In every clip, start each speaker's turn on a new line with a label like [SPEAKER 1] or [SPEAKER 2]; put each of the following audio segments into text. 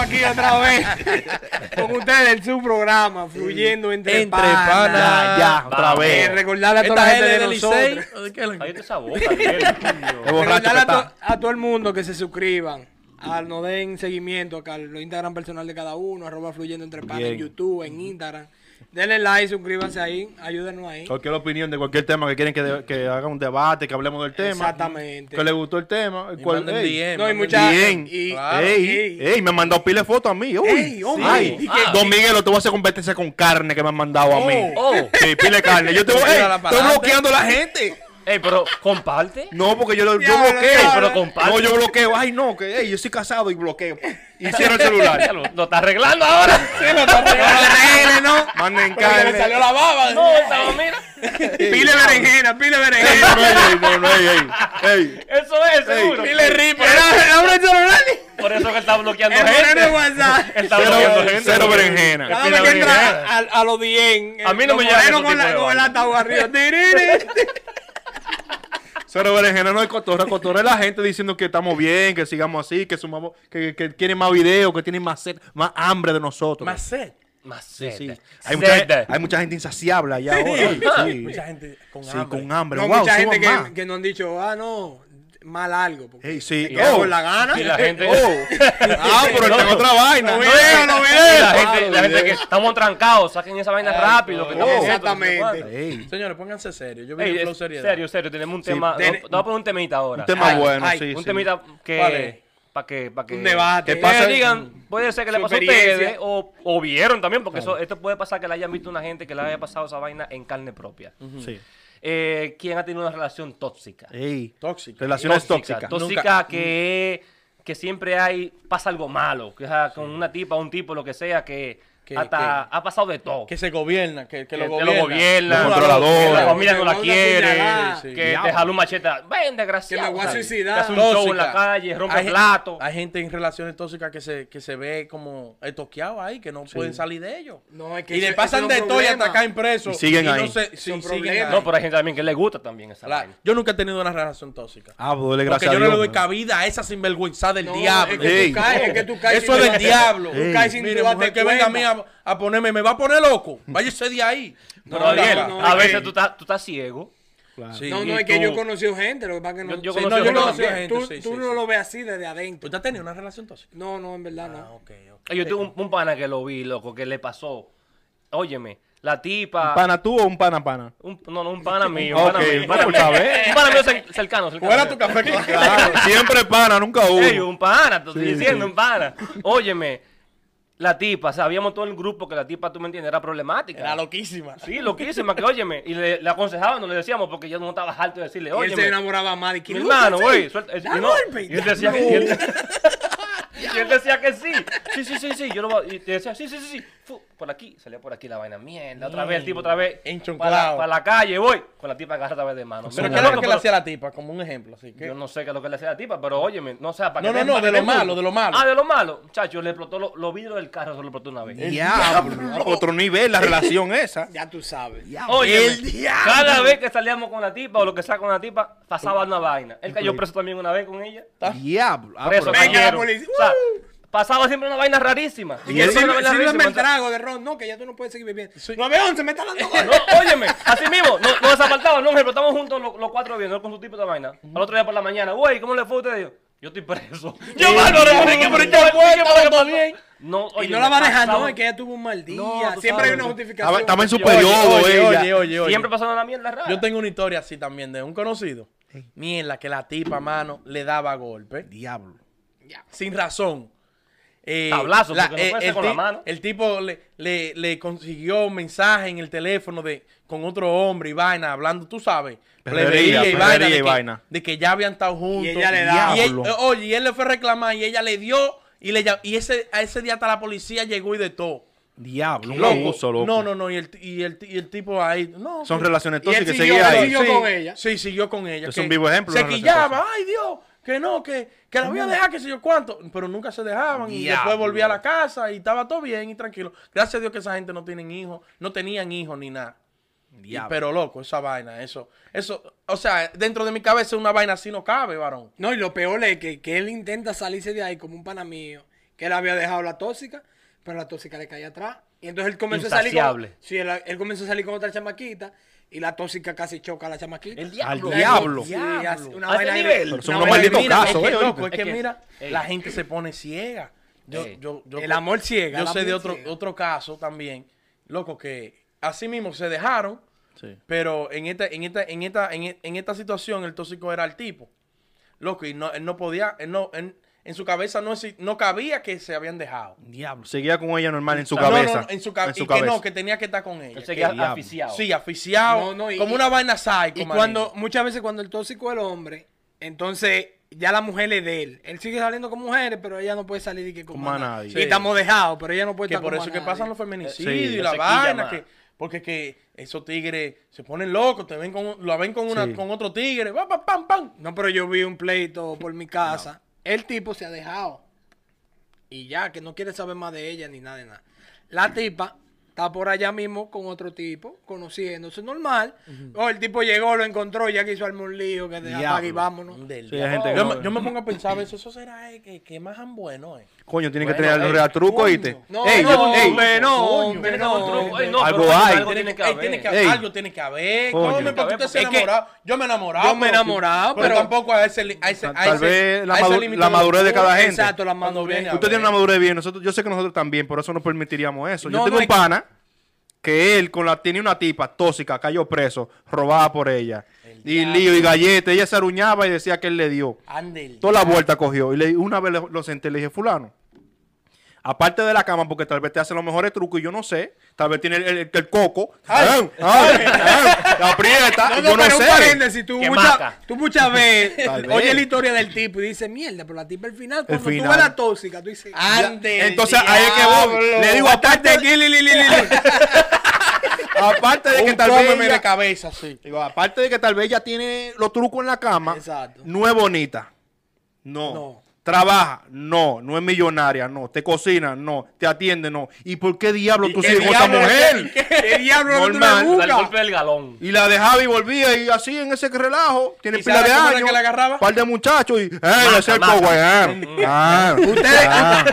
[SPEAKER 1] aquí otra vez con ustedes en su programa, fluyendo entre,
[SPEAKER 2] Entre panas.
[SPEAKER 3] Ya, ya, otra
[SPEAKER 4] Vamos.
[SPEAKER 1] Eh,
[SPEAKER 3] vez.
[SPEAKER 1] recordarle a toda la
[SPEAKER 2] Esta
[SPEAKER 1] gente
[SPEAKER 2] es
[SPEAKER 1] de
[SPEAKER 2] del Licey.
[SPEAKER 1] nosotros.
[SPEAKER 2] ¿O de qué es la-
[SPEAKER 4] Cállate esa boca, Ariel, coño.
[SPEAKER 3] Qué borracho que
[SPEAKER 1] Recordarle a, to-
[SPEAKER 3] está.
[SPEAKER 1] a todo el mundo que se suscriban. al nos den seguimiento acá al Instagram personal de cada uno, arroba fluyendo entre panas en
[SPEAKER 3] Bien.
[SPEAKER 1] YouTube, en Instagram. Denle like, suscríbanse ahí, ayúdenos ahí.
[SPEAKER 3] Cualquier opinión de cualquier tema que quieren que, de- que haga un debate, que hablemos del tema.
[SPEAKER 1] Exactamente.
[SPEAKER 3] Que le gustó el tema. El
[SPEAKER 2] Y
[SPEAKER 3] cual,
[SPEAKER 2] manden
[SPEAKER 3] ey,
[SPEAKER 2] DM,
[SPEAKER 1] No, y
[SPEAKER 2] manden
[SPEAKER 1] mucha-
[SPEAKER 3] Bien.
[SPEAKER 1] Y-
[SPEAKER 2] Claro.
[SPEAKER 3] ey,
[SPEAKER 1] Ey.
[SPEAKER 3] ey, me han mandado pila de fotos a mí. Uy.
[SPEAKER 1] Ey, hombre,
[SPEAKER 3] Ay,
[SPEAKER 1] y que-
[SPEAKER 3] ah, Don Miguel, lo te voy a hacer competencia con carne que me han mandado a mí.
[SPEAKER 4] Oh.
[SPEAKER 3] Sí, pila de carne. Yo te voy,
[SPEAKER 2] Mira
[SPEAKER 3] ey,
[SPEAKER 2] la
[SPEAKER 3] estoy
[SPEAKER 2] parante.
[SPEAKER 3] bloqueando a la gente.
[SPEAKER 4] Ey, pero comparte.
[SPEAKER 3] No, porque yo, lo- yo
[SPEAKER 1] Diablo,
[SPEAKER 3] bloqueo.
[SPEAKER 1] diablo.
[SPEAKER 4] Pero comparte.
[SPEAKER 3] No, yo bloqueo. Ay, no, que ey, yo soy casado y bloqueo. Y cierro el celular.
[SPEAKER 4] Lo, lo está arreglando ahora.
[SPEAKER 3] Manden
[SPEAKER 1] Porque le salió
[SPEAKER 3] carne.
[SPEAKER 1] la baba.
[SPEAKER 4] No, estaba, mira.
[SPEAKER 1] Pile berenjena, pile
[SPEAKER 3] Ey,
[SPEAKER 1] berenjena.
[SPEAKER 3] no, ey, no, no, ey, ey, ey.
[SPEAKER 4] Eso es, seguro.
[SPEAKER 3] Dile
[SPEAKER 1] Era, era un celular.
[SPEAKER 4] Por eso que está bloqueando
[SPEAKER 1] El moreno de
[SPEAKER 4] gente.
[SPEAKER 1] WhatsApp.
[SPEAKER 4] Él Está
[SPEAKER 3] Cero,
[SPEAKER 4] bloqueando gente.
[SPEAKER 3] cero
[SPEAKER 4] porque-
[SPEAKER 3] berenjena.
[SPEAKER 4] que
[SPEAKER 1] Cada
[SPEAKER 4] pide
[SPEAKER 1] vez que
[SPEAKER 4] berenjena.
[SPEAKER 1] entra a, eh. a los 10.
[SPEAKER 4] A mí no
[SPEAKER 1] lleva.
[SPEAKER 4] me llegan ese
[SPEAKER 1] con,
[SPEAKER 4] tipo
[SPEAKER 1] la,
[SPEAKER 4] de
[SPEAKER 1] con el
[SPEAKER 4] vaina.
[SPEAKER 1] ataúd arriba. Tiriri.
[SPEAKER 3] Cero berenjena, no hay cotorra. Cotorra es la gente diciendo que estamos bien, que sigamos así, que sumamos, que, que quieren más videos, que tienen más sed, más hambre de nosotros.
[SPEAKER 2] Más set.
[SPEAKER 4] Maceta.
[SPEAKER 3] Sí. Hay,
[SPEAKER 4] Hay
[SPEAKER 3] mucha, gente- hay mucha gente insaciable allá ahora. Sí,
[SPEAKER 2] Mucha gente con
[SPEAKER 3] Sí,
[SPEAKER 2] hambre.
[SPEAKER 3] con hambre.
[SPEAKER 1] No,
[SPEAKER 3] wow,
[SPEAKER 1] mucha gente
[SPEAKER 3] suban más.
[SPEAKER 1] que, que nos han dicho, ah, no, más largo. Porque
[SPEAKER 3] Ey, sí.
[SPEAKER 1] te queda
[SPEAKER 3] Oh.
[SPEAKER 1] con la gana.
[SPEAKER 4] Y la gente.
[SPEAKER 3] Oh. Ah, pero
[SPEAKER 4] No.
[SPEAKER 3] tengo otra vaina.
[SPEAKER 1] No
[SPEAKER 3] No,
[SPEAKER 1] veo, no veo.
[SPEAKER 4] La
[SPEAKER 3] Claro,
[SPEAKER 4] gente, la gente
[SPEAKER 3] video.
[SPEAKER 4] que estamos trancados, saquen esa vaina rápido. Que
[SPEAKER 3] oh.
[SPEAKER 4] estamos
[SPEAKER 1] Exactamente.
[SPEAKER 4] nosotros,
[SPEAKER 3] Ey,
[SPEAKER 2] Señores, pónganse serios. Yo
[SPEAKER 4] Ey,
[SPEAKER 2] vine en
[SPEAKER 4] es-
[SPEAKER 2] flow seriedad.
[SPEAKER 4] serio, serio, tenemos un tema.
[SPEAKER 1] ten-
[SPEAKER 4] no, te voy a poner un temita ahora.
[SPEAKER 3] un tema
[SPEAKER 1] Ay,
[SPEAKER 3] bueno,
[SPEAKER 1] ay,
[SPEAKER 3] sí.
[SPEAKER 4] un
[SPEAKER 3] sí.
[SPEAKER 4] temita que.
[SPEAKER 2] ¿Cuál es?
[SPEAKER 4] Para que, pa que.
[SPEAKER 1] Un debate.
[SPEAKER 3] ¿Qué
[SPEAKER 4] Ustedes
[SPEAKER 3] pasa?
[SPEAKER 4] digan, puede ser que le
[SPEAKER 1] Su
[SPEAKER 4] pasó a
[SPEAKER 1] experiencia.
[SPEAKER 4] ustedes ¿eh? o, o vieron también, porque eso, esto puede pasar que le hayan visto una gente que le haya pasado esa vaina en carne propia.
[SPEAKER 3] Sí.
[SPEAKER 4] Eh, ¿Quién ha tenido una relación tóxica?
[SPEAKER 3] Ey.
[SPEAKER 2] Tóxico.
[SPEAKER 3] Eh, Relaciones tóxicas.
[SPEAKER 4] Tóxica
[SPEAKER 2] Nunca-
[SPEAKER 4] que, que siempre hay, pasa algo malo, que, o sea, con una tipa, un tipo, lo que sea, que,
[SPEAKER 2] Que-
[SPEAKER 4] hasta
[SPEAKER 2] que-
[SPEAKER 4] ha pasado de todo.
[SPEAKER 2] Que se gobierna. Que, que
[SPEAKER 4] Que
[SPEAKER 2] lo
[SPEAKER 4] te
[SPEAKER 2] gobierna.
[SPEAKER 4] lo gobierna,
[SPEAKER 3] Los
[SPEAKER 4] que la
[SPEAKER 3] controladores.
[SPEAKER 4] familia no
[SPEAKER 1] Una
[SPEAKER 4] la quiere,
[SPEAKER 1] puñalada.
[SPEAKER 2] Sí, sí.
[SPEAKER 4] que
[SPEAKER 3] Diablo.
[SPEAKER 4] te jaló un machete, ven desgraciado.
[SPEAKER 1] Que me voy a
[SPEAKER 4] ¿sabes?
[SPEAKER 1] suicidar.
[SPEAKER 4] Te hace un
[SPEAKER 2] Tóxica.
[SPEAKER 4] show en la calle, rompe
[SPEAKER 2] Hay gen-
[SPEAKER 4] plato.
[SPEAKER 2] Hay gente en relaciones tóxicas que se, que se ve como estoqueado ahí, que no pueden salir de ellos.
[SPEAKER 1] No, es que
[SPEAKER 2] y le
[SPEAKER 1] eso-
[SPEAKER 2] pasan
[SPEAKER 1] eso es
[SPEAKER 2] de
[SPEAKER 1] un
[SPEAKER 2] todo y
[SPEAKER 1] problema.
[SPEAKER 2] hasta caen presos.
[SPEAKER 3] Y siguen
[SPEAKER 2] no
[SPEAKER 3] ahí.
[SPEAKER 2] se- sí,
[SPEAKER 1] Son
[SPEAKER 2] siguen
[SPEAKER 1] problemas.
[SPEAKER 2] ahí.
[SPEAKER 4] No, pero hay gente también que le gusta también esa
[SPEAKER 2] La-
[SPEAKER 4] vaina.
[SPEAKER 2] yo nunca he tenido una relación tóxica.
[SPEAKER 3] Ah, pues dale
[SPEAKER 2] Porque
[SPEAKER 3] gracias
[SPEAKER 2] yo
[SPEAKER 3] a
[SPEAKER 2] no
[SPEAKER 3] Dios.
[SPEAKER 2] le doy
[SPEAKER 3] man.
[SPEAKER 2] cabida a esa sinvergüenza del
[SPEAKER 1] No,
[SPEAKER 2] diablo.
[SPEAKER 1] Es que,
[SPEAKER 3] Ey.
[SPEAKER 1] tú caes, es que tú caes
[SPEAKER 2] Eso
[SPEAKER 1] sin-
[SPEAKER 2] es del diablo.
[SPEAKER 1] Tú caes sin
[SPEAKER 2] Mire,
[SPEAKER 1] duda
[SPEAKER 2] mujer que venga a mí a, a ponerme, me va a poner loco. Váyase de ahí.
[SPEAKER 4] Pero
[SPEAKER 1] no,
[SPEAKER 4] Ariel,
[SPEAKER 1] no, no,
[SPEAKER 4] a
[SPEAKER 1] no,
[SPEAKER 4] veces
[SPEAKER 1] no.
[SPEAKER 4] tú estás, tú estás ciego.
[SPEAKER 2] Sí,
[SPEAKER 1] No,
[SPEAKER 2] y
[SPEAKER 1] no, es que
[SPEAKER 2] tú-
[SPEAKER 1] yo he conocido gente, lo que pasa que no.
[SPEAKER 4] Yo- yo
[SPEAKER 1] Sí,
[SPEAKER 4] conocí
[SPEAKER 1] no,
[SPEAKER 4] a gente.
[SPEAKER 1] conocí a
[SPEAKER 2] Yo
[SPEAKER 1] gente, Tú,
[SPEAKER 2] sí,
[SPEAKER 1] tú
[SPEAKER 2] sí,
[SPEAKER 1] no
[SPEAKER 2] sí.
[SPEAKER 1] lo ves así desde adentro.
[SPEAKER 2] ¿Usted ha tenido una relación tóxica?
[SPEAKER 1] No, no, en verdad no.
[SPEAKER 2] Ok, ok.
[SPEAKER 4] Yo tuve un, un pana que lo vi, loco, que le pasó. Óyeme, la tipa.
[SPEAKER 3] ¿Pana tú o un pana pana?
[SPEAKER 4] un- no, no, un pana mío.
[SPEAKER 3] Ok,
[SPEAKER 4] Un pana mío. Un pana
[SPEAKER 3] pues,
[SPEAKER 4] mío,
[SPEAKER 3] ¿sabes?
[SPEAKER 4] un pana mío cer- cercano. cercano.
[SPEAKER 2] café con
[SPEAKER 3] Siempre pana, nunca uno.
[SPEAKER 4] Ey, un pana, te estoy
[SPEAKER 3] Sí,
[SPEAKER 4] diciendo,
[SPEAKER 3] sí.
[SPEAKER 4] un pana. Óyeme, la tipa, sabíamos todo el grupo que la tipa, tú me entiendes, era problemática.
[SPEAKER 2] Era loquísima.
[SPEAKER 4] Sí, loquísima, que óyeme. Y le, le aconsejábamos, le decíamos, porque yo no estaba harto de decirle,
[SPEAKER 1] Y él se
[SPEAKER 4] óyeme.
[SPEAKER 1] enamoraba más de
[SPEAKER 4] Mi
[SPEAKER 1] que
[SPEAKER 4] hermano, güey. suelta-
[SPEAKER 1] Da
[SPEAKER 4] y no,
[SPEAKER 1] golpe,
[SPEAKER 4] y él
[SPEAKER 1] ya,
[SPEAKER 4] decía que.
[SPEAKER 1] no.
[SPEAKER 4] y él de- y él decía que sí. Sí, sí, sí, sí. Yo lo voy a- y te decía, sí, sí, sí, sí. Fu, por aquí, salía por aquí la vaina. Mierda, otra vez el tipo, otra vez.
[SPEAKER 2] Enchonclado.
[SPEAKER 4] Para para la calle, voy. Con la tipa agarra otra vez de mano.
[SPEAKER 2] Pero ¿qué
[SPEAKER 4] Mira,
[SPEAKER 2] es lo
[SPEAKER 4] loco,
[SPEAKER 2] que le
[SPEAKER 4] pero-
[SPEAKER 2] hacía la tipa? Como un ejemplo. Así que...
[SPEAKER 4] Yo no sé qué es lo que le hacía la tipa, pero óyeme, no sé, para
[SPEAKER 2] No, no, no, de lo malo, de lo malo.
[SPEAKER 4] Ah, de lo malo. Muchacho, le explotó lo- los vidrios del carro, se lo explotó una vez.
[SPEAKER 3] Diablo. Otro nivel la relación esa.
[SPEAKER 1] Ya tú sabes.
[SPEAKER 4] Oye,
[SPEAKER 3] El diablo.
[SPEAKER 4] cada vez que salíamos con la tipa o lo que sea con la tipa, pasaba una vaina. Él cayó preso también una vez con ella.
[SPEAKER 3] Diablo. Ah,
[SPEAKER 4] Preso,
[SPEAKER 3] pero-
[SPEAKER 1] venga la
[SPEAKER 4] cayeron.
[SPEAKER 1] policía.
[SPEAKER 4] O sea, pasaba siempre una vaina rarísima.
[SPEAKER 1] Y que
[SPEAKER 4] Siempre una
[SPEAKER 1] sirve-
[SPEAKER 4] vaina
[SPEAKER 1] sírveme
[SPEAKER 4] rarísima.
[SPEAKER 1] el trago de ron. No, que ya tú no puedes seguir bebiendo. 9-11, me está dando gol.
[SPEAKER 4] No, óyeme, así mismo, no- nos desapartaban, no, ejemplo, estamos juntos los, los cuatro viendo con su tipo de vaina. Al otro día por la mañana, güey, ¿cómo le fue a usted? Yo, yo estoy preso. Yo, bárbaro, Enrique, pero ya fue, ¿qué pasó? No,
[SPEAKER 1] Y
[SPEAKER 4] oye,
[SPEAKER 1] no la
[SPEAKER 4] me
[SPEAKER 1] va a dejar, no,
[SPEAKER 4] pasaba-
[SPEAKER 1] es que ella tuvo un mal día.
[SPEAKER 4] No, tú
[SPEAKER 1] Siempre hay
[SPEAKER 4] sabes.
[SPEAKER 1] una
[SPEAKER 3] Estaba
[SPEAKER 1] justificación.
[SPEAKER 3] estaba en su
[SPEAKER 4] Oye,
[SPEAKER 3] periodo
[SPEAKER 2] oye,
[SPEAKER 3] ella.
[SPEAKER 2] oye, oye, oye.
[SPEAKER 4] Siempre pasando la mierda rara.
[SPEAKER 2] Yo tengo una historia así también de un conocido. Mierda, que la tipa, mano, le daba golpe.
[SPEAKER 3] Diablo.
[SPEAKER 2] Sin razón. Eh,
[SPEAKER 4] Tablazo, porque no puede ser
[SPEAKER 2] el
[SPEAKER 4] con la
[SPEAKER 2] ti-
[SPEAKER 4] mano.
[SPEAKER 2] El tipo le, le, le consiguió un mensaje en el teléfono de con otro hombre y vaina, hablando, tú sabes,
[SPEAKER 3] Perrería, perrería
[SPEAKER 2] de,
[SPEAKER 3] y
[SPEAKER 2] que,
[SPEAKER 3] vaina.
[SPEAKER 2] de que ya habían estado juntos.
[SPEAKER 1] ella le daba.
[SPEAKER 2] Y él-
[SPEAKER 3] Diablo.
[SPEAKER 2] eh, oye, y él le fue a reclamar y ella le dio y le llam- y ese, a ese día hasta la policía llegó y de todo.
[SPEAKER 3] Diablo. Un
[SPEAKER 2] Loco,
[SPEAKER 3] abuso, loco.
[SPEAKER 2] No, no, no. Y el, y el, y el tipo ahí. No,
[SPEAKER 3] Son
[SPEAKER 2] sí.
[SPEAKER 3] relaciones
[SPEAKER 1] Y él
[SPEAKER 3] tóxicas que
[SPEAKER 1] siguió,
[SPEAKER 3] seguía
[SPEAKER 1] él
[SPEAKER 3] ahí.
[SPEAKER 1] siguió
[SPEAKER 2] Sí,
[SPEAKER 1] con ella.
[SPEAKER 2] Sí, siguió con ella.
[SPEAKER 3] Es un
[SPEAKER 2] que
[SPEAKER 3] vivo ejemplo de
[SPEAKER 2] Se
[SPEAKER 3] una
[SPEAKER 2] quillaba, ay Dios, que no, que, que la voy
[SPEAKER 1] Mm.
[SPEAKER 2] a dejar, que sé yo cuánto. Pero nunca se dejaban y
[SPEAKER 3] Diablo.
[SPEAKER 2] después volvía a la casa y estaba todo bien y tranquilo. Gracias a Dios que esa gente no tienen hijos, no tenían hijos ni nada. Y-
[SPEAKER 3] Diablo.
[SPEAKER 2] pero loco, esa vaina, eso, eso, o sea, dentro de mi cabeza una vaina así no cabe, varón.
[SPEAKER 1] No, y lo peor es que, que él intenta salirse de ahí como un pana mío. que él había dejado la tóxica, pero la tóxica le caía atrás. Y entonces él comenzó a salir
[SPEAKER 4] Insaciable.
[SPEAKER 1] con, sí, él, él comenzó a salir con otra chamaquita y la tóxica casi choca a la chamaquita.
[SPEAKER 5] El
[SPEAKER 3] Al
[SPEAKER 5] diablo.
[SPEAKER 3] diablo.
[SPEAKER 1] Sí,
[SPEAKER 2] diablo.
[SPEAKER 1] así, una
[SPEAKER 4] A ese
[SPEAKER 1] vaina
[SPEAKER 4] nivel.
[SPEAKER 1] gris.
[SPEAKER 3] Pero son
[SPEAKER 1] Una
[SPEAKER 3] unos
[SPEAKER 1] vaina
[SPEAKER 3] malditos
[SPEAKER 1] gris.
[SPEAKER 3] casos,
[SPEAKER 2] es que,
[SPEAKER 3] eh,
[SPEAKER 2] loco, es
[SPEAKER 4] Es
[SPEAKER 2] que
[SPEAKER 4] que-
[SPEAKER 2] mira,
[SPEAKER 4] Ey.
[SPEAKER 2] la gente se pone ciega. Yo,
[SPEAKER 5] Ey.
[SPEAKER 2] yo, yo,
[SPEAKER 1] El amor ciega,
[SPEAKER 2] Yo
[SPEAKER 1] el
[SPEAKER 2] sé de
[SPEAKER 1] amor
[SPEAKER 2] otro,
[SPEAKER 1] ciega.
[SPEAKER 2] otro caso también, loco, que así mismo se dejaron,
[SPEAKER 3] Sí.
[SPEAKER 2] pero en esta, en esta, en esta, en, e- en esta situación el tóxico era el tipo. Loco, y no, él no podía, él no, en- en su cabeza no, exi- no cabía que se habían dejado.
[SPEAKER 5] Diablo.
[SPEAKER 3] Seguía con ella normal en su
[SPEAKER 2] No, no,
[SPEAKER 3] cabeza.
[SPEAKER 2] no, en su, ca- y que no, que tenía que estar con ella.
[SPEAKER 4] Él se queda
[SPEAKER 3] diablo.
[SPEAKER 4] asfixiado.
[SPEAKER 2] Sí, asfixiado.
[SPEAKER 1] No, no, y-
[SPEAKER 2] como
[SPEAKER 1] y-
[SPEAKER 2] una vaina psycho.
[SPEAKER 1] Y
[SPEAKER 2] manito.
[SPEAKER 1] cuando, muchas veces cuando el tóxico es el hombre, entonces ya la mujer es de él. Él sigue saliendo con mujeres, pero ella no puede salir y que con
[SPEAKER 3] Con
[SPEAKER 1] más
[SPEAKER 3] más
[SPEAKER 1] nadie.
[SPEAKER 3] nadie.
[SPEAKER 1] Y
[SPEAKER 2] Sí.
[SPEAKER 1] estamos dejados, pero ella no puede
[SPEAKER 2] que
[SPEAKER 1] estar
[SPEAKER 2] por
[SPEAKER 1] con
[SPEAKER 2] eso
[SPEAKER 1] más
[SPEAKER 2] que
[SPEAKER 1] nadie.
[SPEAKER 2] pasean los feminicidios
[SPEAKER 3] Sí,
[SPEAKER 2] y la
[SPEAKER 4] se quilla
[SPEAKER 2] vaina
[SPEAKER 4] más.
[SPEAKER 2] que porque es que esos tigres se ponen locos te ven con lo ven con una
[SPEAKER 3] Sí.
[SPEAKER 2] con otro tigre pam pam pam pam
[SPEAKER 1] No, pero yo vi un pleito por mi casa. El tipo se ha dejado. Y ya, que no quiere saber más de ella ni nada de nada. La tipa está por allá mismo con otro tipo, conociéndose normal. O el tipo llegó, lo encontró, ya que hizo armar un lío, que de
[SPEAKER 5] Diablo.
[SPEAKER 1] apague y vámonos.
[SPEAKER 2] Del
[SPEAKER 3] Sí, hay
[SPEAKER 2] diablo.
[SPEAKER 3] gente que
[SPEAKER 2] yo,
[SPEAKER 3] no
[SPEAKER 2] me-
[SPEAKER 3] ve.
[SPEAKER 2] yo me pongo a pensar a veces eso será eh, que, que más han bueno eh.
[SPEAKER 3] Coño, tiene que
[SPEAKER 4] Bueno,
[SPEAKER 3] tener
[SPEAKER 4] ey,
[SPEAKER 3] el real truco,
[SPEAKER 2] coño.
[SPEAKER 3] ¿oíste?
[SPEAKER 1] No,
[SPEAKER 3] Ey,
[SPEAKER 1] no,
[SPEAKER 3] yo- ey,
[SPEAKER 1] hombre, no,
[SPEAKER 2] coño,
[SPEAKER 1] hombre,
[SPEAKER 4] Tiene que
[SPEAKER 1] no,
[SPEAKER 4] haber un truco.
[SPEAKER 1] hombre.
[SPEAKER 4] Ey, no,
[SPEAKER 3] Algo
[SPEAKER 4] pero
[SPEAKER 3] hay.
[SPEAKER 4] algo tiene que
[SPEAKER 2] Ey,
[SPEAKER 4] haber.
[SPEAKER 2] tiene que-
[SPEAKER 3] Ey.
[SPEAKER 2] algo tiene que haber
[SPEAKER 3] Coño.
[SPEAKER 2] coño,
[SPEAKER 3] Tiene
[SPEAKER 4] que
[SPEAKER 2] pero tú
[SPEAKER 4] haber,
[SPEAKER 2] te has
[SPEAKER 1] porque- Es que-
[SPEAKER 2] enamorado yo me he enamorado
[SPEAKER 1] Yo me he enamorado, pero-
[SPEAKER 2] tampoco a ese li- a ese, a
[SPEAKER 3] Tal
[SPEAKER 2] ese-
[SPEAKER 3] vez la
[SPEAKER 2] a ese
[SPEAKER 3] madu-
[SPEAKER 2] límite
[SPEAKER 3] la madurez de
[SPEAKER 2] locura.
[SPEAKER 3] cada gente.
[SPEAKER 1] Exacto, la
[SPEAKER 2] Cuando
[SPEAKER 1] madurez.
[SPEAKER 2] viene a
[SPEAKER 3] Usted tiene
[SPEAKER 2] ver.
[SPEAKER 3] una madurez bien, nosotros, yo sé que nosotros también, por eso no permitiríamos eso.
[SPEAKER 1] No,
[SPEAKER 3] yo tengo
[SPEAKER 1] no, es
[SPEAKER 3] un pana que él con la, tiene una tipa tóxica, cayó preso, robada por ella. Y lío y galleta, ella se aruñaba y decía que él le dio.
[SPEAKER 2] Ande el-
[SPEAKER 3] Toda la vuelta cogió. Y le, una vez lo, lo senté, le dije, fulano, aparte de la cama, porque tal vez te hace los mejores trucos y yo no sé, tal vez tiene el, el- el coco, ¡Ay! ¡Ay! ¡Ay! la
[SPEAKER 1] No,
[SPEAKER 3] aprieta,
[SPEAKER 1] no,
[SPEAKER 3] yo no
[SPEAKER 1] pero un
[SPEAKER 3] sé.
[SPEAKER 1] paréntesis, tú,
[SPEAKER 4] Que
[SPEAKER 1] mucha,
[SPEAKER 4] mata.
[SPEAKER 1] tú muchas veces
[SPEAKER 3] Tal vez.
[SPEAKER 1] oyes la historia del tipo y dices, mierda, pero la tipa al final, cuando
[SPEAKER 3] final.
[SPEAKER 1] tú ves la tóxica, tú dices,
[SPEAKER 2] Ande el
[SPEAKER 3] Entonces ahí es que voy. Le digo, aparte,
[SPEAKER 1] Aparte, aquí, li, li, li, li, li.
[SPEAKER 3] aparte de que
[SPEAKER 2] Un
[SPEAKER 3] tal vez...
[SPEAKER 2] cómeme
[SPEAKER 3] ella-
[SPEAKER 2] de cabeza sí
[SPEAKER 3] Digo, aparte de que tal vez ella tiene los trucos en la cama,
[SPEAKER 1] Exacto.
[SPEAKER 3] no es bonita. No.
[SPEAKER 1] No.
[SPEAKER 3] Trabaja, no. No es millonaria, no. Te cocina, no. Te atiende, no. ¿Y por qué diablo tú
[SPEAKER 2] qué
[SPEAKER 3] sigues con esta
[SPEAKER 2] diablo es
[SPEAKER 3] mujer?
[SPEAKER 1] ¿Qué diablo no tú
[SPEAKER 3] Normal,
[SPEAKER 1] la
[SPEAKER 3] la
[SPEAKER 4] Al
[SPEAKER 1] buscas?
[SPEAKER 4] golpe del galón.
[SPEAKER 3] Y la dejaba y volvía y así en ese relajo. Tiene
[SPEAKER 2] ¿Y
[SPEAKER 3] pila
[SPEAKER 2] sabes
[SPEAKER 3] de
[SPEAKER 2] cómo era
[SPEAKER 3] años.
[SPEAKER 2] que la agarraba?
[SPEAKER 3] par de muchachos y. ¡Eh,
[SPEAKER 4] Mata,
[SPEAKER 3] ese es el
[SPEAKER 4] mata.
[SPEAKER 3] cowboy, ah, ah, ah.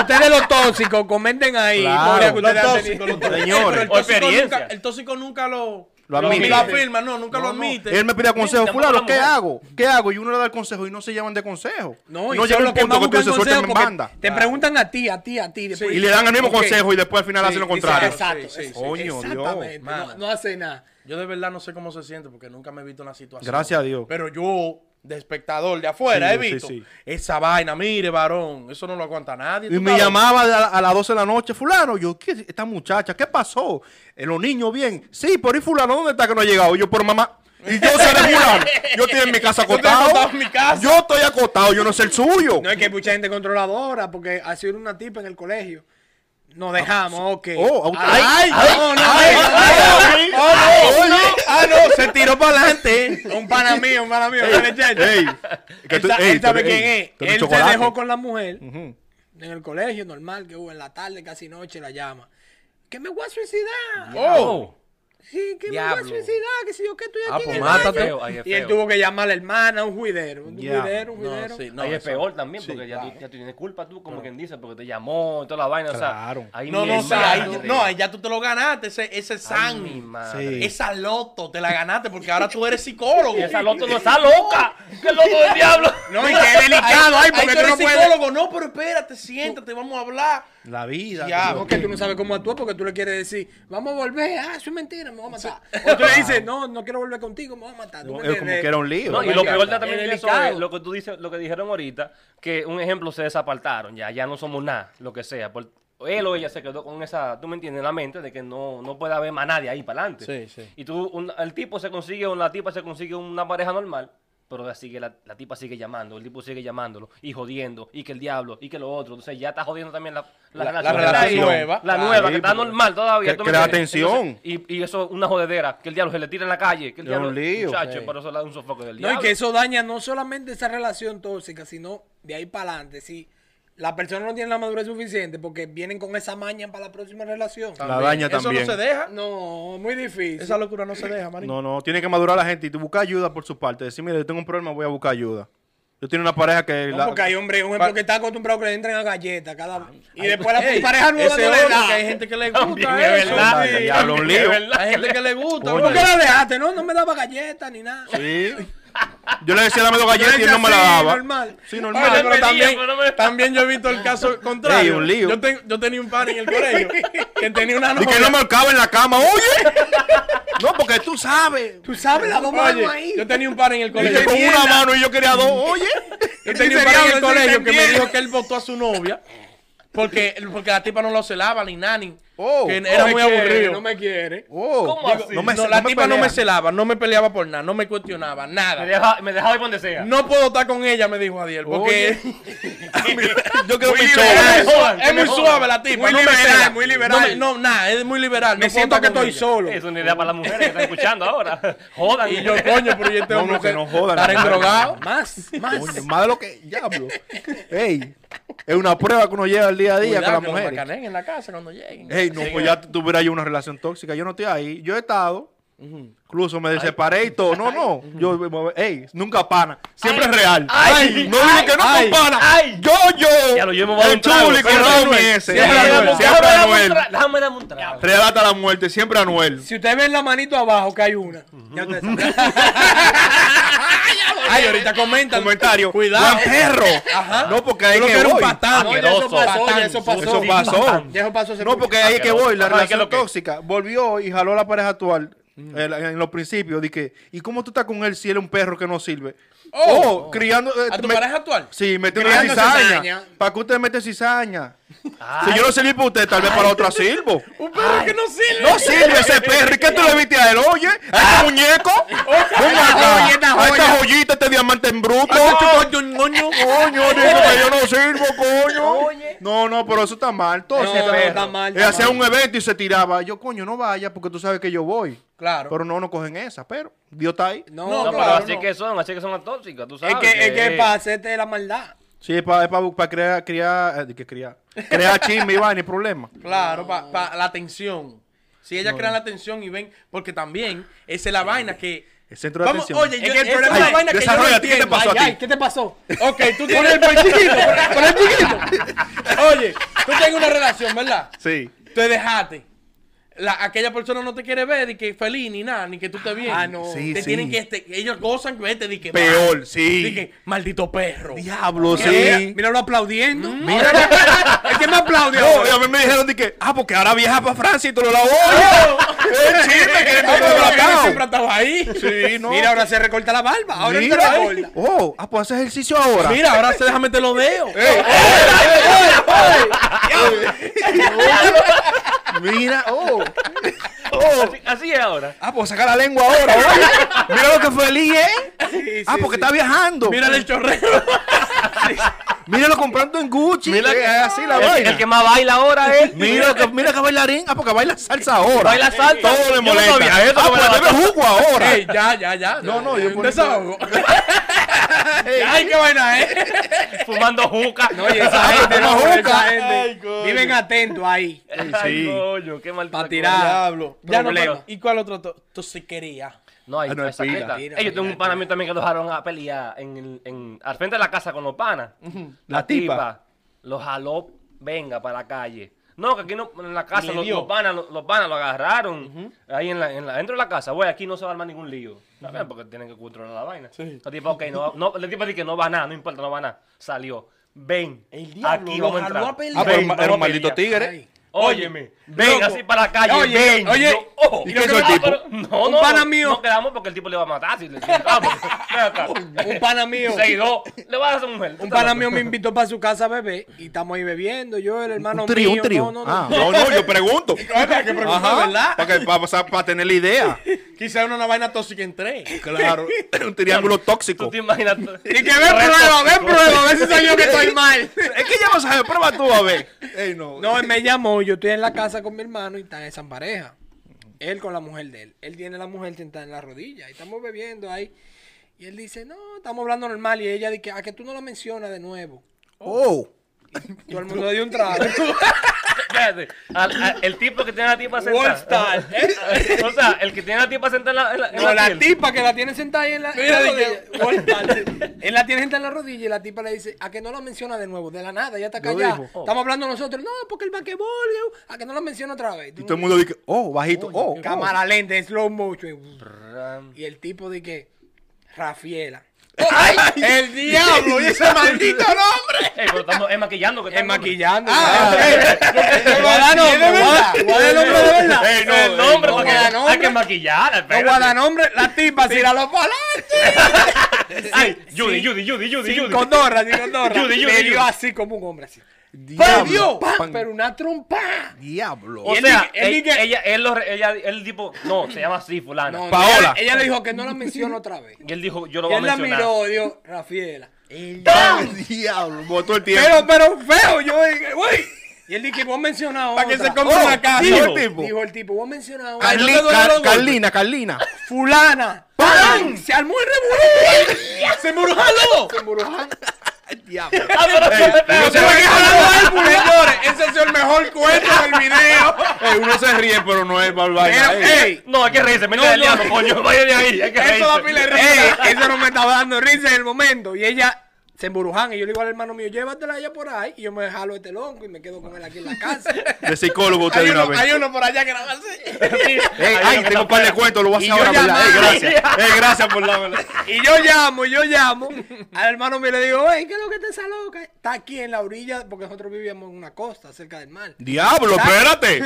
[SPEAKER 1] Ustedes los tóxicos, comenten ahí.
[SPEAKER 3] Claro.
[SPEAKER 1] historias que ustedes
[SPEAKER 2] Los
[SPEAKER 1] han
[SPEAKER 2] tóxicos, los
[SPEAKER 1] tenido.
[SPEAKER 2] tóxicos.
[SPEAKER 3] Señores.
[SPEAKER 2] Pero el tóxico
[SPEAKER 4] Experiencia.
[SPEAKER 2] nunca- El tóxico nunca lo,
[SPEAKER 3] Lo admite.
[SPEAKER 2] lo afirma, no, nunca lo admite.
[SPEAKER 3] Él me pide consejo,
[SPEAKER 4] Tampoco
[SPEAKER 3] fulano,
[SPEAKER 4] la
[SPEAKER 3] ¿qué
[SPEAKER 4] mujer.
[SPEAKER 3] hago? ¿Qué hago? Y uno le da el consejo y no se llaman de consejo.
[SPEAKER 1] No, y
[SPEAKER 3] llega
[SPEAKER 1] son
[SPEAKER 3] un
[SPEAKER 1] los que más
[SPEAKER 3] punto que tú
[SPEAKER 1] buscan consejos
[SPEAKER 3] dices, suéltame en
[SPEAKER 1] porque
[SPEAKER 3] banda.
[SPEAKER 1] te preguntan a ti, a ti, a ti. después-
[SPEAKER 3] Y le dan el mismo
[SPEAKER 1] Ok.
[SPEAKER 3] consejo y después al final hacen lo
[SPEAKER 1] Dice,
[SPEAKER 3] contrario.
[SPEAKER 1] Exacto.
[SPEAKER 2] Sí, sí, sí.
[SPEAKER 3] Coño, Dios.
[SPEAKER 1] Exactamente, No,
[SPEAKER 2] Mano.
[SPEAKER 1] no hace nada.
[SPEAKER 2] Yo de verdad no sé cómo se siente porque nunca me he visto en la situación.
[SPEAKER 3] Gracias a Dios.
[SPEAKER 2] Pero yo, de espectador de afuera,
[SPEAKER 3] Sí,
[SPEAKER 2] he visto
[SPEAKER 3] sí, sí.
[SPEAKER 2] esa vaina. Mire, varón, eso no lo aguanta nadie.
[SPEAKER 3] Y
[SPEAKER 2] tú
[SPEAKER 3] me
[SPEAKER 2] sabes.
[SPEAKER 3] llamaba a, la- a las 12 de la noche, fulano, yo, ¿qué, esta muchacha, ¿qué pasó? Eh, los niños bien. Sí, pero ¿y fulano dónde está que no ha llegado? Y yo, pero mamá, y yo soy de fulano. Yo estoy en mi casa
[SPEAKER 2] Yo estoy
[SPEAKER 3] acotado.
[SPEAKER 2] acotado en mi casa.
[SPEAKER 3] Yo estoy acotado, yo no sé el suyo.
[SPEAKER 1] No es que hay mucha gente controladora, porque ha sido una tipa en el colegio. Nos dejamos, ok.
[SPEAKER 3] Oh, auto-
[SPEAKER 1] Ay, no, no, no, no.
[SPEAKER 3] ay, ay, oye.
[SPEAKER 2] Ah, no, se tiró para adelante.
[SPEAKER 1] Un pana mío, un pana mío.
[SPEAKER 3] Ey,
[SPEAKER 1] dale, chacho.
[SPEAKER 3] ey, que
[SPEAKER 1] Él
[SPEAKER 3] tú-
[SPEAKER 1] sa-
[SPEAKER 3] ey,
[SPEAKER 1] él sabe
[SPEAKER 3] tú eres-
[SPEAKER 1] quién
[SPEAKER 3] ey,
[SPEAKER 1] es.
[SPEAKER 3] tú eres
[SPEAKER 1] Él se
[SPEAKER 3] chocolate.
[SPEAKER 1] dejó con la mujer.
[SPEAKER 3] Ujú.
[SPEAKER 1] en el colegio, normal, que hubo en la tarde, casi noche, la llama. Que me voy a suicidar.
[SPEAKER 2] Oh.
[SPEAKER 1] Sí, que me
[SPEAKER 2] Diablo.
[SPEAKER 1] voy a suicidar, que si yo que estoy
[SPEAKER 2] Ah,
[SPEAKER 1] aquí.
[SPEAKER 2] pues
[SPEAKER 1] en el
[SPEAKER 2] mátate.
[SPEAKER 4] Ahí es
[SPEAKER 1] baño.
[SPEAKER 4] feo, ahí es
[SPEAKER 1] Y él
[SPEAKER 4] feo.
[SPEAKER 1] tuvo que llamar a la hermana, un juidero, un
[SPEAKER 3] Ya.
[SPEAKER 1] juidero, un
[SPEAKER 2] No,
[SPEAKER 1] juidero.
[SPEAKER 2] sí, no,
[SPEAKER 4] Ahí es
[SPEAKER 2] eso-
[SPEAKER 4] peor también,
[SPEAKER 2] sí,
[SPEAKER 4] porque ya,
[SPEAKER 2] claro.
[SPEAKER 4] tú, ya tú tienes culpa tú, como quien dice, porque te llamó y toda la vaina.
[SPEAKER 3] Claro.
[SPEAKER 4] O sea, ahí
[SPEAKER 2] No,
[SPEAKER 4] mi
[SPEAKER 2] no, sí,
[SPEAKER 4] madre.
[SPEAKER 2] ahí, no, ahí ya tú te lo ganaste, ese, ese
[SPEAKER 4] Ay, mi
[SPEAKER 2] Sammy.
[SPEAKER 4] madre.
[SPEAKER 3] Sí.
[SPEAKER 2] Esa loto te la ganaste porque ahora tú eres psicólogo.
[SPEAKER 4] Esa loto no está loca. ¡Qué loco del diablo!
[SPEAKER 1] No, y qué delicado, ay, porque
[SPEAKER 2] Ahí
[SPEAKER 1] tú no
[SPEAKER 2] eres
[SPEAKER 1] puedes.
[SPEAKER 2] psicólogo, no, pero espérate, siéntate, vamos a hablar.
[SPEAKER 3] La vida.
[SPEAKER 2] Ya,
[SPEAKER 3] tú-
[SPEAKER 1] Porque tú no sabes cómo actuar, porque tú le quieres decir, vamos a volver, ah, eso es mentira, me voy a matar. O tú le dices, no, no quiero volver contigo, me voy a matar. ¿Tú me
[SPEAKER 3] es como
[SPEAKER 1] entiendes?
[SPEAKER 3] que era un lío.
[SPEAKER 4] No, y
[SPEAKER 1] me
[SPEAKER 4] lo
[SPEAKER 1] encanta.
[SPEAKER 4] peor de también
[SPEAKER 1] Es
[SPEAKER 4] de eso
[SPEAKER 1] delicado.
[SPEAKER 4] es lo que tú dices, lo que dijeron ahorita, que un ejemplo se desapartaron, ya, ya no somos nada, lo que sea. por- él o ella se quedó con esa, tú me entiendes, en la mente de que no, no puede haber más nadie ahí para adelante.
[SPEAKER 2] Sí, sí.
[SPEAKER 4] Y tú, un- el tipo se consigue, o la tipa se consigue una pareja normal, pero la, sigue, la, la tipa sigue llamando, el tipo sigue llamándolo y jodiendo, y que el diablo, y que lo otro. Entonces ya está jodiendo también la,
[SPEAKER 2] La- la
[SPEAKER 4] que está ahí,
[SPEAKER 2] relación nueva.
[SPEAKER 4] La
[SPEAKER 2] Claro,
[SPEAKER 4] nueva, que está
[SPEAKER 3] porque-
[SPEAKER 4] normal todavía.
[SPEAKER 3] Que
[SPEAKER 4] ¿tú me
[SPEAKER 3] crea
[SPEAKER 4] entiendes?
[SPEAKER 3] tensión.
[SPEAKER 4] Entonces, y, y eso es una jodedera, que el diablo se le tira en la calle, que el
[SPEAKER 3] Es un
[SPEAKER 4] diablo,
[SPEAKER 3] lío.
[SPEAKER 4] muchacho,
[SPEAKER 2] Sí.
[SPEAKER 4] pero eso le da un sofoco del
[SPEAKER 1] No,
[SPEAKER 4] diablo.
[SPEAKER 1] y que eso daña no solamente esa relación tóxica, sino de ahí para adelante. Si la persona no tiene la madurez suficiente porque vienen con esa maña para la próxima relación.
[SPEAKER 3] La daña también.
[SPEAKER 2] Eso no se deja.
[SPEAKER 1] No, muy difícil.
[SPEAKER 2] Esa locura no se deja, marico.
[SPEAKER 3] No, no, tiene que madurar la gente y tú buscar ayuda por su parte. Decir, mira, yo tengo un problema, voy a buscar ayuda. Yo tenía una pareja que.
[SPEAKER 1] No,
[SPEAKER 3] la-
[SPEAKER 1] porque hay hombre, un ejemplo, que está acostumbrado que le entren a galletas cada Y después la
[SPEAKER 2] pues, Ey,
[SPEAKER 1] pareja nueva
[SPEAKER 2] ese
[SPEAKER 1] no le
[SPEAKER 2] hombre
[SPEAKER 1] da.
[SPEAKER 2] que hay gente que le
[SPEAKER 4] También
[SPEAKER 2] gusta
[SPEAKER 4] es
[SPEAKER 2] eso.
[SPEAKER 4] verdad.
[SPEAKER 3] Ya, ya hablo un lío.
[SPEAKER 2] Hay gente que le gusta.
[SPEAKER 3] Coño.
[SPEAKER 1] ¿Por
[SPEAKER 2] bro.
[SPEAKER 1] qué la dejaste? No, no me daba galletas ni nada.
[SPEAKER 3] Sí. Yo le decía dame dos
[SPEAKER 1] Yo
[SPEAKER 3] galletas
[SPEAKER 1] le
[SPEAKER 3] y él no me la
[SPEAKER 1] decía,
[SPEAKER 3] daba.
[SPEAKER 1] "Sí, normal".
[SPEAKER 3] Sí,
[SPEAKER 2] Oye,
[SPEAKER 3] normal.
[SPEAKER 2] pero
[SPEAKER 4] pedía,
[SPEAKER 2] también,
[SPEAKER 4] pero no me-
[SPEAKER 2] también yo he visto el caso contrario.
[SPEAKER 3] Ey, un lío.
[SPEAKER 2] Yo, ten- yo tenía un par en el colegio que tenía una
[SPEAKER 3] Y
[SPEAKER 2] novia.
[SPEAKER 3] que no me alcaba en la cama. Oye. No, porque tú sabes.
[SPEAKER 1] Tú sabes la dos
[SPEAKER 2] Oye,
[SPEAKER 1] manos ahí.
[SPEAKER 2] yo tenía un par en el
[SPEAKER 3] Y
[SPEAKER 2] colegio.
[SPEAKER 3] que con una mano y yo quería dos. Oye.
[SPEAKER 2] Yo tenía un
[SPEAKER 1] Ese
[SPEAKER 2] par en el
[SPEAKER 1] diablo,
[SPEAKER 2] colegio que me
[SPEAKER 1] entiende.
[SPEAKER 2] dijo que él votó a su novia porque, porque la tipa no lo celaba ni nada. ni-
[SPEAKER 3] Oh.
[SPEAKER 2] que
[SPEAKER 3] No
[SPEAKER 2] era
[SPEAKER 1] me
[SPEAKER 2] muy
[SPEAKER 1] quiere,
[SPEAKER 2] aburrido.
[SPEAKER 1] No me quiere.
[SPEAKER 3] Oh.
[SPEAKER 4] ¿Cómo así?
[SPEAKER 3] No me,
[SPEAKER 2] No, la tipa no me
[SPEAKER 3] pelean.
[SPEAKER 2] celaba, no me peleaba por nada, no me cuestionaba
[SPEAKER 4] Me
[SPEAKER 2] nada.
[SPEAKER 4] dejaba, me dejaba ir por donde sea.
[SPEAKER 2] No puedo estar con ella, me dijo Adiel, porque
[SPEAKER 3] Yo creo
[SPEAKER 4] Muy
[SPEAKER 3] que
[SPEAKER 4] liberal.
[SPEAKER 2] es, muy
[SPEAKER 3] cholo.
[SPEAKER 2] suave,
[SPEAKER 4] jodan,
[SPEAKER 2] es
[SPEAKER 4] que
[SPEAKER 2] muy
[SPEAKER 4] me
[SPEAKER 2] suave
[SPEAKER 4] jodan.
[SPEAKER 2] la tipa,
[SPEAKER 1] Muy
[SPEAKER 2] no me
[SPEAKER 1] liberal,
[SPEAKER 2] cela.
[SPEAKER 1] muy liberal.
[SPEAKER 2] No me- No, nada, es muy liberal.
[SPEAKER 1] Me
[SPEAKER 2] no puedo
[SPEAKER 1] siento
[SPEAKER 2] estar
[SPEAKER 1] que
[SPEAKER 2] con
[SPEAKER 1] estoy
[SPEAKER 2] ella.
[SPEAKER 1] solo.
[SPEAKER 4] Es una idea para las mujeres que están escuchando ahora. Jodan.
[SPEAKER 2] Y yo, coño, pero yo este
[SPEAKER 3] No,
[SPEAKER 2] hombre
[SPEAKER 3] no, que
[SPEAKER 2] que
[SPEAKER 3] no jodan,
[SPEAKER 2] Estar
[SPEAKER 3] no.
[SPEAKER 2] endrogado.
[SPEAKER 1] Más, más.
[SPEAKER 3] Coño, más de lo que diablo. Ey, es una prueba que uno lleva el día a día
[SPEAKER 2] Cuidado
[SPEAKER 3] con
[SPEAKER 2] que lo
[SPEAKER 3] las mujeres.
[SPEAKER 2] macaneen en la casa cuando lleguen.
[SPEAKER 3] Ey, no, pues ya tuviera yo una relación tóxica. Yo no estoy ahí. Yo he estado. Incluso me separé y todo. No, no. Yo, ey, nunca pana. Siempre es real.
[SPEAKER 4] ay,
[SPEAKER 3] no dije que no
[SPEAKER 4] ay,
[SPEAKER 3] con pana.
[SPEAKER 4] ay.
[SPEAKER 3] yo, yo.
[SPEAKER 4] Ya lo, yo me voy a dar
[SPEAKER 3] el
[SPEAKER 4] un trago.
[SPEAKER 3] público,
[SPEAKER 4] Espérate,
[SPEAKER 3] Raúl
[SPEAKER 4] Anuel.
[SPEAKER 3] ese.
[SPEAKER 4] Déjame
[SPEAKER 3] Siempre
[SPEAKER 4] dar un
[SPEAKER 3] Anuel.
[SPEAKER 4] trago,
[SPEAKER 3] Siempre
[SPEAKER 4] déjame dar un
[SPEAKER 3] Anuel.
[SPEAKER 4] trago, Déjame dar un trago.
[SPEAKER 3] Real hasta la muerte. Siempre Anuel.
[SPEAKER 1] Si ustedes ven la manito abajo que hay una, ya ustedes saben.
[SPEAKER 2] Ay, ahorita comentan.
[SPEAKER 3] Comentario.
[SPEAKER 2] Cuidado.
[SPEAKER 3] Buen perro.
[SPEAKER 2] Ajá.
[SPEAKER 3] No, porque ahí
[SPEAKER 2] Yo lo
[SPEAKER 3] que
[SPEAKER 2] quiero un
[SPEAKER 3] voy.
[SPEAKER 2] patán.
[SPEAKER 1] No, ya eso pasó, ya eso pasó.
[SPEAKER 3] Eso pasó.
[SPEAKER 1] Ya eso pasó hace
[SPEAKER 3] No,
[SPEAKER 1] mucho.
[SPEAKER 3] porque ahí es que voy, la
[SPEAKER 4] Ah, Ajá, ¿qué es
[SPEAKER 3] relación
[SPEAKER 4] lo que?
[SPEAKER 3] tóxica. Volvió y jaló la pareja actual eh, la- en los principios. Dije, ¿y cómo tú estás con él si él es un perro que no sirve?
[SPEAKER 2] Oh.
[SPEAKER 3] Oh, criando. eh,
[SPEAKER 2] ¿A tu
[SPEAKER 3] me-
[SPEAKER 2] pareja actual?
[SPEAKER 3] Sí, metiendo
[SPEAKER 1] Criando
[SPEAKER 3] cizaña.
[SPEAKER 1] cizaña.
[SPEAKER 3] ¿Para qué usted mete cizaña?
[SPEAKER 2] Ah.
[SPEAKER 3] Si yo no sirvo para usted, tal vez para otra sirvo.
[SPEAKER 2] Un perro que no sirve.
[SPEAKER 3] No sirve ese perro. ¿Y qué tú le viste a él? Oye, a este muñeco. Ven
[SPEAKER 1] joya,
[SPEAKER 3] acá.
[SPEAKER 1] Ah. esta
[SPEAKER 3] A esta
[SPEAKER 1] joya.
[SPEAKER 3] joyita, este diamante en bruto.
[SPEAKER 2] Coño, coño.
[SPEAKER 3] Coño, digo que yo no sirvo, coño. No, no, pero eso está mal. Todo
[SPEAKER 1] No,
[SPEAKER 3] se perro.
[SPEAKER 1] está mal, está
[SPEAKER 3] Él hacía
[SPEAKER 1] mal.
[SPEAKER 3] un evento y se tiraba. Yo, coño, no vaya porque tú sabes que yo voy.
[SPEAKER 2] Claro.
[SPEAKER 3] Pero no, no cogen esa, pero Dios está ahí.
[SPEAKER 1] No,
[SPEAKER 2] No,
[SPEAKER 4] No, pero
[SPEAKER 1] claro,
[SPEAKER 4] así
[SPEAKER 1] no.
[SPEAKER 4] que son, así que son las tóxicas, tú sabes. Eh,
[SPEAKER 1] Es que, es que para hacerte la maldad.
[SPEAKER 3] Sí, es para crear, criar, eh, di que criar. Crear chisme y vaina y problema.
[SPEAKER 2] Claro, para la atención. Si ellas crean la atención y ven, porque también esa es la vaina que.
[SPEAKER 3] El centro de atención.
[SPEAKER 2] Oye, yo,
[SPEAKER 4] que
[SPEAKER 2] esa
[SPEAKER 4] el
[SPEAKER 2] es
[SPEAKER 4] problema
[SPEAKER 2] la
[SPEAKER 4] es-
[SPEAKER 2] vaina que yo no
[SPEAKER 3] desarrollate, ¿qué te
[SPEAKER 2] entiendo.
[SPEAKER 3] pasó?
[SPEAKER 1] Ay,
[SPEAKER 3] a ti.
[SPEAKER 1] ay, ¿qué te pasó?
[SPEAKER 2] Ok, tú tienes el chiquito, pon el chiquito. Oye, tú tienes una relación, ¿verdad?
[SPEAKER 3] Sí.
[SPEAKER 2] Te dejaste. La, aquella persona no te quiere ver y que feliz ni nada, ni que tú estés bien.
[SPEAKER 1] Ah, no.
[SPEAKER 3] Sí,
[SPEAKER 2] te
[SPEAKER 3] sí.
[SPEAKER 2] tienen que este- ellos gozan que vete di que
[SPEAKER 3] Peor,
[SPEAKER 2] va.
[SPEAKER 3] sí.
[SPEAKER 2] Di que, maldito perro.
[SPEAKER 3] Diablo,
[SPEAKER 1] Mira,
[SPEAKER 3] sí.
[SPEAKER 1] Míralo aplaudiendo.
[SPEAKER 3] Mira.
[SPEAKER 1] Es que me aplaude.
[SPEAKER 3] No,
[SPEAKER 1] ahora.
[SPEAKER 3] y a mí me dijeron de que, ah, porque ahora viaja para Francia y tú lo la voy. Es chisme que
[SPEAKER 2] Ah,
[SPEAKER 3] no
[SPEAKER 2] pero
[SPEAKER 3] me
[SPEAKER 2] la cara siempre
[SPEAKER 3] lo
[SPEAKER 2] estaba ahí.
[SPEAKER 3] Sí, no.
[SPEAKER 1] Mira, ahora se recorta la barba. Ahora está la gorda.
[SPEAKER 3] Mira. Oh, ah, pues haces ejercicio ahora.
[SPEAKER 2] eh. Mira, ahora se deja meter los dedos.
[SPEAKER 3] Mira, oh.
[SPEAKER 4] Así, así es ahora.
[SPEAKER 3] Ah, pues saca la lengua ahora, oye. Mira lo que feliz, ¿eh? ah, porque está viajando.
[SPEAKER 2] Mira el chorreo.
[SPEAKER 3] Míralo comprando en Gucci. Mira que es así la
[SPEAKER 4] El,
[SPEAKER 3] vaina.
[SPEAKER 4] el que más baila ahora es.
[SPEAKER 3] Mira que, mira que bailarín. Ah, porque baila salsa ahora.
[SPEAKER 4] Baila salsa.
[SPEAKER 3] Todo
[SPEAKER 4] Yo
[SPEAKER 3] le
[SPEAKER 4] no
[SPEAKER 3] molesta.
[SPEAKER 4] sabía eso,
[SPEAKER 3] ah,
[SPEAKER 4] que
[SPEAKER 3] pues
[SPEAKER 4] bailaba
[SPEAKER 3] bebe jugo ahora.
[SPEAKER 2] Ey, ya, ya, ya.
[SPEAKER 3] No, no, yo
[SPEAKER 2] Un
[SPEAKER 3] por-
[SPEAKER 2] desahogo. Ay, qué vaina, eh.
[SPEAKER 4] Fumando juca.
[SPEAKER 1] No, y esa
[SPEAKER 3] Ah,
[SPEAKER 1] gente,
[SPEAKER 3] pero
[SPEAKER 1] no,
[SPEAKER 3] juca.
[SPEAKER 1] esa
[SPEAKER 2] Ay,
[SPEAKER 1] gente.
[SPEAKER 2] coño.
[SPEAKER 1] Viven atentos ahí.
[SPEAKER 4] Ay, coño, qué maldita
[SPEAKER 1] Pa' tirar.
[SPEAKER 4] cosa.
[SPEAKER 2] Diablo. Ya no,
[SPEAKER 1] Problema.
[SPEAKER 2] pero- ¿Y cuál otro to- toxiquería?
[SPEAKER 4] No, hay
[SPEAKER 3] Ah, no,
[SPEAKER 4] no,
[SPEAKER 3] es
[SPEAKER 1] Pila,
[SPEAKER 3] pila.
[SPEAKER 4] Ellos tengo
[SPEAKER 1] pila,
[SPEAKER 4] un pana mío también que lo dejaron a pelear en, el- en, al frente de la casa con los panas.
[SPEAKER 3] La tipa.
[SPEAKER 4] Los jaló, venga, para la calle. No, que aquí no, en la casa
[SPEAKER 2] Le
[SPEAKER 4] los,
[SPEAKER 2] dio.
[SPEAKER 4] los panas los, los panas lo agarraron. Ahí en la, en la, dentro de la casa, güey, aquí no se va a armar ningún lío. ¿Sabes? Porque tienen que controlar la vaina. La tipa, ok, no, va- no, la tipa dice que no va a nada, no importa, no va a nada. Salió. Ven,
[SPEAKER 2] El diablo,
[SPEAKER 4] aquí
[SPEAKER 2] lo
[SPEAKER 4] vamos a
[SPEAKER 2] jaló
[SPEAKER 4] entrar.
[SPEAKER 2] a pelear.
[SPEAKER 3] Ah, pero
[SPEAKER 4] Ven,
[SPEAKER 3] ma- era un
[SPEAKER 4] vamos a
[SPEAKER 3] maldito
[SPEAKER 4] pelear.
[SPEAKER 3] tigre.
[SPEAKER 1] Ay.
[SPEAKER 4] Óyeme, ven
[SPEAKER 2] loco.
[SPEAKER 4] así para la calle,
[SPEAKER 2] Oye,
[SPEAKER 4] ven.
[SPEAKER 2] oye,
[SPEAKER 4] Yo, ojo.
[SPEAKER 3] ¿y
[SPEAKER 4] Yo
[SPEAKER 3] qué
[SPEAKER 4] creo
[SPEAKER 3] hizo el
[SPEAKER 4] que-
[SPEAKER 3] tipo?
[SPEAKER 4] ah, pero- No,
[SPEAKER 1] Un
[SPEAKER 4] no,
[SPEAKER 1] pana
[SPEAKER 4] no,
[SPEAKER 1] mío.
[SPEAKER 4] No quedamos porque el tipo le va a matar si le sentamos. Ven acá.
[SPEAKER 1] Un pana mío.
[SPEAKER 4] 6-2. Le vas a hacer mujer.
[SPEAKER 1] Un pana mío me invitó para su casa a beber y estamos ahí bebiendo. Yo, el hermano
[SPEAKER 3] Un trío,
[SPEAKER 1] mío.
[SPEAKER 3] un trío.
[SPEAKER 1] No, no, no.
[SPEAKER 3] Ah, no, no, yo pregunto.
[SPEAKER 2] Para que preguntar, ¿verdad?
[SPEAKER 3] Para, que- para- para- para tener la idea.
[SPEAKER 2] Quizá una, una vaina tóxica en tres.
[SPEAKER 3] Claro. un triángulo
[SPEAKER 4] Tú
[SPEAKER 3] tóxico.
[SPEAKER 4] te imaginas.
[SPEAKER 1] Y que ven prueba, ven prueba, a ver si soy yo que estoy mal.
[SPEAKER 3] Es que ya no sabes, prueba tú a ver. Ey, no.
[SPEAKER 1] No, él me llamó, yo estoy en la casa con mi hermano y están esas parejas. Él con la mujer de él. Él tiene la mujer sentada en la rodilla y estamos bebiendo ahí. "Ah, Y él dice, no, estamos hablando normal. Y ella dice, a que tú no la mencionas de nuevo.
[SPEAKER 3] Oh.
[SPEAKER 1] Todo el mundo dio un trago.
[SPEAKER 4] Espérate, al- al- el tipo que tiene la tipa sentada.
[SPEAKER 1] Worldstar.
[SPEAKER 4] O sea, el que tiene la tipa sentada en la. en la- en
[SPEAKER 1] No,
[SPEAKER 4] la
[SPEAKER 1] la
[SPEAKER 4] piel.
[SPEAKER 1] tipa que la tiene sentada ahí en la, en la
[SPEAKER 2] Mira,
[SPEAKER 1] rodilla. Worldstar. Él la tiene sentada en la rodilla y la tipa le dice, a que no lo menciona de nuevo, de la nada, ya está
[SPEAKER 3] Lo
[SPEAKER 1] callada.
[SPEAKER 3] dijo.
[SPEAKER 1] Estamos hablando nosotros, no, porque el basquetbol, eh, a que no lo menciona otra vez.
[SPEAKER 3] Y todo el mundo dice, oh, bajito, oh.
[SPEAKER 1] Cámara lenta, en slow motion. Y el tipo de que, Rafiela.
[SPEAKER 2] El diablo y ese maldito nombre.
[SPEAKER 4] Ey, pero estamos es maquillando que
[SPEAKER 1] Es maquillando.
[SPEAKER 2] Ah,
[SPEAKER 1] ¿no? Guadanombre,
[SPEAKER 2] ¿Tiene verdad?
[SPEAKER 1] Guada- Guadanombre de verdad.
[SPEAKER 4] Ey, no,
[SPEAKER 2] Ese
[SPEAKER 4] el nombre,
[SPEAKER 1] no,
[SPEAKER 4] porque
[SPEAKER 1] Guadanombre.
[SPEAKER 4] hay que maquillar.
[SPEAKER 1] Los
[SPEAKER 4] espérate.
[SPEAKER 1] guadanombre, la tipa, si la los palantes.
[SPEAKER 4] Ay, Judy, Judy, Judy, Judy,
[SPEAKER 1] Sin
[SPEAKER 4] Judy.
[SPEAKER 1] condorra, sin condorra.
[SPEAKER 4] Judy, Judy,
[SPEAKER 1] Le dio
[SPEAKER 4] Judy.
[SPEAKER 1] así como un hombre así.
[SPEAKER 3] Diablo.
[SPEAKER 1] Diablo, pa,
[SPEAKER 3] Pan-
[SPEAKER 1] pero una trompa.
[SPEAKER 3] Diablo.
[SPEAKER 4] O
[SPEAKER 1] Y él
[SPEAKER 4] sea,
[SPEAKER 1] dice- él
[SPEAKER 4] él-
[SPEAKER 1] dice-
[SPEAKER 4] ella, él, lo, re- ella, él tipo, no, se llama así, fulana.
[SPEAKER 1] No, no, Ella,
[SPEAKER 3] Paola.
[SPEAKER 1] ella le dijo que no la menciona otra vez.
[SPEAKER 4] Y él dijo, yo lo
[SPEAKER 1] Y
[SPEAKER 4] voy a
[SPEAKER 1] él la
[SPEAKER 4] mencionar.
[SPEAKER 1] miró, dijo, Rafiela.
[SPEAKER 3] Diablo. Botó el tiempo.
[SPEAKER 1] Pero, pero feo, yo dije, güey. Y él dijo, vos mencionado
[SPEAKER 2] Pa' que se compre
[SPEAKER 3] oh,
[SPEAKER 2] una casa.
[SPEAKER 3] Dijo el tipo.
[SPEAKER 1] Dijo el tipo, vos mencionado
[SPEAKER 2] Ay,
[SPEAKER 3] Carli-
[SPEAKER 2] no te duelen
[SPEAKER 3] Car-
[SPEAKER 2] los golpes.
[SPEAKER 3] Carlina, Carlina.
[SPEAKER 1] fulana. ¡Pam! Se armó el revuelo.
[SPEAKER 2] Se murjaló.
[SPEAKER 1] Se embrujó.
[SPEAKER 3] Diablo.
[SPEAKER 4] Ah, pero espérate,
[SPEAKER 2] Yo se
[SPEAKER 4] espérate.
[SPEAKER 2] que jalando él, señores. Ese es el mejor cuento del video.
[SPEAKER 3] Ey, uno se ríe, pero no es para el
[SPEAKER 2] Pero,
[SPEAKER 3] baile. Ey.
[SPEAKER 2] ey,
[SPEAKER 4] No, hay que reírse, mira el diablo, coño, vaya de ahí, hay que reírse.
[SPEAKER 2] eso da pila de
[SPEAKER 1] Ey,
[SPEAKER 2] risa.
[SPEAKER 1] eso no me estaba dando risa en el momento. Y ella se emburujan. Y yo le digo al hermano mío, llévatela allá por ahí. Y yo me jalo este lonco y me quedo con él aquí en la casa.
[SPEAKER 3] De psicólogo usted
[SPEAKER 2] Hay
[SPEAKER 3] de una
[SPEAKER 2] uno,
[SPEAKER 3] vez.
[SPEAKER 2] hay uno por allá que nada más así.
[SPEAKER 4] Sí,
[SPEAKER 3] Ey,
[SPEAKER 4] hay
[SPEAKER 3] ay,
[SPEAKER 4] uno
[SPEAKER 3] tengo un
[SPEAKER 4] que está
[SPEAKER 3] par de
[SPEAKER 4] afuera.
[SPEAKER 3] cuentos, lo voy a
[SPEAKER 1] Y
[SPEAKER 3] hacer ahora,
[SPEAKER 1] yo
[SPEAKER 3] ¿verdad? Ey,
[SPEAKER 1] llamando.
[SPEAKER 3] gracias. Ey, gracias por la verdad.
[SPEAKER 1] y yo llamo, y yo llamo al hermano mío y le digo, ey, ¿qué es lo que te esa loca? Está aquí en la orilla, porque nosotros vivíamos en una costa, cerca del mar.
[SPEAKER 3] Diablo, espérate.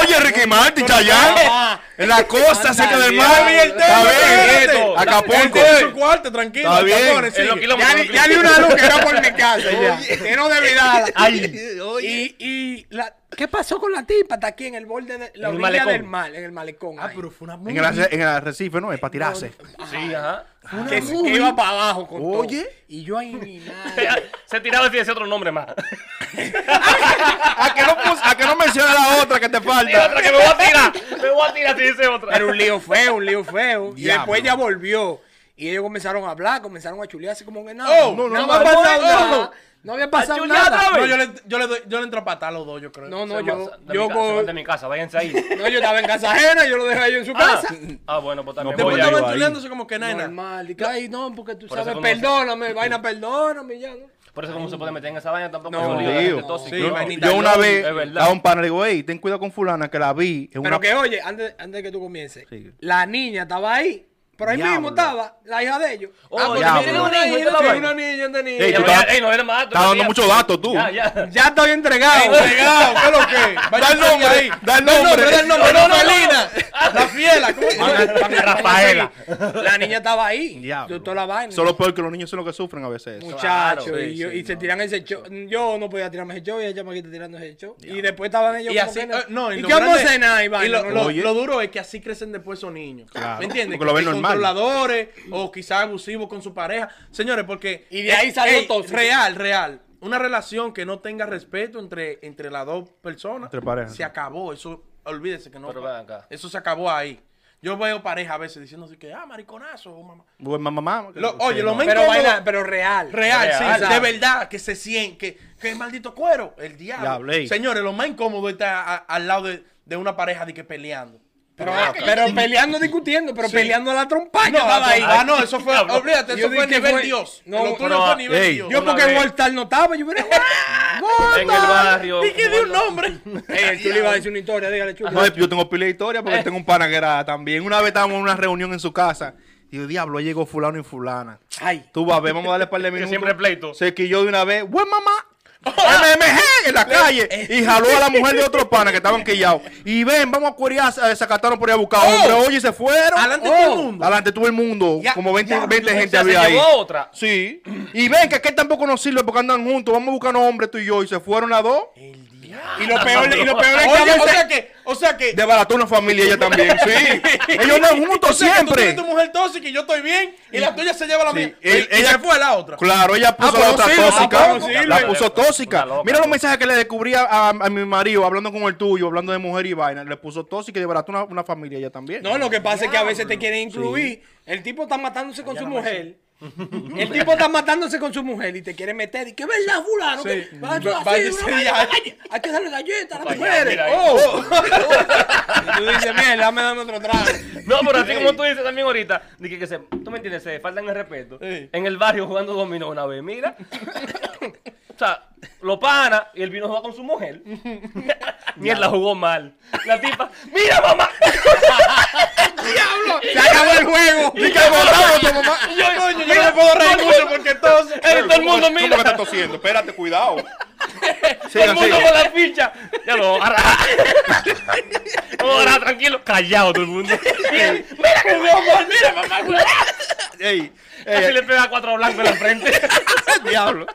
[SPEAKER 3] Oye, Ricky Martin, Chayanne.
[SPEAKER 1] Ah.
[SPEAKER 3] En la costa,
[SPEAKER 1] Anda,
[SPEAKER 3] cerca del
[SPEAKER 1] diablo.
[SPEAKER 3] mar.
[SPEAKER 2] Mami, el tema,
[SPEAKER 3] Está bien,
[SPEAKER 2] espérate.
[SPEAKER 3] esto,
[SPEAKER 2] Él
[SPEAKER 3] Acapulco.
[SPEAKER 2] tiene su cuarto, tranquilo.
[SPEAKER 3] Está bien.
[SPEAKER 2] tapones,
[SPEAKER 4] En los
[SPEAKER 2] sigue.
[SPEAKER 4] kilómetros,
[SPEAKER 1] Ya, vi-
[SPEAKER 4] en los
[SPEAKER 1] ya vi
[SPEAKER 4] kilómetros.
[SPEAKER 1] una luz que era por mi casa ya. Lleno de vida.
[SPEAKER 3] Oye.
[SPEAKER 1] Y, y la- ¿qué pasó con la tipa? Está aquí en el borde de la
[SPEAKER 4] En el
[SPEAKER 1] orilla
[SPEAKER 4] malecón.
[SPEAKER 1] del mar, en el malecón.
[SPEAKER 2] Ah,
[SPEAKER 1] ahí.
[SPEAKER 2] pero fue una muy
[SPEAKER 3] En el, arce- en el arrecife, ¿no? Es para tirarse.
[SPEAKER 4] Sí, ajá.
[SPEAKER 1] que, se- que iba para abajo con todo.
[SPEAKER 3] Oye.
[SPEAKER 1] Y yo ahí ni nada.
[SPEAKER 4] Se tiraba y decía otro nombre más.
[SPEAKER 3] ¿A que no, pus- a que no menciona la otra que te
[SPEAKER 4] Y otra
[SPEAKER 3] falta?
[SPEAKER 4] que me voy a tirar. Me voy a tirar si dice otra.
[SPEAKER 1] Era un lío feo, un lío feo. Y
[SPEAKER 3] Diablo.
[SPEAKER 1] después ella volvió. Y ellos comenzaron a hablar, comenzaron a chulearse como que nada.
[SPEAKER 2] Oh,
[SPEAKER 1] no,
[SPEAKER 2] no,
[SPEAKER 1] no,
[SPEAKER 2] no,
[SPEAKER 1] había
[SPEAKER 2] no,
[SPEAKER 1] pasado
[SPEAKER 2] no.
[SPEAKER 1] nada. Oh. No había pasado
[SPEAKER 4] chulear otra
[SPEAKER 1] nada.
[SPEAKER 4] vez.
[SPEAKER 2] No, yo le, yo, le doy, yo le entro a patar a los dos, yo creo.
[SPEAKER 1] No, no,
[SPEAKER 4] Se
[SPEAKER 1] yo,
[SPEAKER 4] van- de
[SPEAKER 1] yo,
[SPEAKER 4] mi ca- se van
[SPEAKER 1] voy-
[SPEAKER 4] de mi casa, váyanse ahí.
[SPEAKER 1] no, yo estaba en casa ajena, yo lo dejé a ellos en su
[SPEAKER 4] Ah,
[SPEAKER 1] casa.
[SPEAKER 4] ah, bueno, pues también
[SPEAKER 2] Después
[SPEAKER 3] te
[SPEAKER 4] voy ahí.
[SPEAKER 3] van-
[SPEAKER 2] estaban chuleándose como que nena.
[SPEAKER 1] Normal, y que, ay, no, porque tú
[SPEAKER 4] Por eso
[SPEAKER 1] sabes,
[SPEAKER 4] conoce.
[SPEAKER 1] perdóname, vaina, perdóname, ya, ¿no?
[SPEAKER 4] Por eso como se puede meter en esa vaina tampoco.
[SPEAKER 1] No,
[SPEAKER 4] es un lío de
[SPEAKER 3] Digo,
[SPEAKER 4] gente tóxica,
[SPEAKER 2] sí,
[SPEAKER 4] ¿no?
[SPEAKER 2] vainita.
[SPEAKER 3] Yo una
[SPEAKER 2] Es
[SPEAKER 3] vez
[SPEAKER 4] verdad.
[SPEAKER 3] a un pana le digo, ey, ten cuidado con fulana que la vi. en
[SPEAKER 1] Pero
[SPEAKER 3] una-
[SPEAKER 1] que oye, antes, antes de que tú comiences,
[SPEAKER 3] Sí.
[SPEAKER 1] la niña estaba ahí, por ahí
[SPEAKER 3] Diablo.
[SPEAKER 1] mismo estaba la hija de ellos.
[SPEAKER 4] Oh,
[SPEAKER 1] Ah,
[SPEAKER 4] ya,
[SPEAKER 1] porque
[SPEAKER 3] diablo.
[SPEAKER 1] tiene una
[SPEAKER 4] Una
[SPEAKER 1] hija,
[SPEAKER 4] niña,
[SPEAKER 1] tiene
[SPEAKER 4] estaba ahí.
[SPEAKER 1] una niña, yo tenía.
[SPEAKER 3] Ey,
[SPEAKER 4] Ya,
[SPEAKER 3] tú
[SPEAKER 4] ya,
[SPEAKER 3] estás-
[SPEAKER 4] ey, no eres más alto,
[SPEAKER 3] estás dando
[SPEAKER 4] ya.
[SPEAKER 3] mucho dato, tú.
[SPEAKER 4] Ya, ya.
[SPEAKER 1] Ya estoy entregado.
[SPEAKER 2] Pegado, ¿qué es lo que?
[SPEAKER 3] Da el nombre, da el nombre.
[SPEAKER 2] Da el nombre,
[SPEAKER 4] No,
[SPEAKER 2] no,
[SPEAKER 4] no, no,
[SPEAKER 2] Felina. La fiela, ¿cómo
[SPEAKER 4] Rafaela.
[SPEAKER 1] La niña estaba ahí.
[SPEAKER 3] Diablo.
[SPEAKER 1] Yo toda la vaina.
[SPEAKER 3] Solo porque los niños son los que sufren a veces. eso.
[SPEAKER 1] Muchachos,
[SPEAKER 4] Claro,
[SPEAKER 1] y,
[SPEAKER 4] sí,
[SPEAKER 1] yo-
[SPEAKER 4] sí,
[SPEAKER 1] y se tiran ese show. Yo no podía tirarme ese show y ella me quita tirando ese show. Y después estaban ellos.
[SPEAKER 2] Y
[SPEAKER 1] como
[SPEAKER 2] así,
[SPEAKER 1] que
[SPEAKER 2] eh, no,
[SPEAKER 1] ¿Y
[SPEAKER 2] lo
[SPEAKER 1] qué vamos a
[SPEAKER 2] grande-
[SPEAKER 1] cenar,
[SPEAKER 2] y
[SPEAKER 1] Iván?
[SPEAKER 2] lo,
[SPEAKER 1] No,
[SPEAKER 2] lo-
[SPEAKER 1] no.
[SPEAKER 3] Oye.
[SPEAKER 2] lo duro es que así crecen después esos niños.
[SPEAKER 3] Claro,
[SPEAKER 2] ¿Me entiendes?
[SPEAKER 3] porque lo ven
[SPEAKER 2] Que
[SPEAKER 3] normal.
[SPEAKER 2] Controladores o quizás abusivos con su pareja. Señores, porque.
[SPEAKER 1] Y de ahí
[SPEAKER 2] eh,
[SPEAKER 1] salió
[SPEAKER 2] ey,
[SPEAKER 1] tóxico.
[SPEAKER 2] Real, real. Una relación que no tenga respeto entre, entre las dos personas.
[SPEAKER 3] Entre parejas.
[SPEAKER 2] Se acabó. Eso, olvídese que no.
[SPEAKER 4] Pero ven acá.
[SPEAKER 2] Eso se acabó ahí. Yo veo pareja a veces diciendo así que, ah, mariconazo, o mamá.
[SPEAKER 3] Buen Pues, mamá, mamá.
[SPEAKER 2] Lo- oye, lo
[SPEAKER 3] no.
[SPEAKER 2] men-
[SPEAKER 1] Pero
[SPEAKER 2] incómodo.
[SPEAKER 1] vaina, pero real.
[SPEAKER 2] Real,
[SPEAKER 4] Real,
[SPEAKER 2] sí,
[SPEAKER 1] ¿sabes?
[SPEAKER 2] de verdad, que se sienten, que, que maldito cuero, el diablo.
[SPEAKER 3] Diablo, ey.
[SPEAKER 2] Señores, lo más incómodo está a- al lado de, de una pareja de que peleando.
[SPEAKER 1] Pero, pero peleando, discutiendo, pero
[SPEAKER 2] Sí.
[SPEAKER 1] peleando a la trompa. yo
[SPEAKER 2] No,
[SPEAKER 1] estaba ahí.
[SPEAKER 2] Ah, no, eso fue,
[SPEAKER 4] Diablo.
[SPEAKER 2] olvídate,
[SPEAKER 1] Yo
[SPEAKER 2] eso
[SPEAKER 1] dije
[SPEAKER 2] fue nivel
[SPEAKER 1] fue-
[SPEAKER 2] Dios.
[SPEAKER 1] no,
[SPEAKER 2] No, lo tuyo
[SPEAKER 4] pero,
[SPEAKER 2] fue nivel
[SPEAKER 3] ey,
[SPEAKER 2] Dios.
[SPEAKER 1] Yo
[SPEAKER 4] Una
[SPEAKER 1] porque
[SPEAKER 4] vez.
[SPEAKER 1] Voltar no estaba, yo hubiera. ¡Gorda!
[SPEAKER 4] En el barrio.
[SPEAKER 2] Dije de un nombre.
[SPEAKER 1] Ey, tú le ibas a decir una historia, dígale, chulo.
[SPEAKER 3] No, yo tengo pila de historia
[SPEAKER 2] Eh.
[SPEAKER 3] porque tengo un pana que era también. Una vez estábamos en una reunión en su casa. Y yo, diablo, ahí llegó fulano y fulana.
[SPEAKER 1] Ay.
[SPEAKER 3] Tú vas a ver, vamos a darle un par de minutos.
[SPEAKER 4] siempre hay pleito.
[SPEAKER 3] Se quilló de una vez. ¡Buen mamá! MMG en la calle y jaló a la mujer de otro pana que estaban quillados. Y ven, vamos a cuerear, se desacataron por ahí a buscar hombre. Oye, y se
[SPEAKER 2] Oh.
[SPEAKER 3] fueron.
[SPEAKER 2] Adelante
[SPEAKER 1] Oh.
[SPEAKER 2] todo el mundo.
[SPEAKER 3] Adelante todo el mundo.
[SPEAKER 2] Ya,
[SPEAKER 3] como 20,
[SPEAKER 2] ya,
[SPEAKER 3] 20
[SPEAKER 4] O
[SPEAKER 3] gente
[SPEAKER 4] sea, se
[SPEAKER 3] había ahí.
[SPEAKER 4] llevó otra.
[SPEAKER 3] Sí. Y ven que aquel tampoco nos sirve porque andan juntos. Vamos a buscar un hombre tú y yo. Y se fueron las dos.
[SPEAKER 1] Y lo peor, y lo peor es que a
[SPEAKER 2] Oye, o
[SPEAKER 1] veces-
[SPEAKER 2] sea que, o sea que.
[SPEAKER 3] Desbarató una familia ella también. Sí. Ellos andan juntos
[SPEAKER 2] o sea que tú
[SPEAKER 3] siempre.
[SPEAKER 2] tienes tu mujer tóxica y yo estoy bien, y la tuya se lleva la
[SPEAKER 3] Sí,
[SPEAKER 2] mía.
[SPEAKER 3] él-
[SPEAKER 2] y, y
[SPEAKER 3] ella-
[SPEAKER 2] se fue la otra.
[SPEAKER 3] Claro, ella puso
[SPEAKER 2] pues
[SPEAKER 3] la
[SPEAKER 2] no
[SPEAKER 3] otra
[SPEAKER 2] sirve,
[SPEAKER 3] tóxica.
[SPEAKER 2] tampoco
[SPEAKER 4] sirve.
[SPEAKER 3] la puso tóxica.
[SPEAKER 4] Una loca,
[SPEAKER 3] Mira los
[SPEAKER 4] loca.
[SPEAKER 3] mensajes que le descubrí a, a- a mi marido hablando con el tuyo, hablando de mujer y vaina. Le puso tóxica y desbarató una, una familia ella también.
[SPEAKER 1] No, lo que pasa es que a veces te quieren incluir. El tipo está matándose con su mujer. El tipo está matándose con su mujer y te quiere meter. Y que verdad, fulano.
[SPEAKER 2] Sí.
[SPEAKER 1] Que, va,
[SPEAKER 2] Va- vaya
[SPEAKER 1] una
[SPEAKER 2] ese
[SPEAKER 1] vaina,
[SPEAKER 2] día.
[SPEAKER 1] vaya, hay que darle galletas a las
[SPEAKER 4] Vaya,
[SPEAKER 1] mujeres.
[SPEAKER 4] mira ahí.
[SPEAKER 1] Oh. Y tú dices, mierda, dame, dame otro trago.
[SPEAKER 4] No, pero así como tú dices también ahorita, de que, que se, tú me entiendes, se faltan el respeto.
[SPEAKER 2] Sí.
[SPEAKER 4] En el barrio jugando dominó una vez, mira. o sea, lo pana y el vino juega con su mujer. Mierda, jugó mal. La tipa, mira mamá.
[SPEAKER 1] ¡Diablo! ¡Se acabó el juego!
[SPEAKER 3] Y que votamos, tu mamá.
[SPEAKER 4] Y yo,
[SPEAKER 2] Coño, yo no
[SPEAKER 4] mira,
[SPEAKER 2] me puedo reír
[SPEAKER 4] todo el
[SPEAKER 2] mucho
[SPEAKER 4] mundo-
[SPEAKER 2] porque entonces.
[SPEAKER 4] eh, todo el mundo
[SPEAKER 3] ¿Cómo que
[SPEAKER 4] mira.
[SPEAKER 3] estás tosiendo? Espérate, cuidado.
[SPEAKER 4] Todo el
[SPEAKER 3] Sigan,
[SPEAKER 4] mundo
[SPEAKER 3] sigan.
[SPEAKER 4] con la ficha. Ya lo arra. Vamos a arra, tranquilo. Callado todo el mundo. mira que veo mal, mira mamá. güey.
[SPEAKER 3] Ey, ey,
[SPEAKER 4] Casi le pega cuatro blancos en la frente.
[SPEAKER 3] diablo.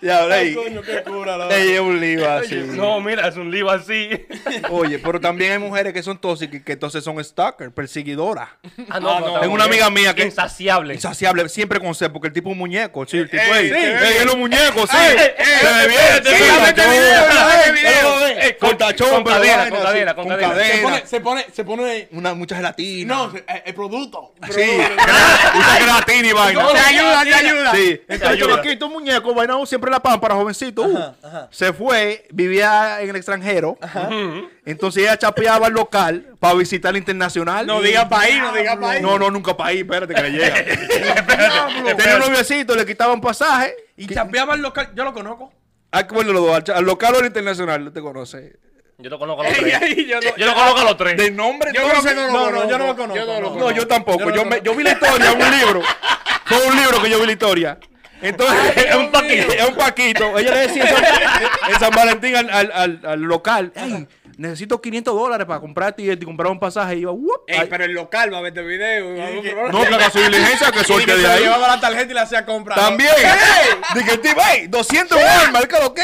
[SPEAKER 3] Diablo,
[SPEAKER 2] Ay,
[SPEAKER 3] ey.
[SPEAKER 2] coño, qué cura, la
[SPEAKER 3] Ey, es un lío así.
[SPEAKER 4] No, mira, es un lío así.
[SPEAKER 3] Oye, pero también hay mujeres que son tóxicas y que entonces son stalker, perseguidoras.
[SPEAKER 4] Ah, no,
[SPEAKER 2] no.
[SPEAKER 4] no.
[SPEAKER 3] Tengo una amiga mía que-
[SPEAKER 4] Insaciable.
[SPEAKER 3] Insaciable, siempre con sed, porque el tipo es un muñeco. Sí, el tipo
[SPEAKER 2] Ey,
[SPEAKER 3] ey,
[SPEAKER 2] sí,
[SPEAKER 3] ey,
[SPEAKER 2] ey.
[SPEAKER 3] es los muñecos, sí.
[SPEAKER 4] Ey, ey,
[SPEAKER 3] Se
[SPEAKER 4] ey,
[SPEAKER 3] ve bien,
[SPEAKER 4] espérate,
[SPEAKER 3] sí,
[SPEAKER 4] espérate,
[SPEAKER 3] tachón,
[SPEAKER 4] espérate,
[SPEAKER 3] ey,
[SPEAKER 4] espérate,
[SPEAKER 3] ey,
[SPEAKER 4] espérate.
[SPEAKER 3] ey, con tachón,
[SPEAKER 4] Con
[SPEAKER 3] pero
[SPEAKER 4] cadena,
[SPEAKER 3] vaina,
[SPEAKER 4] con
[SPEAKER 3] sí,
[SPEAKER 4] cadena, con cadena.
[SPEAKER 2] Se pone,
[SPEAKER 3] cadena.
[SPEAKER 2] se pone, se pone.
[SPEAKER 3] Una, mucha gelatina.
[SPEAKER 2] No, se- eh, el producto.
[SPEAKER 3] Sí, gra- mucha gelatina y vaina.
[SPEAKER 1] Te ayuda, te ayuda.
[SPEAKER 3] Sí, entonces
[SPEAKER 4] ayuda.
[SPEAKER 3] chamaquito, un muñeco, vaina siempre en la pámpara, jovencito. uh. Se fue, vivía en el extranjero. Entonces ella chapeaba al local para visitar el internacional.
[SPEAKER 1] No diga país, no diga país.
[SPEAKER 3] No, no, nunca país, espérate que le llega. Tenía un noviecito, le quitaban pasaje.
[SPEAKER 2] Y chapeaba el local. Yo lo conozco.
[SPEAKER 3] Ah, que bueno, los dos, al cha- al local o al internacional, no te conoce.
[SPEAKER 4] Yo lo conozco a los tres. Yo lo conozco a los tres.
[SPEAKER 3] De nombre,
[SPEAKER 1] Yo
[SPEAKER 3] entonces,
[SPEAKER 1] creo que no lo
[SPEAKER 2] No, no, yo no lo
[SPEAKER 1] conozco.
[SPEAKER 2] conozco.
[SPEAKER 1] Yo no lo
[SPEAKER 3] No, yo tampoco.
[SPEAKER 2] Yo no
[SPEAKER 3] Yo,
[SPEAKER 2] lo
[SPEAKER 3] me,
[SPEAKER 2] conozco.
[SPEAKER 3] yo vi la historia en un libro. Fue un libro que yo vi la historia. Entonces,
[SPEAKER 4] Ay, Dios
[SPEAKER 3] es un paquito.
[SPEAKER 4] mío.
[SPEAKER 3] Es un paquito. Ella le decía en San, en San Valentín al, al- al- al local: "Ey, necesito 500 dólares para comprar ticket y comprar un pasaje. Y iba, "Wup".
[SPEAKER 1] Ey,
[SPEAKER 3] Ay,
[SPEAKER 1] pero el local va a ver este video. va a ver un programa.
[SPEAKER 3] No, que haga su diligencia, que
[SPEAKER 2] Y que
[SPEAKER 3] suelte
[SPEAKER 2] se
[SPEAKER 3] de
[SPEAKER 2] le
[SPEAKER 3] ahí.
[SPEAKER 2] llevaba la tarjeta y le hacía compra.
[SPEAKER 3] También. Dije, el tipo, "Ey, 200 dólares, marca lo que.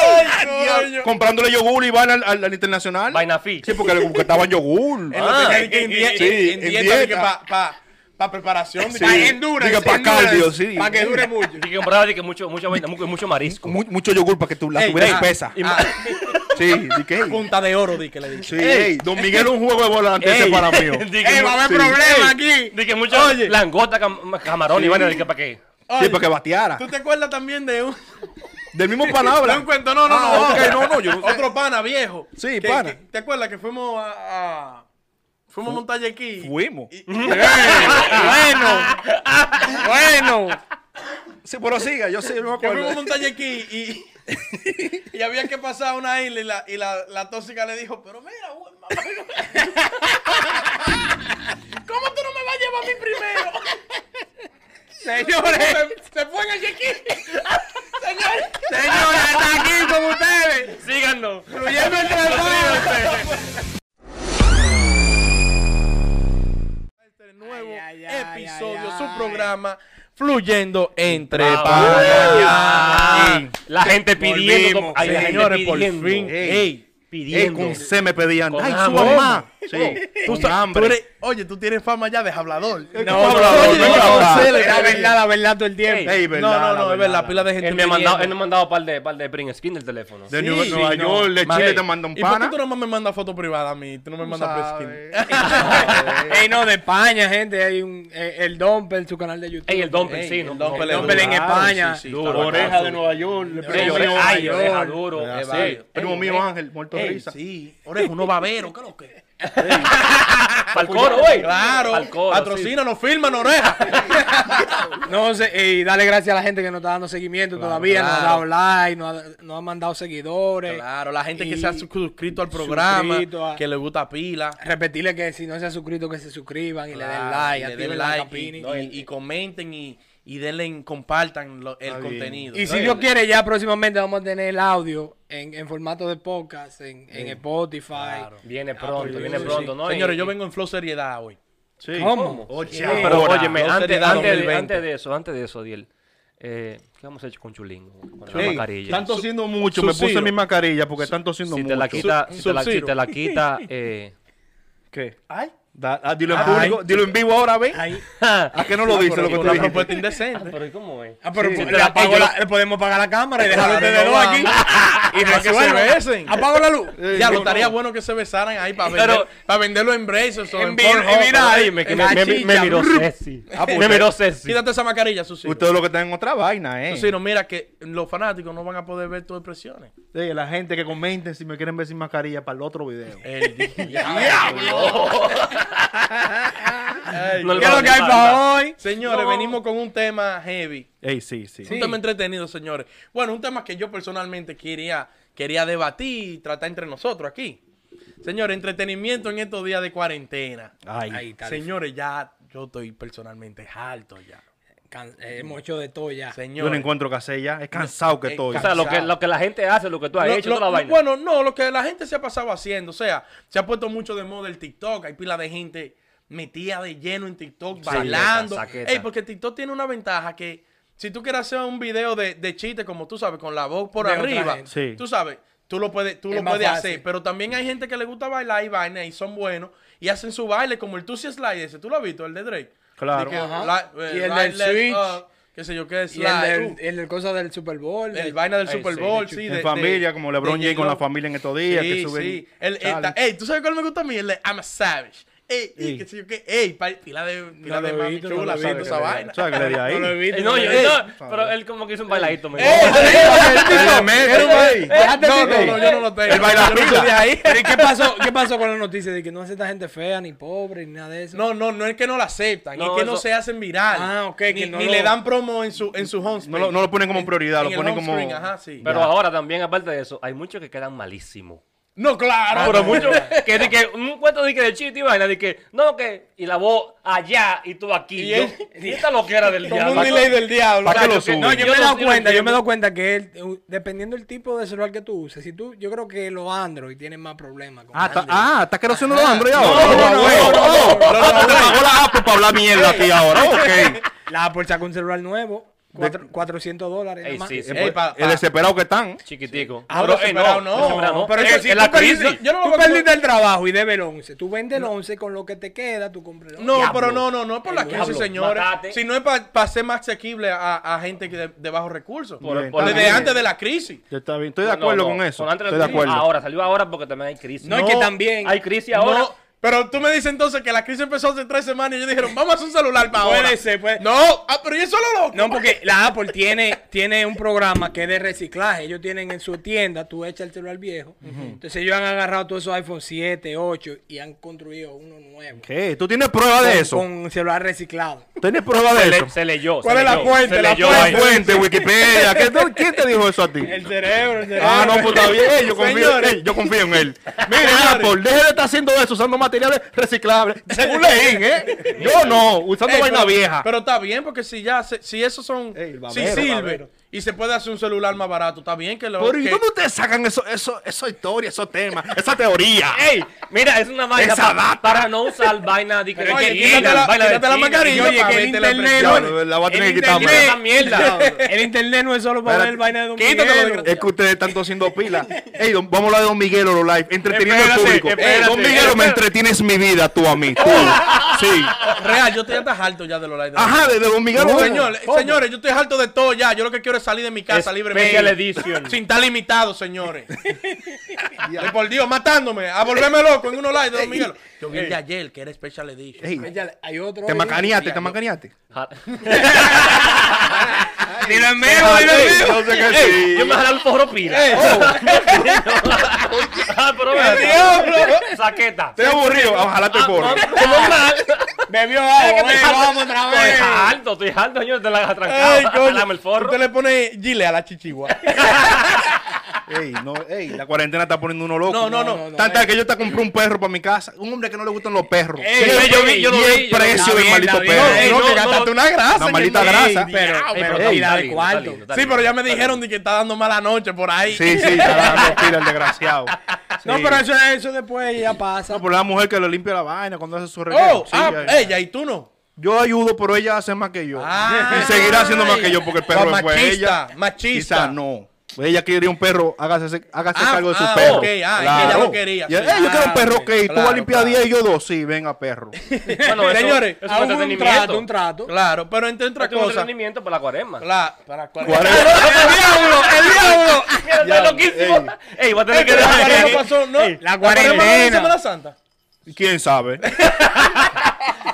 [SPEAKER 2] Ay, coño.
[SPEAKER 3] Comprándole yogur y van al, al- al internacional.
[SPEAKER 4] Vaina fi.
[SPEAKER 3] Sí, porque le como que estaban yogur.
[SPEAKER 2] Él lo tenía ahí que Ah. en die-
[SPEAKER 3] Sí,
[SPEAKER 2] en
[SPEAKER 3] en
[SPEAKER 2] dieta, dije,
[SPEAKER 3] dieta.
[SPEAKER 2] pa- pa- pa preparación.
[SPEAKER 3] Sí.
[SPEAKER 2] dije,
[SPEAKER 1] Para Endurance.
[SPEAKER 3] Diga, pa'
[SPEAKER 1] Endurance,
[SPEAKER 3] cardio, sí.
[SPEAKER 1] Para que dure mucho.
[SPEAKER 4] Y que compraba de que mucho, mucha vaina, mucho, mucho marisco.
[SPEAKER 3] Mu- Mucho yogur para que tú la
[SPEAKER 2] Ey,
[SPEAKER 3] tuvieras
[SPEAKER 2] ey,
[SPEAKER 3] espesa.
[SPEAKER 2] ah,
[SPEAKER 3] Sí, dije, "Ey".
[SPEAKER 2] Punta de oro, di que le dije.
[SPEAKER 3] Sí, ey, Don Miguel un juego de bola antes ese para mí.
[SPEAKER 4] Di que
[SPEAKER 1] Ey, va a haber
[SPEAKER 4] mu-
[SPEAKER 3] Sí.
[SPEAKER 1] problema aquí.
[SPEAKER 4] di que mucho
[SPEAKER 2] Oye.
[SPEAKER 4] langota, cam- camarón y
[SPEAKER 3] Sí.
[SPEAKER 4] vaina de que para qué.
[SPEAKER 3] Sí, para que bateara.
[SPEAKER 2] ¿Tú te acuerdas también de un,
[SPEAKER 3] Del mismo
[SPEAKER 2] de
[SPEAKER 3] palabra.
[SPEAKER 2] un cuento? No, no,
[SPEAKER 3] Ah,
[SPEAKER 2] no.
[SPEAKER 3] ok,
[SPEAKER 2] otro.
[SPEAKER 3] no, no, yo no sé.
[SPEAKER 2] Otro pana viejo.
[SPEAKER 3] Sí,
[SPEAKER 2] Que-
[SPEAKER 3] pana.
[SPEAKER 2] que- ¿Te acuerdas que fuimos a. a- fuimos a Montaña aquí?
[SPEAKER 3] Fuimos.
[SPEAKER 1] Bueno. Bueno.
[SPEAKER 3] Sí, pero siga, yo sí, yo me
[SPEAKER 2] Que fuimos a
[SPEAKER 3] acuerdo.
[SPEAKER 2] Montaña aquí y. y había que pasar a una isla y la, y la, la tóxica le dijo: Pero mira, güey, mamá, ¿Cómo tú no me vas a llevar a mí primero?
[SPEAKER 1] Señores.
[SPEAKER 2] Se, se fue en el yequí. Señor.
[SPEAKER 1] Señores, hasta aquí con ustedes.
[SPEAKER 4] Síganos.
[SPEAKER 1] Incluyendo el trabajo.
[SPEAKER 2] Este nuevo
[SPEAKER 1] Ay, ay, ay,
[SPEAKER 2] episodio,
[SPEAKER 1] ay, ay.
[SPEAKER 2] su programa fluyendo entre
[SPEAKER 4] Ah,
[SPEAKER 2] panas.
[SPEAKER 4] ah, La gente pidiendo.
[SPEAKER 3] Volvimos,
[SPEAKER 4] Ay, la gente
[SPEAKER 2] Señores, por
[SPEAKER 4] pidiendo.
[SPEAKER 2] fin.
[SPEAKER 3] Ey.
[SPEAKER 2] Ey,
[SPEAKER 3] Ey,
[SPEAKER 4] Pidiendo.
[SPEAKER 3] con C me pedían.
[SPEAKER 4] Con
[SPEAKER 3] Ay, su
[SPEAKER 4] hambre.
[SPEAKER 3] mamá. Sí,
[SPEAKER 2] Oh,
[SPEAKER 3] con
[SPEAKER 2] tú sa-
[SPEAKER 3] hambre.
[SPEAKER 2] tú eres- oye, tú tienes fama ya de hablador.
[SPEAKER 3] No, hablador,
[SPEAKER 2] Oye,
[SPEAKER 3] no
[SPEAKER 2] yo
[SPEAKER 3] hablador.
[SPEAKER 2] no sé, le-
[SPEAKER 1] La verdad, la verdad todo el tiempo.
[SPEAKER 3] Ey,
[SPEAKER 2] No,
[SPEAKER 3] verdad,
[SPEAKER 2] no, no, es verdad, pila de gente.
[SPEAKER 4] Él me ha mandado, él me
[SPEAKER 2] pidiendo.
[SPEAKER 4] ha mandado par de, par de print screen del teléfono.
[SPEAKER 3] De
[SPEAKER 2] Sí,
[SPEAKER 3] Nueva
[SPEAKER 2] sí,
[SPEAKER 3] Nueva
[SPEAKER 2] no.
[SPEAKER 3] York, de Chile
[SPEAKER 4] Mate.
[SPEAKER 3] te mandan un
[SPEAKER 2] ¿Y por qué
[SPEAKER 3] pana.
[SPEAKER 2] tú nomás me mandas foto privada a mí? Tú no me mandas
[SPEAKER 3] sabes.
[SPEAKER 2] preskin.
[SPEAKER 1] Ey, no, de España, gente. Hay un, eh, el Domper en su canal de YouTube.
[SPEAKER 4] Ey, el Domper,
[SPEAKER 2] Ey,
[SPEAKER 4] sí.
[SPEAKER 2] el
[SPEAKER 4] no,
[SPEAKER 2] Domper
[SPEAKER 4] no,
[SPEAKER 1] es Domper en
[SPEAKER 4] no,
[SPEAKER 2] Claro,
[SPEAKER 1] España.
[SPEAKER 2] sí, sí,
[SPEAKER 4] Duro,
[SPEAKER 2] está
[SPEAKER 4] duro.
[SPEAKER 2] barato.
[SPEAKER 4] Oreja
[SPEAKER 5] de Nueva York. le
[SPEAKER 4] Ey,
[SPEAKER 5] prendo-
[SPEAKER 4] oreja, ay,
[SPEAKER 1] York.
[SPEAKER 4] oreja duro. eh,
[SPEAKER 2] Oreja,
[SPEAKER 4] Sí.
[SPEAKER 2] sí.
[SPEAKER 3] Primo mío Ángel, muerto de
[SPEAKER 2] Ey,
[SPEAKER 3] risa.
[SPEAKER 2] Sí, oreja, uno babero, ¿qué es lo que?
[SPEAKER 4] Pa'l coro, güey.
[SPEAKER 2] Claro,
[SPEAKER 4] Pa'l coro, sí.
[SPEAKER 2] patrocina, nos firman oreja.
[SPEAKER 1] No sé, y dale gracias a la gente que nos está dando seguimiento todavía,
[SPEAKER 2] claro.
[SPEAKER 1] nos ha dado like, nos ha, nos ha mandado seguidores.
[SPEAKER 2] Claro, la gente que
[SPEAKER 1] Y
[SPEAKER 2] se ha suscrito al programa,
[SPEAKER 1] suscrito a-
[SPEAKER 2] que le gusta pila.
[SPEAKER 1] Repetirle que si no se han suscrito, que se suscriban y le den
[SPEAKER 2] Claro,
[SPEAKER 1] like,
[SPEAKER 2] y le
[SPEAKER 1] activen
[SPEAKER 2] den
[SPEAKER 1] la
[SPEAKER 2] like y,
[SPEAKER 1] campanita.
[SPEAKER 2] no, y- y comenten y, y denle, compartan lo- el
[SPEAKER 3] bien.
[SPEAKER 2] contenido.
[SPEAKER 1] Y si Dios quiere, ya próximamente vamos a tener el audio en, en formato de podcast, en, en Spotify.
[SPEAKER 4] Viene pronto, viene
[SPEAKER 1] sí,
[SPEAKER 4] pronto, ¿no?
[SPEAKER 2] Señores,
[SPEAKER 4] Y-
[SPEAKER 2] yo vengo en flow seriedad hoy.
[SPEAKER 3] Sí.
[SPEAKER 1] ¿Cómo?
[SPEAKER 3] Oye,
[SPEAKER 4] Ah, Pero
[SPEAKER 2] Ahora,
[SPEAKER 4] óyeme,
[SPEAKER 2] dos
[SPEAKER 4] antes,
[SPEAKER 2] seriedad
[SPEAKER 4] antes, de,
[SPEAKER 2] 2020.
[SPEAKER 4] antes de eso, antes de eso, Diel. Eh, ¿Qué vamos a hacer con Chulingo? Con la
[SPEAKER 3] Ey,
[SPEAKER 4] mascarilla.
[SPEAKER 3] están tosiendo mucho.
[SPEAKER 2] Su-
[SPEAKER 3] me puse
[SPEAKER 2] Suciro.
[SPEAKER 3] mi mascarilla porque están tosiendo
[SPEAKER 4] si
[SPEAKER 3] mucho.
[SPEAKER 4] te la quita,
[SPEAKER 2] Sub-
[SPEAKER 4] si te la, si
[SPEAKER 2] Sub-Zero.
[SPEAKER 4] te la quita, eh,
[SPEAKER 3] ¿Qué?
[SPEAKER 2] Ay,
[SPEAKER 3] Da- ah, dilo en
[SPEAKER 1] Ay.
[SPEAKER 3] público, dilo en vivo ahora, ven.
[SPEAKER 1] Ahí.
[SPEAKER 3] ¿A qué no lo dice lo que tú
[SPEAKER 2] Una
[SPEAKER 3] dijiste?
[SPEAKER 2] propuesta indecente.
[SPEAKER 4] Ah, Pero ¿y cómo es?
[SPEAKER 1] Ah, pero
[SPEAKER 3] Sí.
[SPEAKER 1] le, apago la- le podemos pagar la cámara y dejarlo
[SPEAKER 2] Claro,
[SPEAKER 1] ustedes
[SPEAKER 2] no
[SPEAKER 1] dos
[SPEAKER 2] va.
[SPEAKER 1] aquí.
[SPEAKER 2] Y para que se
[SPEAKER 1] resuelvan.
[SPEAKER 2] besen.
[SPEAKER 1] Apago la luz.
[SPEAKER 2] Ya, lo estaría bueno que se besaran ahí para
[SPEAKER 4] Pero-
[SPEAKER 2] vender, para venderlo en Brazos o en
[SPEAKER 1] En vir-
[SPEAKER 2] Pornhub.
[SPEAKER 1] en viral.
[SPEAKER 2] Ay,
[SPEAKER 4] Dime que
[SPEAKER 2] la
[SPEAKER 4] me, me- me
[SPEAKER 2] chicha,
[SPEAKER 4] miró
[SPEAKER 2] brr.
[SPEAKER 4] sexy.
[SPEAKER 2] Ah, pues,
[SPEAKER 4] me miró
[SPEAKER 2] usted-
[SPEAKER 4] sexy.
[SPEAKER 2] Quítate esa mascarilla, Susino.
[SPEAKER 3] Ustedes lo que están en otra vaina, eh.
[SPEAKER 2] Susino, mira que los fanáticos no van a poder ver tus expresiones.
[SPEAKER 3] Sí, la gente que comenten si me quieren ver sin mascarilla para el otro video.
[SPEAKER 2] El
[SPEAKER 4] No le
[SPEAKER 1] ¿Qué es
[SPEAKER 4] va
[SPEAKER 1] lo
[SPEAKER 4] a
[SPEAKER 1] que hay
[SPEAKER 4] dar nada.
[SPEAKER 1] para hoy?
[SPEAKER 2] Señores, venimos con un tema heavy.
[SPEAKER 3] Ey, sí, sí.
[SPEAKER 2] Un tema entretenido, señores. Bueno, un tema que yo personalmente quería, quería debatir y tratar entre nosotros aquí. Señores, entretenimiento en estos días de cuarentena.
[SPEAKER 3] Ay.
[SPEAKER 1] Ahí está.
[SPEAKER 2] Señores, ya yo estoy personalmente alto ya.
[SPEAKER 1] Can- eh, hemos hecho de todo ya.
[SPEAKER 3] Ah, Yo no
[SPEAKER 2] Señores.
[SPEAKER 3] encuentro que hacer ya. Es cansado que
[SPEAKER 2] Eh,
[SPEAKER 3] estoy.
[SPEAKER 4] O sea, lo que,
[SPEAKER 2] cansado.
[SPEAKER 4] lo que la gente hace, lo que tú has
[SPEAKER 2] Lo-
[SPEAKER 4] hecho,
[SPEAKER 2] lo-
[SPEAKER 4] toda la vaina.
[SPEAKER 2] Bueno, no, lo que la gente se ha pasado haciendo. O sea, se ha puesto mucho de moda el TikTok. Hay pila de gente metida de lleno en TikTok,
[SPEAKER 4] Saqueta,
[SPEAKER 2] bailando.
[SPEAKER 4] saqueta.
[SPEAKER 2] Ey, porque TikTok tiene una ventaja que si tú quieres hacer un video de, de chiste, como tú sabes, con la voz por
[SPEAKER 1] De otra
[SPEAKER 2] arriba,
[SPEAKER 1] gente.
[SPEAKER 3] Sí.
[SPEAKER 2] tú sabes, tú lo puedes, tú
[SPEAKER 1] Es
[SPEAKER 2] lo
[SPEAKER 1] más
[SPEAKER 2] puedes
[SPEAKER 1] fácil.
[SPEAKER 2] hacer. Pero también hay gente que le gusta bailar y vaina y son buenos y hacen su baile, como el Tusi Slide ese. ¿Tú lo has visto, el de Drake?
[SPEAKER 3] Claro.
[SPEAKER 2] De que,
[SPEAKER 1] Ajá.
[SPEAKER 2] la- eh,
[SPEAKER 1] Y el
[SPEAKER 2] right
[SPEAKER 1] del
[SPEAKER 2] leg
[SPEAKER 1] Switch.
[SPEAKER 2] up, qué sé yo qué
[SPEAKER 1] Y el,
[SPEAKER 2] slide.
[SPEAKER 1] del, el del cosa del Super Bowl.
[SPEAKER 2] El,
[SPEAKER 1] del-
[SPEAKER 2] vaina del
[SPEAKER 1] Ay,
[SPEAKER 2] Super
[SPEAKER 1] sí,
[SPEAKER 2] Bowl,
[SPEAKER 1] de
[SPEAKER 2] sí.
[SPEAKER 3] En
[SPEAKER 2] de-
[SPEAKER 3] familia,
[SPEAKER 2] de-
[SPEAKER 3] como LeBron
[SPEAKER 2] de
[SPEAKER 3] James con la
[SPEAKER 2] J-Lo.
[SPEAKER 3] familia en estos días.
[SPEAKER 2] Sí,
[SPEAKER 3] que suben
[SPEAKER 2] sí. El- el-
[SPEAKER 3] challenge.
[SPEAKER 2] ta- ey, ¿tú sabes cuál me gusta a mí? El de I'm a Savage. Ey,
[SPEAKER 3] Sí.
[SPEAKER 2] y qué sé yo qué. Ey, pa- pila de, pila
[SPEAKER 1] lo
[SPEAKER 2] de
[SPEAKER 1] he
[SPEAKER 2] mami
[SPEAKER 1] visto, no
[SPEAKER 2] chula
[SPEAKER 1] lo he
[SPEAKER 2] haciendo
[SPEAKER 1] visto,
[SPEAKER 2] esa
[SPEAKER 1] que
[SPEAKER 2] vaino.
[SPEAKER 3] ¿Sabes que le di ahí?
[SPEAKER 1] No lo he visto.
[SPEAKER 4] Eh, no, yo-
[SPEAKER 2] Ey.
[SPEAKER 4] no, pero él como que hizo un bailadito. me
[SPEAKER 2] Ey,
[SPEAKER 4] dijo.
[SPEAKER 3] Le mete, güey.
[SPEAKER 2] No, no, no, yo no lo tengo.
[SPEAKER 3] El baila
[SPEAKER 2] Yo no soy de
[SPEAKER 3] pila.
[SPEAKER 2] ahí.
[SPEAKER 1] Pero ¿y qué pasó, qué pasó con la noticia de que no hace esta gente fea, ni pobre, ni nada de eso?
[SPEAKER 2] No, no, no es que no la aceptan,
[SPEAKER 4] No,
[SPEAKER 2] es que no
[SPEAKER 4] eso-
[SPEAKER 2] se hacen viral.
[SPEAKER 1] Ah, ok, que
[SPEAKER 2] Ni,
[SPEAKER 1] no
[SPEAKER 2] ni
[SPEAKER 1] lo-
[SPEAKER 2] le dan promo en su, en su home
[SPEAKER 3] No lo- no lo ponen como
[SPEAKER 2] En-
[SPEAKER 3] prioridad, lo
[SPEAKER 2] en el
[SPEAKER 3] ponen
[SPEAKER 2] home
[SPEAKER 3] como-
[SPEAKER 2] screen, ajá, sí.
[SPEAKER 4] Pero
[SPEAKER 3] Ya.
[SPEAKER 4] ahora también, aparte de eso, hay muchos que quedan malísimos.
[SPEAKER 2] No, claro.
[SPEAKER 4] Ah, pero mucho que, de que un cuento de que de chiste y vaina de que no que y la voz allá y tú aquí
[SPEAKER 2] Y
[SPEAKER 4] Yo-
[SPEAKER 2] él-
[SPEAKER 4] y esta loquera del
[SPEAKER 2] Como
[SPEAKER 4] diablo
[SPEAKER 2] un delay del diablo.
[SPEAKER 3] ¿Para qué lo
[SPEAKER 2] Muchacho,
[SPEAKER 3] suben?
[SPEAKER 1] No, yo, me
[SPEAKER 4] Yo
[SPEAKER 1] he
[SPEAKER 4] no
[SPEAKER 1] dado
[SPEAKER 4] sí lo
[SPEAKER 1] cuenta, yo me he
[SPEAKER 4] entiendo.
[SPEAKER 1] dado cuenta que él, eh, dependiendo del tipo de celular que tú uses, si tú, yo creo que los Android tienen más problemas con
[SPEAKER 3] Ah, está,
[SPEAKER 1] Android.
[SPEAKER 3] ah, está queroseando los Android ahora.
[SPEAKER 2] No,
[SPEAKER 3] No,
[SPEAKER 2] no, no,
[SPEAKER 3] no,
[SPEAKER 2] no,
[SPEAKER 3] no,
[SPEAKER 2] no, no, no,
[SPEAKER 3] Te bajó la Apple para hablar mierda aquí ahora. Ok.
[SPEAKER 1] La Apple sacó un celular nuevo, cuatro- 400 dólares.
[SPEAKER 4] Ey,
[SPEAKER 1] nada más.
[SPEAKER 4] sí, sí.
[SPEAKER 2] Ey, pa-
[SPEAKER 3] El
[SPEAKER 2] pa-
[SPEAKER 3] desesperado que están.
[SPEAKER 4] chiquitico
[SPEAKER 2] Ah,
[SPEAKER 4] Pero,
[SPEAKER 2] pero
[SPEAKER 4] eh,
[SPEAKER 2] separado no.
[SPEAKER 4] separado no.
[SPEAKER 1] Pero es que si
[SPEAKER 4] en
[SPEAKER 1] tú
[SPEAKER 4] la
[SPEAKER 1] perdiste,
[SPEAKER 4] crisis
[SPEAKER 2] yo no lo
[SPEAKER 1] tú
[SPEAKER 2] voy a
[SPEAKER 1] perdiste
[SPEAKER 2] comprar.
[SPEAKER 1] el trabajo y debes el 11. Tú vendes el 11 con lo que te queda, tú compras el 11.
[SPEAKER 2] No,
[SPEAKER 4] Diablo.
[SPEAKER 2] pero no, no, no es por la
[SPEAKER 4] El
[SPEAKER 2] crisis,
[SPEAKER 4] diablo,
[SPEAKER 2] señores.
[SPEAKER 4] matate.
[SPEAKER 2] Si no es para ser más asequible a, a gente que de, de bajos recursos.
[SPEAKER 4] Por-
[SPEAKER 3] por
[SPEAKER 2] Desde
[SPEAKER 3] la-
[SPEAKER 2] antes de la crisis.
[SPEAKER 3] Ya está bien. Estoy de acuerdo
[SPEAKER 4] No, no,
[SPEAKER 3] con eso.
[SPEAKER 4] antes
[SPEAKER 3] Estoy de
[SPEAKER 4] crisis,
[SPEAKER 3] acuerdo.
[SPEAKER 4] ahora salió ahora porque también hay crisis
[SPEAKER 1] No, es que también.
[SPEAKER 4] hay crisis ahora
[SPEAKER 2] No, pero tú me dices entonces que la crisis empezó hace tres semanas y ellos dijeron, vamos a hacer un celular para
[SPEAKER 1] Puede
[SPEAKER 2] ahora.
[SPEAKER 1] ser, puede-
[SPEAKER 2] No, ah, pero yo solo loco.
[SPEAKER 1] No, porque la Apple tiene, tiene un programa que es de reciclaje. Ellos tienen en su tienda, tú echas el celular viejo. Entonces ellos han agarrado todos esos iPhone 7, 8 y han construido uno nuevo.
[SPEAKER 3] ¿Qué? ¿Tú tienes prueba de
[SPEAKER 1] Con-
[SPEAKER 3] eso?
[SPEAKER 1] Con celular reciclado.
[SPEAKER 3] ¿Tienes prueba
[SPEAKER 4] se,
[SPEAKER 3] de eso?
[SPEAKER 4] le- se leyó
[SPEAKER 2] ¿Cuál
[SPEAKER 4] se
[SPEAKER 2] es la
[SPEAKER 4] leyó,
[SPEAKER 2] fuente?
[SPEAKER 4] se
[SPEAKER 2] La
[SPEAKER 4] leyó
[SPEAKER 2] fuente.
[SPEAKER 4] ahí.
[SPEAKER 3] Fuente, Wikipedia. ¿Qué- no, ¿Quién te dijo eso a ti?
[SPEAKER 1] cerebro, el cerebro.
[SPEAKER 3] Ah, no, pues está bien. Yo confío en
[SPEAKER 2] Señores.
[SPEAKER 3] él. Yo confío en él. Mire, Apple, deje de estar haciendo eso usando materiales reciclables. Según Leín, ¿eh? Yo no, usando
[SPEAKER 2] Ey,
[SPEAKER 3] vaina
[SPEAKER 2] pero-
[SPEAKER 3] vieja.
[SPEAKER 2] Pero está bien, porque si ya, se- si esos son,
[SPEAKER 3] Ey, el babero,
[SPEAKER 2] si sirve
[SPEAKER 3] babero.
[SPEAKER 2] y se puede hacer un celular más barato, está bien que lo...
[SPEAKER 3] Pero ¿y
[SPEAKER 2] que-
[SPEAKER 3] dónde ustedes sacan eso, eso, esa historia, esos temas, esa teoría?
[SPEAKER 4] Ey, mira, es una vaina
[SPEAKER 3] Esa
[SPEAKER 4] pa-
[SPEAKER 3] data.
[SPEAKER 4] para no usar vaina de que
[SPEAKER 2] Pero oye,
[SPEAKER 4] de
[SPEAKER 2] quítate
[SPEAKER 4] China,
[SPEAKER 2] la-
[SPEAKER 4] vaina de
[SPEAKER 2] quítate la
[SPEAKER 4] China,
[SPEAKER 2] mascarilla,
[SPEAKER 4] que-
[SPEAKER 1] Oye,
[SPEAKER 2] pa,
[SPEAKER 1] que el
[SPEAKER 2] métele la
[SPEAKER 1] internet,
[SPEAKER 2] presión.
[SPEAKER 1] no-
[SPEAKER 3] Ya, la voy a tener
[SPEAKER 1] el
[SPEAKER 3] que quitar,
[SPEAKER 1] internet-
[SPEAKER 4] esa mierda.
[SPEAKER 1] el internet no es solo para ver el vaina de Don
[SPEAKER 2] Quítatelo,
[SPEAKER 1] Miguel.
[SPEAKER 3] Es que ustedes están todos haciendo pila. Ey, don- vamos a hablar de Don Miguel o live. Entreteniendo al
[SPEAKER 4] Espérate,
[SPEAKER 3] público. Ey,
[SPEAKER 4] espérate,
[SPEAKER 3] don Miguel, me
[SPEAKER 4] espérate.
[SPEAKER 3] entretienes mi vida, tú a mí. Tú. Sí.
[SPEAKER 2] Real, yo estoy hasta harto ya de los likes. de
[SPEAKER 3] Ajá, de, de Don Miguel.
[SPEAKER 2] No,
[SPEAKER 3] ¿cómo?
[SPEAKER 2] señor, eh,
[SPEAKER 3] ¿Cómo?
[SPEAKER 2] señores, yo estoy harto de todo ya. Yo lo que quiero es salir de mi casa
[SPEAKER 4] Special
[SPEAKER 2] libremente.
[SPEAKER 4] edition.
[SPEAKER 2] Sin estar limitado, señores. Ay, por Dios, matándome. A volverme loco en unos live de Don Miguel. Yo vi el de ayer, que era Special Edition.
[SPEAKER 3] Ey,
[SPEAKER 1] Ella- Hay otro.
[SPEAKER 3] te
[SPEAKER 1] ahí.
[SPEAKER 3] macaneaste, te macaneaste.
[SPEAKER 1] Dilo en vivo,
[SPEAKER 3] Ah,
[SPEAKER 1] dilo en
[SPEAKER 3] sí,
[SPEAKER 1] vivo.
[SPEAKER 3] Yo sé que
[SPEAKER 4] Ey,
[SPEAKER 3] sí.
[SPEAKER 4] yo me jalé el forro pila. Oh.
[SPEAKER 1] Oh,
[SPEAKER 4] Ah, pero vea, Saqueta.
[SPEAKER 3] Estoy aburrido. Ojalá
[SPEAKER 4] Ah,
[SPEAKER 3] te corra.
[SPEAKER 1] Bebió
[SPEAKER 4] Es que
[SPEAKER 1] agua,
[SPEAKER 4] me
[SPEAKER 1] güey,
[SPEAKER 4] jalo-
[SPEAKER 1] eh, vamos otra vez.
[SPEAKER 4] ah, Estoy alto, estoy alto, señor, te la has
[SPEAKER 2] Ay,
[SPEAKER 4] trancado.
[SPEAKER 2] coño.
[SPEAKER 4] Jalame el forro.
[SPEAKER 2] Usted le pone gile a la chichigua.
[SPEAKER 3] Ey, no, ey, la cuarentena está poniendo uno loco.
[SPEAKER 2] No, no, no.
[SPEAKER 3] Tanta que yo te compré un perro para mi casa. Un hombre que no le gustan los perros.
[SPEAKER 4] Ey,
[SPEAKER 3] Sí,
[SPEAKER 4] yo vi, yo lo
[SPEAKER 3] y
[SPEAKER 4] vi,
[SPEAKER 3] el
[SPEAKER 4] yo lo vi.
[SPEAKER 3] precio
[SPEAKER 1] Está
[SPEAKER 3] del
[SPEAKER 1] bien,
[SPEAKER 3] maldito
[SPEAKER 1] está bien.
[SPEAKER 3] perro.
[SPEAKER 4] Ey,
[SPEAKER 3] No,
[SPEAKER 4] no,
[SPEAKER 3] que
[SPEAKER 4] no.
[SPEAKER 3] gastaste una grasa.
[SPEAKER 2] Una
[SPEAKER 3] Una maldita grasa.
[SPEAKER 1] Pero,
[SPEAKER 4] Ay,
[SPEAKER 1] pero,
[SPEAKER 4] Ah, está
[SPEAKER 1] ey,
[SPEAKER 4] lindo,
[SPEAKER 1] da
[SPEAKER 4] está
[SPEAKER 1] cuarto.
[SPEAKER 4] lindo, está
[SPEAKER 2] Sí,
[SPEAKER 4] lindo.
[SPEAKER 2] pero ya me dijeron de que está dando mala noche por ahí.
[SPEAKER 3] Sí, sí, está dando pila el desgraciado.
[SPEAKER 1] No,
[SPEAKER 3] Sí.
[SPEAKER 1] pero eso, eso después ya pasa.
[SPEAKER 3] No, por la mujer que le limpia la vaina cuando hace su regalo.
[SPEAKER 2] Oh, ah, ella y tú no.
[SPEAKER 3] Yo ayudo, pero ella hace más que yo.
[SPEAKER 2] Ah.
[SPEAKER 3] y seguirá haciendo más que yo porque el perro
[SPEAKER 2] Ah,
[SPEAKER 3] fue
[SPEAKER 2] machista,
[SPEAKER 3] ella.
[SPEAKER 2] machista.
[SPEAKER 3] Quizá no. Ella quería un perro, hágase, hágase
[SPEAKER 2] Ah,
[SPEAKER 3] cargo de su
[SPEAKER 2] ah,
[SPEAKER 3] perro.
[SPEAKER 2] ok, ah, es que ella lo quería,
[SPEAKER 3] Y,
[SPEAKER 2] sí. Ah,
[SPEAKER 3] eh, yo quiero un perro, ok, tú vas
[SPEAKER 2] Claro,
[SPEAKER 3] a limpiar
[SPEAKER 2] claro.
[SPEAKER 3] 10 y yo 2. Sí, venga, perro.
[SPEAKER 4] Bueno, eso-
[SPEAKER 2] Señores,
[SPEAKER 4] eso es
[SPEAKER 1] Ah, hubo
[SPEAKER 4] un
[SPEAKER 1] un
[SPEAKER 4] entretenimiento.
[SPEAKER 1] trato, un trato.
[SPEAKER 2] Claro, pero entre
[SPEAKER 4] Esto
[SPEAKER 2] otras
[SPEAKER 4] es un
[SPEAKER 2] cosas.
[SPEAKER 4] entretenimiento para la cuaresma.
[SPEAKER 2] La, para cuál-
[SPEAKER 3] Cuare-
[SPEAKER 4] ¡El diablo! ¡El diablo! Mira, está
[SPEAKER 3] Ya,
[SPEAKER 4] loquísimo. Ey, va a tener que
[SPEAKER 2] Pero Este, la
[SPEAKER 4] dejar
[SPEAKER 2] cuaresma
[SPEAKER 4] ey.
[SPEAKER 2] pasó, ¿no?
[SPEAKER 1] Ey, la
[SPEAKER 2] cuaresma pasó en
[SPEAKER 1] cuarentena.
[SPEAKER 2] Semana
[SPEAKER 3] Ah,
[SPEAKER 2] Santa.
[SPEAKER 3] ¿Quién sabe?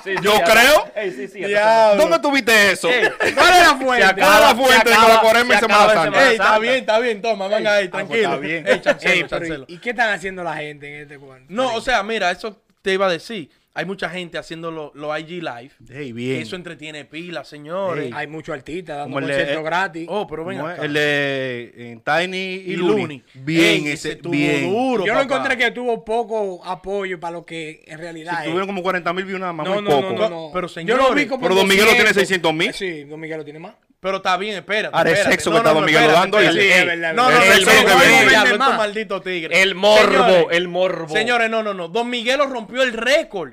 [SPEAKER 4] Sí, sí,
[SPEAKER 3] Yo
[SPEAKER 4] ya.
[SPEAKER 3] creo.
[SPEAKER 4] Ey, sí, sí, ya está.
[SPEAKER 2] Diablo.
[SPEAKER 3] ¿Dónde tuviste eso?
[SPEAKER 4] Ey,
[SPEAKER 1] ¿Cuál es la fuente?
[SPEAKER 3] Se acaba la fuente
[SPEAKER 4] se
[SPEAKER 3] con la
[SPEAKER 4] acaba-
[SPEAKER 3] cuaresma y
[SPEAKER 4] se
[SPEAKER 3] Semana
[SPEAKER 4] acaba de
[SPEAKER 3] Santa.
[SPEAKER 4] Semana
[SPEAKER 2] Ey, está
[SPEAKER 4] Santa.
[SPEAKER 2] bien, está bien, toma, venga ahí, tranquilo.
[SPEAKER 3] ah, pues está bien.
[SPEAKER 2] Ey, chancelo,
[SPEAKER 1] Ey, pero,
[SPEAKER 2] chancelo.
[SPEAKER 1] ¿y, y qué están haciendo la gente en este cuarto?
[SPEAKER 2] No, o sea, mira, eso te iba a decir. Hay mucha gente haciendo los IG Live.
[SPEAKER 3] Ey,
[SPEAKER 2] que
[SPEAKER 3] bien.
[SPEAKER 2] Eso entretiene pilas, señores.
[SPEAKER 1] hay muchos artistas dando
[SPEAKER 3] Como el de- eh,
[SPEAKER 1] conciertos gratis.
[SPEAKER 2] Oh, pero venga.
[SPEAKER 3] ¿Cómo es?
[SPEAKER 2] acá.
[SPEAKER 3] El de eh, Tiny y,
[SPEAKER 2] Y
[SPEAKER 3] Looney.
[SPEAKER 2] Looney.
[SPEAKER 3] Bien,
[SPEAKER 2] Ey,
[SPEAKER 3] ese,
[SPEAKER 2] ese tuvo
[SPEAKER 3] bien.
[SPEAKER 2] duro,
[SPEAKER 1] Yo lo
[SPEAKER 2] papá.
[SPEAKER 1] encontré que tuvo poco apoyo para lo que en realidad es.
[SPEAKER 3] Tuvieron como 40 mil views nada más,
[SPEAKER 1] No,
[SPEAKER 3] muy
[SPEAKER 1] no,
[SPEAKER 3] poco.
[SPEAKER 1] no, no, no. Yo lo
[SPEAKER 2] Pero,
[SPEAKER 1] vi
[SPEAKER 2] señores,
[SPEAKER 1] como
[SPEAKER 3] pero Don Miguel lo tiene
[SPEAKER 1] 200.
[SPEAKER 3] 600.000.
[SPEAKER 1] Sí, Don Miguel lo tiene más.
[SPEAKER 2] Pero está bien, espérate.
[SPEAKER 3] Ahora es
[SPEAKER 2] espérate.
[SPEAKER 3] sexo que está Don Miguel
[SPEAKER 2] espérate,
[SPEAKER 3] dándole.
[SPEAKER 2] espérate.
[SPEAKER 3] Sí,
[SPEAKER 1] es verdad, es
[SPEAKER 2] No, no,
[SPEAKER 1] verdad.
[SPEAKER 2] no,
[SPEAKER 1] El
[SPEAKER 2] eso es lo que
[SPEAKER 1] morbo,
[SPEAKER 2] viene.
[SPEAKER 1] el
[SPEAKER 2] Diablo, estos
[SPEAKER 1] morbo.
[SPEAKER 2] malditos tigres.
[SPEAKER 4] El morbo,
[SPEAKER 2] Señores,
[SPEAKER 4] el morbo.
[SPEAKER 2] Señores, no, no, no. Don Miguelo rompió el récord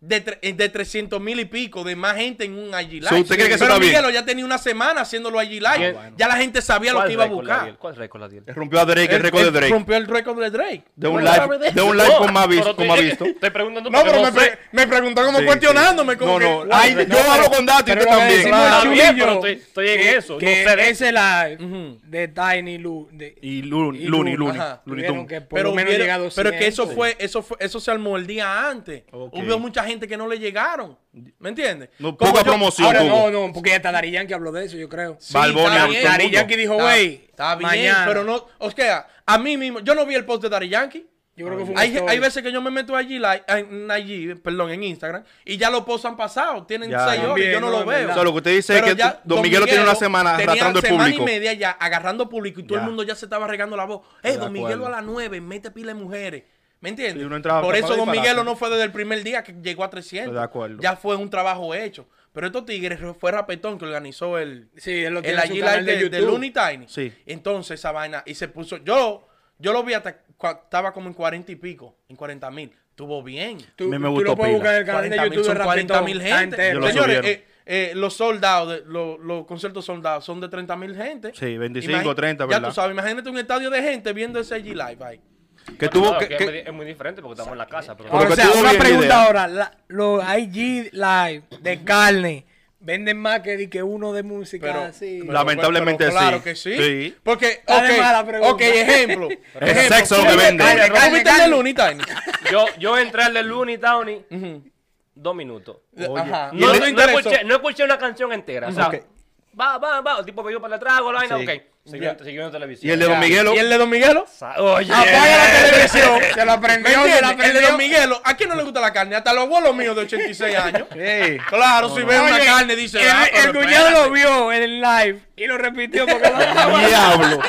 [SPEAKER 2] de, tre- eh, de 300 mil y pico de más gente en un IG Live.
[SPEAKER 3] So, ¿usted cree que eso
[SPEAKER 2] Pero
[SPEAKER 3] está bien?
[SPEAKER 2] Miguelo ya tenía una semana haciéndolo IG Live.
[SPEAKER 4] Bien. bueno.
[SPEAKER 2] Ya la gente sabía lo
[SPEAKER 4] ¿Cuál
[SPEAKER 2] que iba a
[SPEAKER 4] récord,
[SPEAKER 2] buscar.
[SPEAKER 4] Ladiel? ¿Cuál récord, Ladiel?
[SPEAKER 3] Eh, Rompió a Drake, el
[SPEAKER 2] Él-
[SPEAKER 3] récord de
[SPEAKER 2] él
[SPEAKER 3] Drake.
[SPEAKER 2] Rompió el récord de Drake.
[SPEAKER 3] De un
[SPEAKER 2] ¿Tú no
[SPEAKER 3] live,
[SPEAKER 2] sabes
[SPEAKER 3] de
[SPEAKER 2] eso?
[SPEAKER 3] un live
[SPEAKER 4] No,
[SPEAKER 3] con más vis-
[SPEAKER 4] pero
[SPEAKER 3] con
[SPEAKER 4] te-
[SPEAKER 3] más visto.
[SPEAKER 4] Estoy preguntando
[SPEAKER 2] No,
[SPEAKER 4] porque
[SPEAKER 2] pero
[SPEAKER 4] no
[SPEAKER 2] me,
[SPEAKER 4] sé.
[SPEAKER 2] pre- me preguntó como
[SPEAKER 3] Sí,
[SPEAKER 2] cuestionándome. como
[SPEAKER 3] No,
[SPEAKER 2] que-
[SPEAKER 3] no. Ay,
[SPEAKER 4] Pero-
[SPEAKER 3] yo hablo con datos y
[SPEAKER 1] pero lo
[SPEAKER 3] usted
[SPEAKER 1] que
[SPEAKER 3] también.
[SPEAKER 1] decimos
[SPEAKER 4] Claro,
[SPEAKER 1] Chuy y
[SPEAKER 4] bien, pero
[SPEAKER 1] yo,
[SPEAKER 4] estoy- estoy en
[SPEAKER 1] que-
[SPEAKER 4] eso,
[SPEAKER 1] que
[SPEAKER 4] no sé de-
[SPEAKER 1] ese live
[SPEAKER 2] Ujú.
[SPEAKER 1] de Tiny Lu. de-
[SPEAKER 3] Y Looney,
[SPEAKER 1] Y
[SPEAKER 3] Looney,
[SPEAKER 1] Looney,
[SPEAKER 3] Looney.
[SPEAKER 2] ajá.
[SPEAKER 3] Looney
[SPEAKER 1] Tuvieron
[SPEAKER 3] Tunes.
[SPEAKER 1] que- por
[SPEAKER 2] pero
[SPEAKER 1] lo menos
[SPEAKER 2] hubieron-
[SPEAKER 1] llegado
[SPEAKER 2] pero es que eso
[SPEAKER 1] 100.
[SPEAKER 2] fue, eso fue, eso se armó el día antes.
[SPEAKER 3] Ok.
[SPEAKER 2] Hubo mucha gente que no le llegaron. ¿Me entiendes?
[SPEAKER 3] No,
[SPEAKER 2] Como
[SPEAKER 3] poca
[SPEAKER 2] yo-
[SPEAKER 3] promoción.
[SPEAKER 1] Ahora
[SPEAKER 3] tuvo.
[SPEAKER 1] no, no, porque ya está Dari Yankee habló de eso, yo creo.
[SPEAKER 2] Sí,
[SPEAKER 3] Balboni,
[SPEAKER 2] está
[SPEAKER 3] todo el
[SPEAKER 2] bien.
[SPEAKER 1] Dari
[SPEAKER 3] mundo.
[SPEAKER 1] Yankee dijo,
[SPEAKER 2] Está-
[SPEAKER 1] güey,
[SPEAKER 2] Está bien,
[SPEAKER 1] mañana.
[SPEAKER 2] pero no, o sea, a mí mismo, yo no vi el post de Dari Yankee.
[SPEAKER 1] Yo creo que fue un
[SPEAKER 2] Hay,
[SPEAKER 1] story.
[SPEAKER 2] hay veces que yo me meto allí, like, en, allí, perdón, en Instagram, y ya los posts han pasado, tienen
[SPEAKER 3] Ya,
[SPEAKER 2] seis horas, y
[SPEAKER 1] también,
[SPEAKER 2] yo no,
[SPEAKER 1] no,
[SPEAKER 2] lo
[SPEAKER 1] es
[SPEAKER 2] veo.
[SPEAKER 1] verdad.
[SPEAKER 3] O sea, lo que usted dice es
[SPEAKER 2] Pero
[SPEAKER 3] que Don Miguelo tiene una semana
[SPEAKER 2] tenía
[SPEAKER 3] arrastrando el
[SPEAKER 2] semana
[SPEAKER 3] público.
[SPEAKER 2] y media ya agarrando público, y todo
[SPEAKER 3] Ya.
[SPEAKER 2] el mundo ya se estaba regando la voz. Eh,
[SPEAKER 3] De
[SPEAKER 2] Don Miguelo
[SPEAKER 3] acuerdo.
[SPEAKER 2] a las nueve, mete pila de mujeres. ¿Me entiendes?
[SPEAKER 3] Sí, uno entraba
[SPEAKER 2] Por
[SPEAKER 3] para
[SPEAKER 2] eso Don
[SPEAKER 3] disparate.
[SPEAKER 2] Miguelo no fue desde el primer día que llegó a 300.
[SPEAKER 3] De acuerdo.
[SPEAKER 2] Ya fue un trabajo hecho. Pero estos tigres fue Rapetón que organizó el,
[SPEAKER 1] Sí, él lo
[SPEAKER 2] el
[SPEAKER 1] tiene en
[SPEAKER 2] allí
[SPEAKER 1] su
[SPEAKER 2] live
[SPEAKER 1] canal
[SPEAKER 2] de,
[SPEAKER 1] de
[SPEAKER 2] de
[SPEAKER 1] YouTube.
[SPEAKER 2] Looney Tiny.
[SPEAKER 3] Sí.
[SPEAKER 2] Entonces esa vaina, y se puso, yo, yo lo vi hasta, cua- estaba como en 40 y pico, en 40 mil. Estuvo bien.
[SPEAKER 1] Tú,
[SPEAKER 3] Me- me
[SPEAKER 1] tú
[SPEAKER 3] gustó
[SPEAKER 1] lo puedes
[SPEAKER 3] pila.
[SPEAKER 1] buscar en el canal de
[SPEAKER 2] 40 mil
[SPEAKER 1] YouTube
[SPEAKER 2] son
[SPEAKER 1] de
[SPEAKER 2] 40
[SPEAKER 1] Rapitón,
[SPEAKER 2] mil
[SPEAKER 1] está
[SPEAKER 2] gente.
[SPEAKER 1] entero.
[SPEAKER 3] Yo lo sé.
[SPEAKER 2] Señores,
[SPEAKER 3] subieron.
[SPEAKER 2] eh, eh, los soldados, de- lo- los conciertos soldados son de 30 mil gente.
[SPEAKER 3] Sí, 25,
[SPEAKER 2] Imagi-
[SPEAKER 3] 30,
[SPEAKER 2] Ya
[SPEAKER 3] ¿verdad?
[SPEAKER 2] tú sabes, imagínate un estadio de gente viendo ese G Live ahí.
[SPEAKER 3] Que
[SPEAKER 4] Bueno,
[SPEAKER 3] tuvo
[SPEAKER 4] claro,
[SPEAKER 3] que-
[SPEAKER 4] es
[SPEAKER 3] que-
[SPEAKER 4] muy- Es muy diferente porque estamos en la casa. Pero
[SPEAKER 3] Pero
[SPEAKER 1] Ahora,
[SPEAKER 3] que
[SPEAKER 1] o sea,
[SPEAKER 3] tuvo
[SPEAKER 1] una
[SPEAKER 3] bien la
[SPEAKER 1] pregunta
[SPEAKER 3] idea.
[SPEAKER 1] ahora. la- los IG Live de carne venden más que, di que uno de música
[SPEAKER 2] Pero,
[SPEAKER 1] así.
[SPEAKER 2] pero-
[SPEAKER 3] Lamentablemente
[SPEAKER 2] pero Claro
[SPEAKER 3] sí.
[SPEAKER 2] que sí.
[SPEAKER 3] Sí.
[SPEAKER 2] Porque,
[SPEAKER 1] Está de
[SPEAKER 2] ok,
[SPEAKER 1] mala pregunta.
[SPEAKER 2] ok, ejemplo.
[SPEAKER 3] El sexo lo que vende.
[SPEAKER 2] Oye, ¿Cómo
[SPEAKER 1] Calle,
[SPEAKER 2] viste el de
[SPEAKER 1] calle.
[SPEAKER 2] Looney Tiny?
[SPEAKER 4] yo, yo entré al de Looney Downey dos minutos.
[SPEAKER 2] Ajá.
[SPEAKER 4] No,
[SPEAKER 2] te
[SPEAKER 4] no
[SPEAKER 2] interesó?
[SPEAKER 4] escuché, no escuché una canción entera. O sea,
[SPEAKER 2] Ok.
[SPEAKER 4] va, va, va. El tipo vio para atrás, la vaina,
[SPEAKER 3] Sí.
[SPEAKER 4] ok. Siguió, en- siguió en televisión.
[SPEAKER 3] Y el de Don Miguelo.
[SPEAKER 2] ¿Y el de Don Miguelo?
[SPEAKER 4] Sa- Oye.
[SPEAKER 2] Apaga la televisión.
[SPEAKER 1] Se la prendió,
[SPEAKER 2] ¿Me
[SPEAKER 1] se
[SPEAKER 2] entiendes?
[SPEAKER 1] la
[SPEAKER 2] El de
[SPEAKER 1] prendió.
[SPEAKER 2] Don Miguelo. ¿A quién no le gusta la carne? Hasta los abuelos míos de 86 años.
[SPEAKER 3] Ey.
[SPEAKER 2] Claro, si ven una
[SPEAKER 1] Oye,
[SPEAKER 2] carne, dice.
[SPEAKER 1] el,
[SPEAKER 2] ah, pero
[SPEAKER 1] el cuñado
[SPEAKER 2] espérate.
[SPEAKER 1] lo vio en el live y lo repitió porque no estaba.
[SPEAKER 3] Diablo.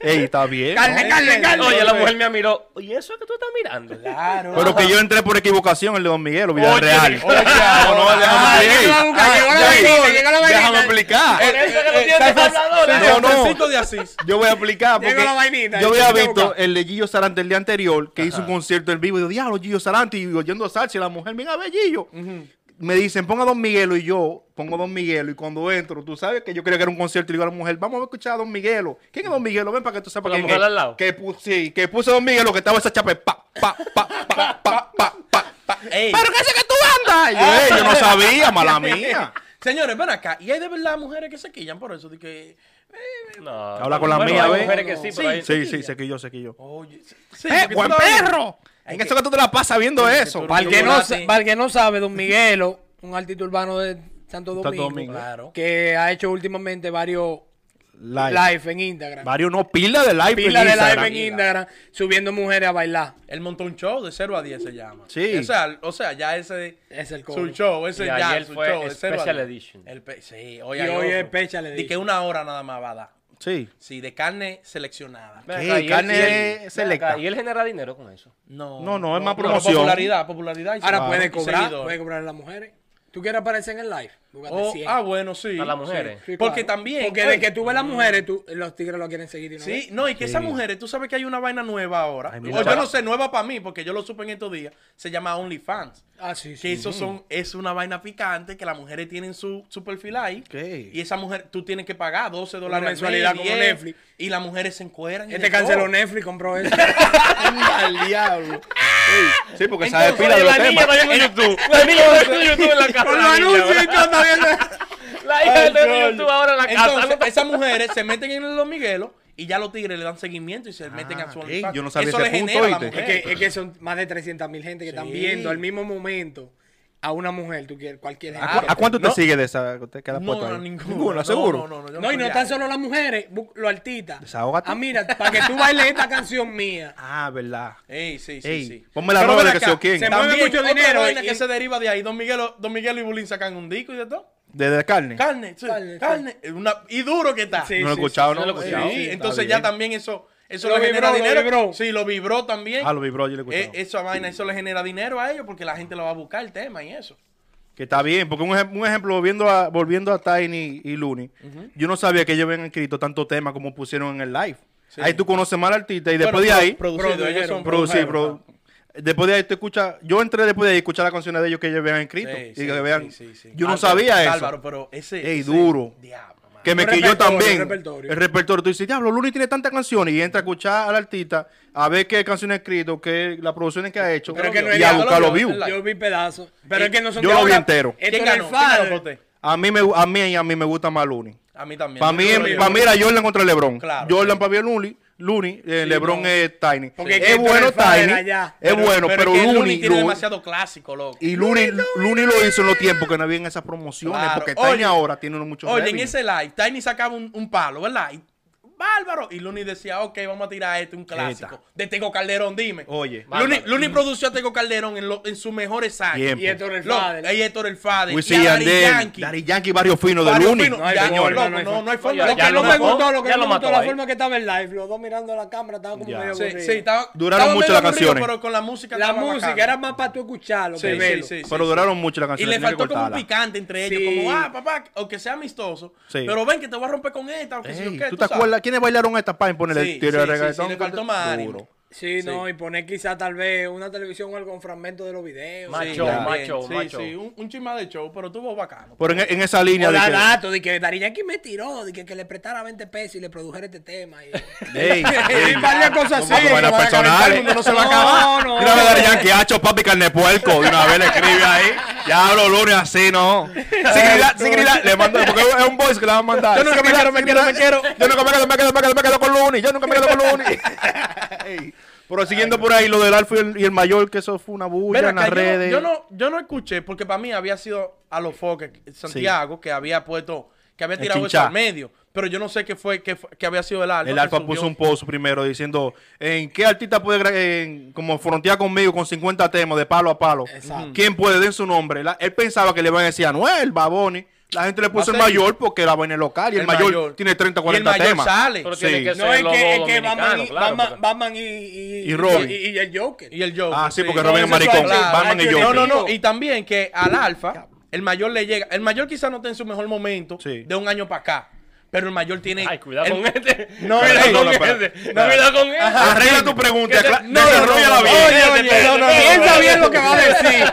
[SPEAKER 3] Ey, está bien.
[SPEAKER 1] Carne,
[SPEAKER 3] ¿no?
[SPEAKER 1] carne, carne.
[SPEAKER 4] Oye, la mujer me miró. Oye, eso es que tú estás mirando.
[SPEAKER 2] Claro.
[SPEAKER 3] Pero que yo entré por equivocación, el de Don Miguel, vida
[SPEAKER 4] Oye,
[SPEAKER 3] real.
[SPEAKER 4] oye,
[SPEAKER 3] No, no,
[SPEAKER 2] ahora.
[SPEAKER 1] Ah,
[SPEAKER 3] déjame-
[SPEAKER 1] llegó la
[SPEAKER 3] ey,
[SPEAKER 1] buca, llegó la
[SPEAKER 3] ya,
[SPEAKER 1] vainita, llegó la
[SPEAKER 3] Déjame
[SPEAKER 1] vainita.
[SPEAKER 3] explicar.
[SPEAKER 4] Por eso que no
[SPEAKER 2] Eh,
[SPEAKER 4] tienes
[SPEAKER 2] San Fran-
[SPEAKER 4] habladora.
[SPEAKER 2] San
[SPEAKER 3] No, no.
[SPEAKER 2] Francisco de Asís.
[SPEAKER 3] Yo voy a explicar porque
[SPEAKER 1] Llegó la vainita,
[SPEAKER 3] yo
[SPEAKER 1] y
[SPEAKER 3] había
[SPEAKER 1] se te
[SPEAKER 3] visto
[SPEAKER 1] busca.
[SPEAKER 3] el de Gillo Sarante el día anterior que hizo un concierto en vivo y yo, diablo, Gillo Sarante y oyendo salsa y la mujer, mira, ve Gillo. Me dicen, ponga Don Miguelo y yo pongo Don Miguelo y cuando entro, tú sabes que yo quería que era un concierto y le digo a la mujer, vamos a escuchar a Don Miguelo. ¿Quién es Don Miguelo? Ven para que tú sepas
[SPEAKER 4] La
[SPEAKER 3] quién
[SPEAKER 4] mujer
[SPEAKER 3] es.
[SPEAKER 4] al lado.
[SPEAKER 3] Que pu- sí, que puso Don Miguelo que estaba esa chapa pa, pa, pa, pa, pa, pa, pa.
[SPEAKER 2] Ey.
[SPEAKER 3] ¿Pero qué es eso que tú andas? Y yo, "Ey, Ah, yo no sabía, mala mía.
[SPEAKER 2] Señores, ven acá. Y hay de verdad mujeres que se quillan por eso. De que,
[SPEAKER 4] No,
[SPEAKER 3] Habla con la
[SPEAKER 4] bueno,
[SPEAKER 3] mía,
[SPEAKER 4] hay
[SPEAKER 3] ve.
[SPEAKER 4] mujeres que sí,
[SPEAKER 2] Sí,
[SPEAKER 4] pero hay-
[SPEAKER 3] Sí, sí, se quilló, se quilló.
[SPEAKER 2] oye, sí,
[SPEAKER 3] ¡Eh,
[SPEAKER 2] porque
[SPEAKER 3] buen
[SPEAKER 2] tú sabes-
[SPEAKER 3] perro! En eso que tú te la pasas viendo eso.
[SPEAKER 1] Para el, que no,
[SPEAKER 2] Chocolate.
[SPEAKER 1] sa- para el que no sabe, Don Miguelo, un artista urbano de Santo Domingo,
[SPEAKER 3] Domingo.
[SPEAKER 2] Claro.
[SPEAKER 1] que ha hecho últimamente varios
[SPEAKER 3] Live.
[SPEAKER 1] live en Instagram.
[SPEAKER 3] Varios no, pila de live
[SPEAKER 1] Pila
[SPEAKER 3] en
[SPEAKER 1] de
[SPEAKER 3] Instagram.
[SPEAKER 1] live en Instagram, subiendo mujeres a bailar.
[SPEAKER 2] El montón show de 0 a 10 se llama.
[SPEAKER 3] Sí.
[SPEAKER 2] O sea, o sea ya ese.
[SPEAKER 1] Es el
[SPEAKER 2] Su
[SPEAKER 1] coro.
[SPEAKER 2] show, ese
[SPEAKER 4] Y
[SPEAKER 2] ya,
[SPEAKER 4] ayer
[SPEAKER 2] su
[SPEAKER 4] fue
[SPEAKER 2] show. de cero a
[SPEAKER 4] Special
[SPEAKER 2] diez.
[SPEAKER 4] Edition.
[SPEAKER 2] El pe- sí, hoy
[SPEAKER 1] Y
[SPEAKER 2] hay
[SPEAKER 1] hoy es
[SPEAKER 2] otro.
[SPEAKER 1] Special
[SPEAKER 2] Di que
[SPEAKER 1] Edition.
[SPEAKER 2] una hora nada más va a dar.
[SPEAKER 3] Sí.
[SPEAKER 2] Sí, de carne seleccionada.
[SPEAKER 4] Ven
[SPEAKER 3] Sí,
[SPEAKER 4] acá, y él-
[SPEAKER 3] carne
[SPEAKER 4] y él-
[SPEAKER 3] es
[SPEAKER 4] ven
[SPEAKER 3] selecta.
[SPEAKER 4] acá, Y él genera dinero con eso.
[SPEAKER 2] No,
[SPEAKER 3] No, no, es más promoción.
[SPEAKER 2] popularidad, popularidad. y
[SPEAKER 1] Ahora
[SPEAKER 2] seguidores,
[SPEAKER 1] puede
[SPEAKER 2] y
[SPEAKER 1] cobrar,
[SPEAKER 2] seguidores.
[SPEAKER 1] puede cobrar a las mujeres. ¿Tú quieres aparecer en el live? Búscate
[SPEAKER 2] Oh,
[SPEAKER 1] 100.
[SPEAKER 2] ah, bueno, sí.
[SPEAKER 4] A las
[SPEAKER 2] sí.
[SPEAKER 4] mujeres.
[SPEAKER 1] Sí,
[SPEAKER 2] Porque
[SPEAKER 1] claro.
[SPEAKER 2] también.
[SPEAKER 1] Porque
[SPEAKER 2] oye,
[SPEAKER 1] de que tú ves las mujeres, tú, los tigres lo quieren seguir. y no
[SPEAKER 2] Sí,
[SPEAKER 1] ves.
[SPEAKER 2] no, y que esas
[SPEAKER 5] Sí.
[SPEAKER 2] mujeres, tú sabes que hay una vaina nueva ahora.
[SPEAKER 5] Hay
[SPEAKER 2] O
[SPEAKER 5] mucha-
[SPEAKER 2] yo no sé, nueva para mí, porque yo lo supe en estos días. Se llama OnlyFans.
[SPEAKER 1] Ah, sí,
[SPEAKER 2] Que
[SPEAKER 1] sí.
[SPEAKER 2] eso son, es una vaina picante que las mujeres tienen su, su perfil ahí.
[SPEAKER 5] ¿Qué?
[SPEAKER 2] Y esa mujer, tú tienes que pagar 12 dólares. al mes,
[SPEAKER 1] mensualidad como
[SPEAKER 2] 10,
[SPEAKER 1] Netflix.
[SPEAKER 2] Y las mujeres se encueran. y
[SPEAKER 1] Este
[SPEAKER 2] de todo.
[SPEAKER 1] canceló Netflix, compró eso.
[SPEAKER 5] al diablo.
[SPEAKER 3] Sí, porque se
[SPEAKER 2] Entonces,
[SPEAKER 3] despila de
[SPEAKER 4] Oye,
[SPEAKER 3] los
[SPEAKER 4] la niña
[SPEAKER 3] temas. Eh,
[SPEAKER 4] está viendo YouTube. La niña está viendo YouTube en la casa.
[SPEAKER 1] Con los
[SPEAKER 4] la niña
[SPEAKER 1] anuncios y
[SPEAKER 4] ahora.
[SPEAKER 1] todo está viendo.
[SPEAKER 4] La hija
[SPEAKER 2] Ay,
[SPEAKER 4] está viendo
[SPEAKER 2] coño.
[SPEAKER 4] YouTube ahora en la casa.
[SPEAKER 2] Entonces,
[SPEAKER 4] No te-
[SPEAKER 2] esas mujeres se meten en los Miguelos y ya los tigres le dan seguimiento y se meten a su
[SPEAKER 3] Ah, ok,
[SPEAKER 2] OnlyFans.
[SPEAKER 3] yo no sabía
[SPEAKER 2] Eso
[SPEAKER 3] ese
[SPEAKER 2] le
[SPEAKER 3] punto,
[SPEAKER 2] genera a la
[SPEAKER 3] ¿oíste?
[SPEAKER 1] Es
[SPEAKER 2] mujer.
[SPEAKER 1] que, es que son más de 300 mil gente que están
[SPEAKER 2] Sí.
[SPEAKER 1] viendo al mismo momento a una mujer, tú quieres, cualquier
[SPEAKER 2] Ah,
[SPEAKER 1] gente.
[SPEAKER 3] ¿A cu- ¿A cuánto te
[SPEAKER 2] No.
[SPEAKER 3] sigue de esa que la has
[SPEAKER 2] No,
[SPEAKER 3] puesto
[SPEAKER 2] no,
[SPEAKER 3] ahí?
[SPEAKER 2] ninguna. No,
[SPEAKER 3] seguro.
[SPEAKER 2] No, no, no. yo
[SPEAKER 1] no, y no
[SPEAKER 2] estoy
[SPEAKER 1] tan
[SPEAKER 2] ahí.
[SPEAKER 1] solo las mujeres, bu- los artistas.
[SPEAKER 3] Desahógate.
[SPEAKER 1] Ah, mira, para que tú bailes esta canción mía.
[SPEAKER 3] Ah, verdad.
[SPEAKER 2] Ey, sí, sí,
[SPEAKER 3] Ey,
[SPEAKER 2] sí.
[SPEAKER 3] ponme la
[SPEAKER 2] Pero
[SPEAKER 3] rola
[SPEAKER 2] ven
[SPEAKER 3] de que
[SPEAKER 2] acá,
[SPEAKER 3] se o quién.
[SPEAKER 1] se
[SPEAKER 2] También
[SPEAKER 1] mueve mucho
[SPEAKER 2] otra
[SPEAKER 1] dinero
[SPEAKER 2] vaina
[SPEAKER 1] y-
[SPEAKER 2] que se deriva de ahí. Don Miguelo, Don Miguelo y Bulín sacan un disco y de todo.
[SPEAKER 3] ¿Desde la carne?
[SPEAKER 2] Carne, sí,
[SPEAKER 1] Carne, sí.
[SPEAKER 2] carne. Una, y duro que está.
[SPEAKER 1] Sí,
[SPEAKER 3] No lo he escuchado,
[SPEAKER 4] sí,
[SPEAKER 3] no
[SPEAKER 4] sí,
[SPEAKER 3] lo he
[SPEAKER 4] sí,
[SPEAKER 2] Sí,
[SPEAKER 3] escuchado. Está
[SPEAKER 2] entonces
[SPEAKER 3] bien.
[SPEAKER 2] ya también eso, eso
[SPEAKER 1] Lo
[SPEAKER 2] le genera
[SPEAKER 1] vibró, lo
[SPEAKER 2] dinero.
[SPEAKER 1] vibró.
[SPEAKER 2] Sí, lo vibró también.
[SPEAKER 3] Ah, lo vibró, yo lo he
[SPEAKER 2] Eh,
[SPEAKER 3] escuchado.
[SPEAKER 2] esa vaina, eso le genera dinero a ellos porque la gente lo va a buscar el tema y eso.
[SPEAKER 3] Que está bien, porque un, ejem- un ejemplo, volviendo a, volviendo a Tiny y Looney, yo no sabía que ellos habían escrito tanto tema como pusieron en el live.
[SPEAKER 2] Sí.
[SPEAKER 3] Ahí tú conoces más al artista y después
[SPEAKER 2] Bueno,
[SPEAKER 3] de ahí,
[SPEAKER 2] produ-
[SPEAKER 1] producido,
[SPEAKER 2] producido, ellos son
[SPEAKER 3] producir,
[SPEAKER 2] produjeros,
[SPEAKER 3] produ- después de ahí te escucha, yo entré después de ahí a escuchar las canciones de ellos que ellos habían escrito.
[SPEAKER 2] Sí,
[SPEAKER 3] y
[SPEAKER 2] sí,
[SPEAKER 3] que
[SPEAKER 2] sí,
[SPEAKER 3] vean,
[SPEAKER 2] sí, sí.
[SPEAKER 3] yo no
[SPEAKER 2] Álvaro,
[SPEAKER 3] sabía eso.
[SPEAKER 2] Álvaro, pero ese.
[SPEAKER 3] Ey,
[SPEAKER 2] ese-
[SPEAKER 3] duro.
[SPEAKER 2] Diablo, man.
[SPEAKER 3] Que me
[SPEAKER 1] Un
[SPEAKER 3] quilló
[SPEAKER 1] repertorio,
[SPEAKER 3] también.
[SPEAKER 1] un repertorio.
[SPEAKER 3] El repertorio. Tú dices, diablo, Luni tiene tantas canciones. Y entra a escuchar al artista, a ver qué canciones ha escrito, qué las producciones que ha hecho.
[SPEAKER 1] Pero es que no es
[SPEAKER 3] y a
[SPEAKER 1] de-
[SPEAKER 3] buscar
[SPEAKER 2] lo
[SPEAKER 3] los
[SPEAKER 2] vio,
[SPEAKER 3] views.
[SPEAKER 2] la-
[SPEAKER 1] Yo vi pedazos. Pero
[SPEAKER 2] Eh,
[SPEAKER 1] es que no son
[SPEAKER 3] yo
[SPEAKER 1] de
[SPEAKER 3] lo vi
[SPEAKER 1] ahora. Este
[SPEAKER 3] entero.
[SPEAKER 1] Esto
[SPEAKER 2] ¿Quién
[SPEAKER 1] era el
[SPEAKER 2] ganó? ¿Quién ganó para
[SPEAKER 1] fan.
[SPEAKER 2] usted?
[SPEAKER 3] A mí, me, a mí y a mí me gusta más Luni.
[SPEAKER 2] A mí también.
[SPEAKER 3] Para mí,
[SPEAKER 2] Yo creo
[SPEAKER 3] para
[SPEAKER 2] que-
[SPEAKER 3] mí era Jordan contra LeBron.
[SPEAKER 2] Claro,
[SPEAKER 3] Jordan para mí es Luni. Luni, eh, LeBron
[SPEAKER 2] no.
[SPEAKER 3] es Tiny.
[SPEAKER 1] Porque
[SPEAKER 3] es
[SPEAKER 1] Keaton
[SPEAKER 3] bueno
[SPEAKER 1] es fan,
[SPEAKER 3] Tiny.
[SPEAKER 1] era ya.
[SPEAKER 3] Es bueno, pero,
[SPEAKER 2] es que
[SPEAKER 3] Luni.
[SPEAKER 2] Looney tiene
[SPEAKER 3] lo-
[SPEAKER 2] demasiado clásico, loco.
[SPEAKER 3] y Luni, Luni lo hizo en los tiempos que no habían esas promociones.
[SPEAKER 2] Claro.
[SPEAKER 3] Porque
[SPEAKER 2] Oye,
[SPEAKER 3] Tiny ahora tiene unos muchos
[SPEAKER 2] Oye, en
[SPEAKER 3] revenue.
[SPEAKER 2] ese live, Tiny sacaba un, un palo, ¿verdad? Y, bárbaro. Y Looney decía, ok, vamos a tirar este, un clásico.
[SPEAKER 3] Esta.
[SPEAKER 2] De Tego Calderón, dime.
[SPEAKER 3] Oye.
[SPEAKER 2] Looney, Looney produció a Tego Calderón en, lo- en sus mejores años.
[SPEAKER 3] Tiempo.
[SPEAKER 1] Y esto era el
[SPEAKER 2] Loco,
[SPEAKER 1] padre.
[SPEAKER 2] ahí Héctor el Fader.
[SPEAKER 3] Wisin
[SPEAKER 2] y a Daddy
[SPEAKER 3] Yandel,
[SPEAKER 2] Yankee.
[SPEAKER 3] Daddy Yankee, Barrio Fino de
[SPEAKER 2] Barrio
[SPEAKER 3] Luni.
[SPEAKER 2] Fino.
[SPEAKER 1] No hay
[SPEAKER 2] Ya,
[SPEAKER 1] señor,
[SPEAKER 2] loco,
[SPEAKER 1] no hay
[SPEAKER 2] no,
[SPEAKER 1] forma.
[SPEAKER 2] no hay
[SPEAKER 4] Ya,
[SPEAKER 2] forma.
[SPEAKER 1] Lo
[SPEAKER 2] Loco,
[SPEAKER 1] que no
[SPEAKER 4] lo
[SPEAKER 1] me
[SPEAKER 4] mató,
[SPEAKER 1] gustó, lo que
[SPEAKER 4] ya
[SPEAKER 1] no
[SPEAKER 4] lo
[SPEAKER 1] me gustó
[SPEAKER 4] mató
[SPEAKER 1] la
[SPEAKER 4] ahí.
[SPEAKER 1] forma que estaba el live. Los dos mirando a la cámara, estaba como
[SPEAKER 3] Ya.
[SPEAKER 1] medio
[SPEAKER 2] Sí,
[SPEAKER 1] aburrido.
[SPEAKER 2] sí, estaba,
[SPEAKER 3] Duraron
[SPEAKER 2] estaba
[SPEAKER 3] mucho
[SPEAKER 2] medio
[SPEAKER 3] las
[SPEAKER 2] aburrido,
[SPEAKER 3] canciones.
[SPEAKER 2] Pero con la música
[SPEAKER 1] La
[SPEAKER 2] estaba
[SPEAKER 1] música
[SPEAKER 2] bacana.
[SPEAKER 1] era más para tú escucharlo que
[SPEAKER 2] Sí, sí,
[SPEAKER 1] verlo.
[SPEAKER 2] sí, sí,
[SPEAKER 3] Pero
[SPEAKER 2] sí.
[SPEAKER 3] duraron mucho las
[SPEAKER 2] Y
[SPEAKER 3] canciones.
[SPEAKER 2] le
[SPEAKER 3] tenía que
[SPEAKER 2] faltó como un
[SPEAKER 3] cortarla.
[SPEAKER 2] picante entre ellos,
[SPEAKER 1] Sí.
[SPEAKER 2] como, ah, papá, aunque sea amistoso,
[SPEAKER 3] Sí.
[SPEAKER 2] pero ven que te voy a romper con esta, o qué sé yo
[SPEAKER 3] Ey,
[SPEAKER 2] qué,
[SPEAKER 3] ¿Tú te
[SPEAKER 2] sabes.
[SPEAKER 3] acuerdas quiénes bailaron esta pan? Ponerle
[SPEAKER 2] Sí,
[SPEAKER 3] teoría
[SPEAKER 2] sí,
[SPEAKER 3] de reggaetón.
[SPEAKER 2] sí, sí, le faltó más ánimo.
[SPEAKER 3] Duro.
[SPEAKER 1] Sí, no, y poner quizá tal vez una televisión o algo con fragmentos de los videos.
[SPEAKER 4] Más
[SPEAKER 1] Sí.
[SPEAKER 4] show,
[SPEAKER 1] O
[SPEAKER 2] También,
[SPEAKER 4] más show,
[SPEAKER 2] sí,
[SPEAKER 4] más show.
[SPEAKER 2] sí, un, un chisme de show, pero estuvo bacano.
[SPEAKER 3] Pero en, en esa línea de
[SPEAKER 1] da
[SPEAKER 3] que-
[SPEAKER 1] datos de que Dari Yankee me tiró, de que, que le prestara 20 pesos y le produjera este tema. Y,
[SPEAKER 3] Ey, ey,
[SPEAKER 1] y varias cosas
[SPEAKER 3] como
[SPEAKER 1] así.
[SPEAKER 3] tu vaina
[SPEAKER 1] que van a
[SPEAKER 3] personal.
[SPEAKER 1] calentar, el mundo no se va a acabar.
[SPEAKER 3] Mira, a Daddy Yankee, hacho, papi, carne de puerco. De una vez le escribe ahí. Ya hablo lunes así, ¿no?
[SPEAKER 1] Eh,
[SPEAKER 3] Sigrila, Sigrila, le mando, porque es un voice que le van a mandar.
[SPEAKER 2] Yo nunca me
[SPEAKER 3] Sigrila,
[SPEAKER 2] quiero, me
[SPEAKER 3] Sigrila,
[SPEAKER 2] quiero, me
[SPEAKER 3] Yo nunca me quedo, me quedo, me quedo, me quedo con Luni. Yo nunca me quedo con Luni. Ey, Pero siguiendo por ahí, lo del Alfa y el, y el Mayor, que eso fue una bulla
[SPEAKER 2] Ven
[SPEAKER 3] en las
[SPEAKER 2] acá, yo,
[SPEAKER 3] redes.
[SPEAKER 2] yo no, yo no escuché, porque para mí había sido a los foques Santiago que había puesto, que había
[SPEAKER 3] El
[SPEAKER 2] tirado eso
[SPEAKER 3] chinchá.
[SPEAKER 2] al medio, pero yo no sé qué fue, qué, fue- qué había sido el alfa.
[SPEAKER 3] El
[SPEAKER 2] que
[SPEAKER 3] Alfa
[SPEAKER 2] subió.
[SPEAKER 3] puso un post primero diciendo, ¿en qué artista puede gra- en- como frontear conmigo con 50 temas de palo a palo?
[SPEAKER 1] Exacto.
[SPEAKER 3] ¿Quién puede? Den su nombre. La- él pensaba que le iban a decir a Noel, Baboni. La gente le puso
[SPEAKER 2] Va
[SPEAKER 3] el
[SPEAKER 2] a ser-
[SPEAKER 3] mayor porque era vaina local y el,
[SPEAKER 2] El
[SPEAKER 3] mayor,
[SPEAKER 2] mayor.
[SPEAKER 3] tiene 30,
[SPEAKER 2] Y el
[SPEAKER 3] 40
[SPEAKER 2] mayor
[SPEAKER 3] temas.
[SPEAKER 2] sale.
[SPEAKER 4] Pero
[SPEAKER 3] Sí.
[SPEAKER 4] tiene que
[SPEAKER 1] No, es
[SPEAKER 4] ser los
[SPEAKER 1] que,
[SPEAKER 4] dos
[SPEAKER 1] es que Batman,
[SPEAKER 4] dominicanos,
[SPEAKER 1] y,
[SPEAKER 4] claro.
[SPEAKER 1] Batman,
[SPEAKER 4] porque-
[SPEAKER 1] Batman y, y,
[SPEAKER 3] Y Robin.
[SPEAKER 1] Y, y el Joker.
[SPEAKER 2] Y el Joe.
[SPEAKER 3] Ah, sí, porque Robin es
[SPEAKER 1] Eso es
[SPEAKER 3] maricón.
[SPEAKER 1] claro.
[SPEAKER 3] Batman y
[SPEAKER 1] Ay,
[SPEAKER 2] No,
[SPEAKER 3] Joker.
[SPEAKER 2] no, no. Y también que al Alfa, el mayor le llega. El mayor quizá no esté en su mejor momento
[SPEAKER 3] Sí.
[SPEAKER 2] de un año para acá. Pero el mayor tiene.
[SPEAKER 4] Ay, cuidado
[SPEAKER 2] el-
[SPEAKER 4] con este.
[SPEAKER 2] No,
[SPEAKER 4] cuidado
[SPEAKER 2] ey,
[SPEAKER 4] con
[SPEAKER 3] no, no, para-
[SPEAKER 4] este. No, cuidado con este.
[SPEAKER 3] Arregla tu pregunta.
[SPEAKER 4] Que te-
[SPEAKER 3] cla-
[SPEAKER 4] no,
[SPEAKER 3] Desarrollala
[SPEAKER 4] no, no,
[SPEAKER 3] bien.
[SPEAKER 4] Oye, oye, no, no, no,
[SPEAKER 1] Piensa
[SPEAKER 4] no,
[SPEAKER 1] bien
[SPEAKER 4] no,
[SPEAKER 1] lo que va a decir.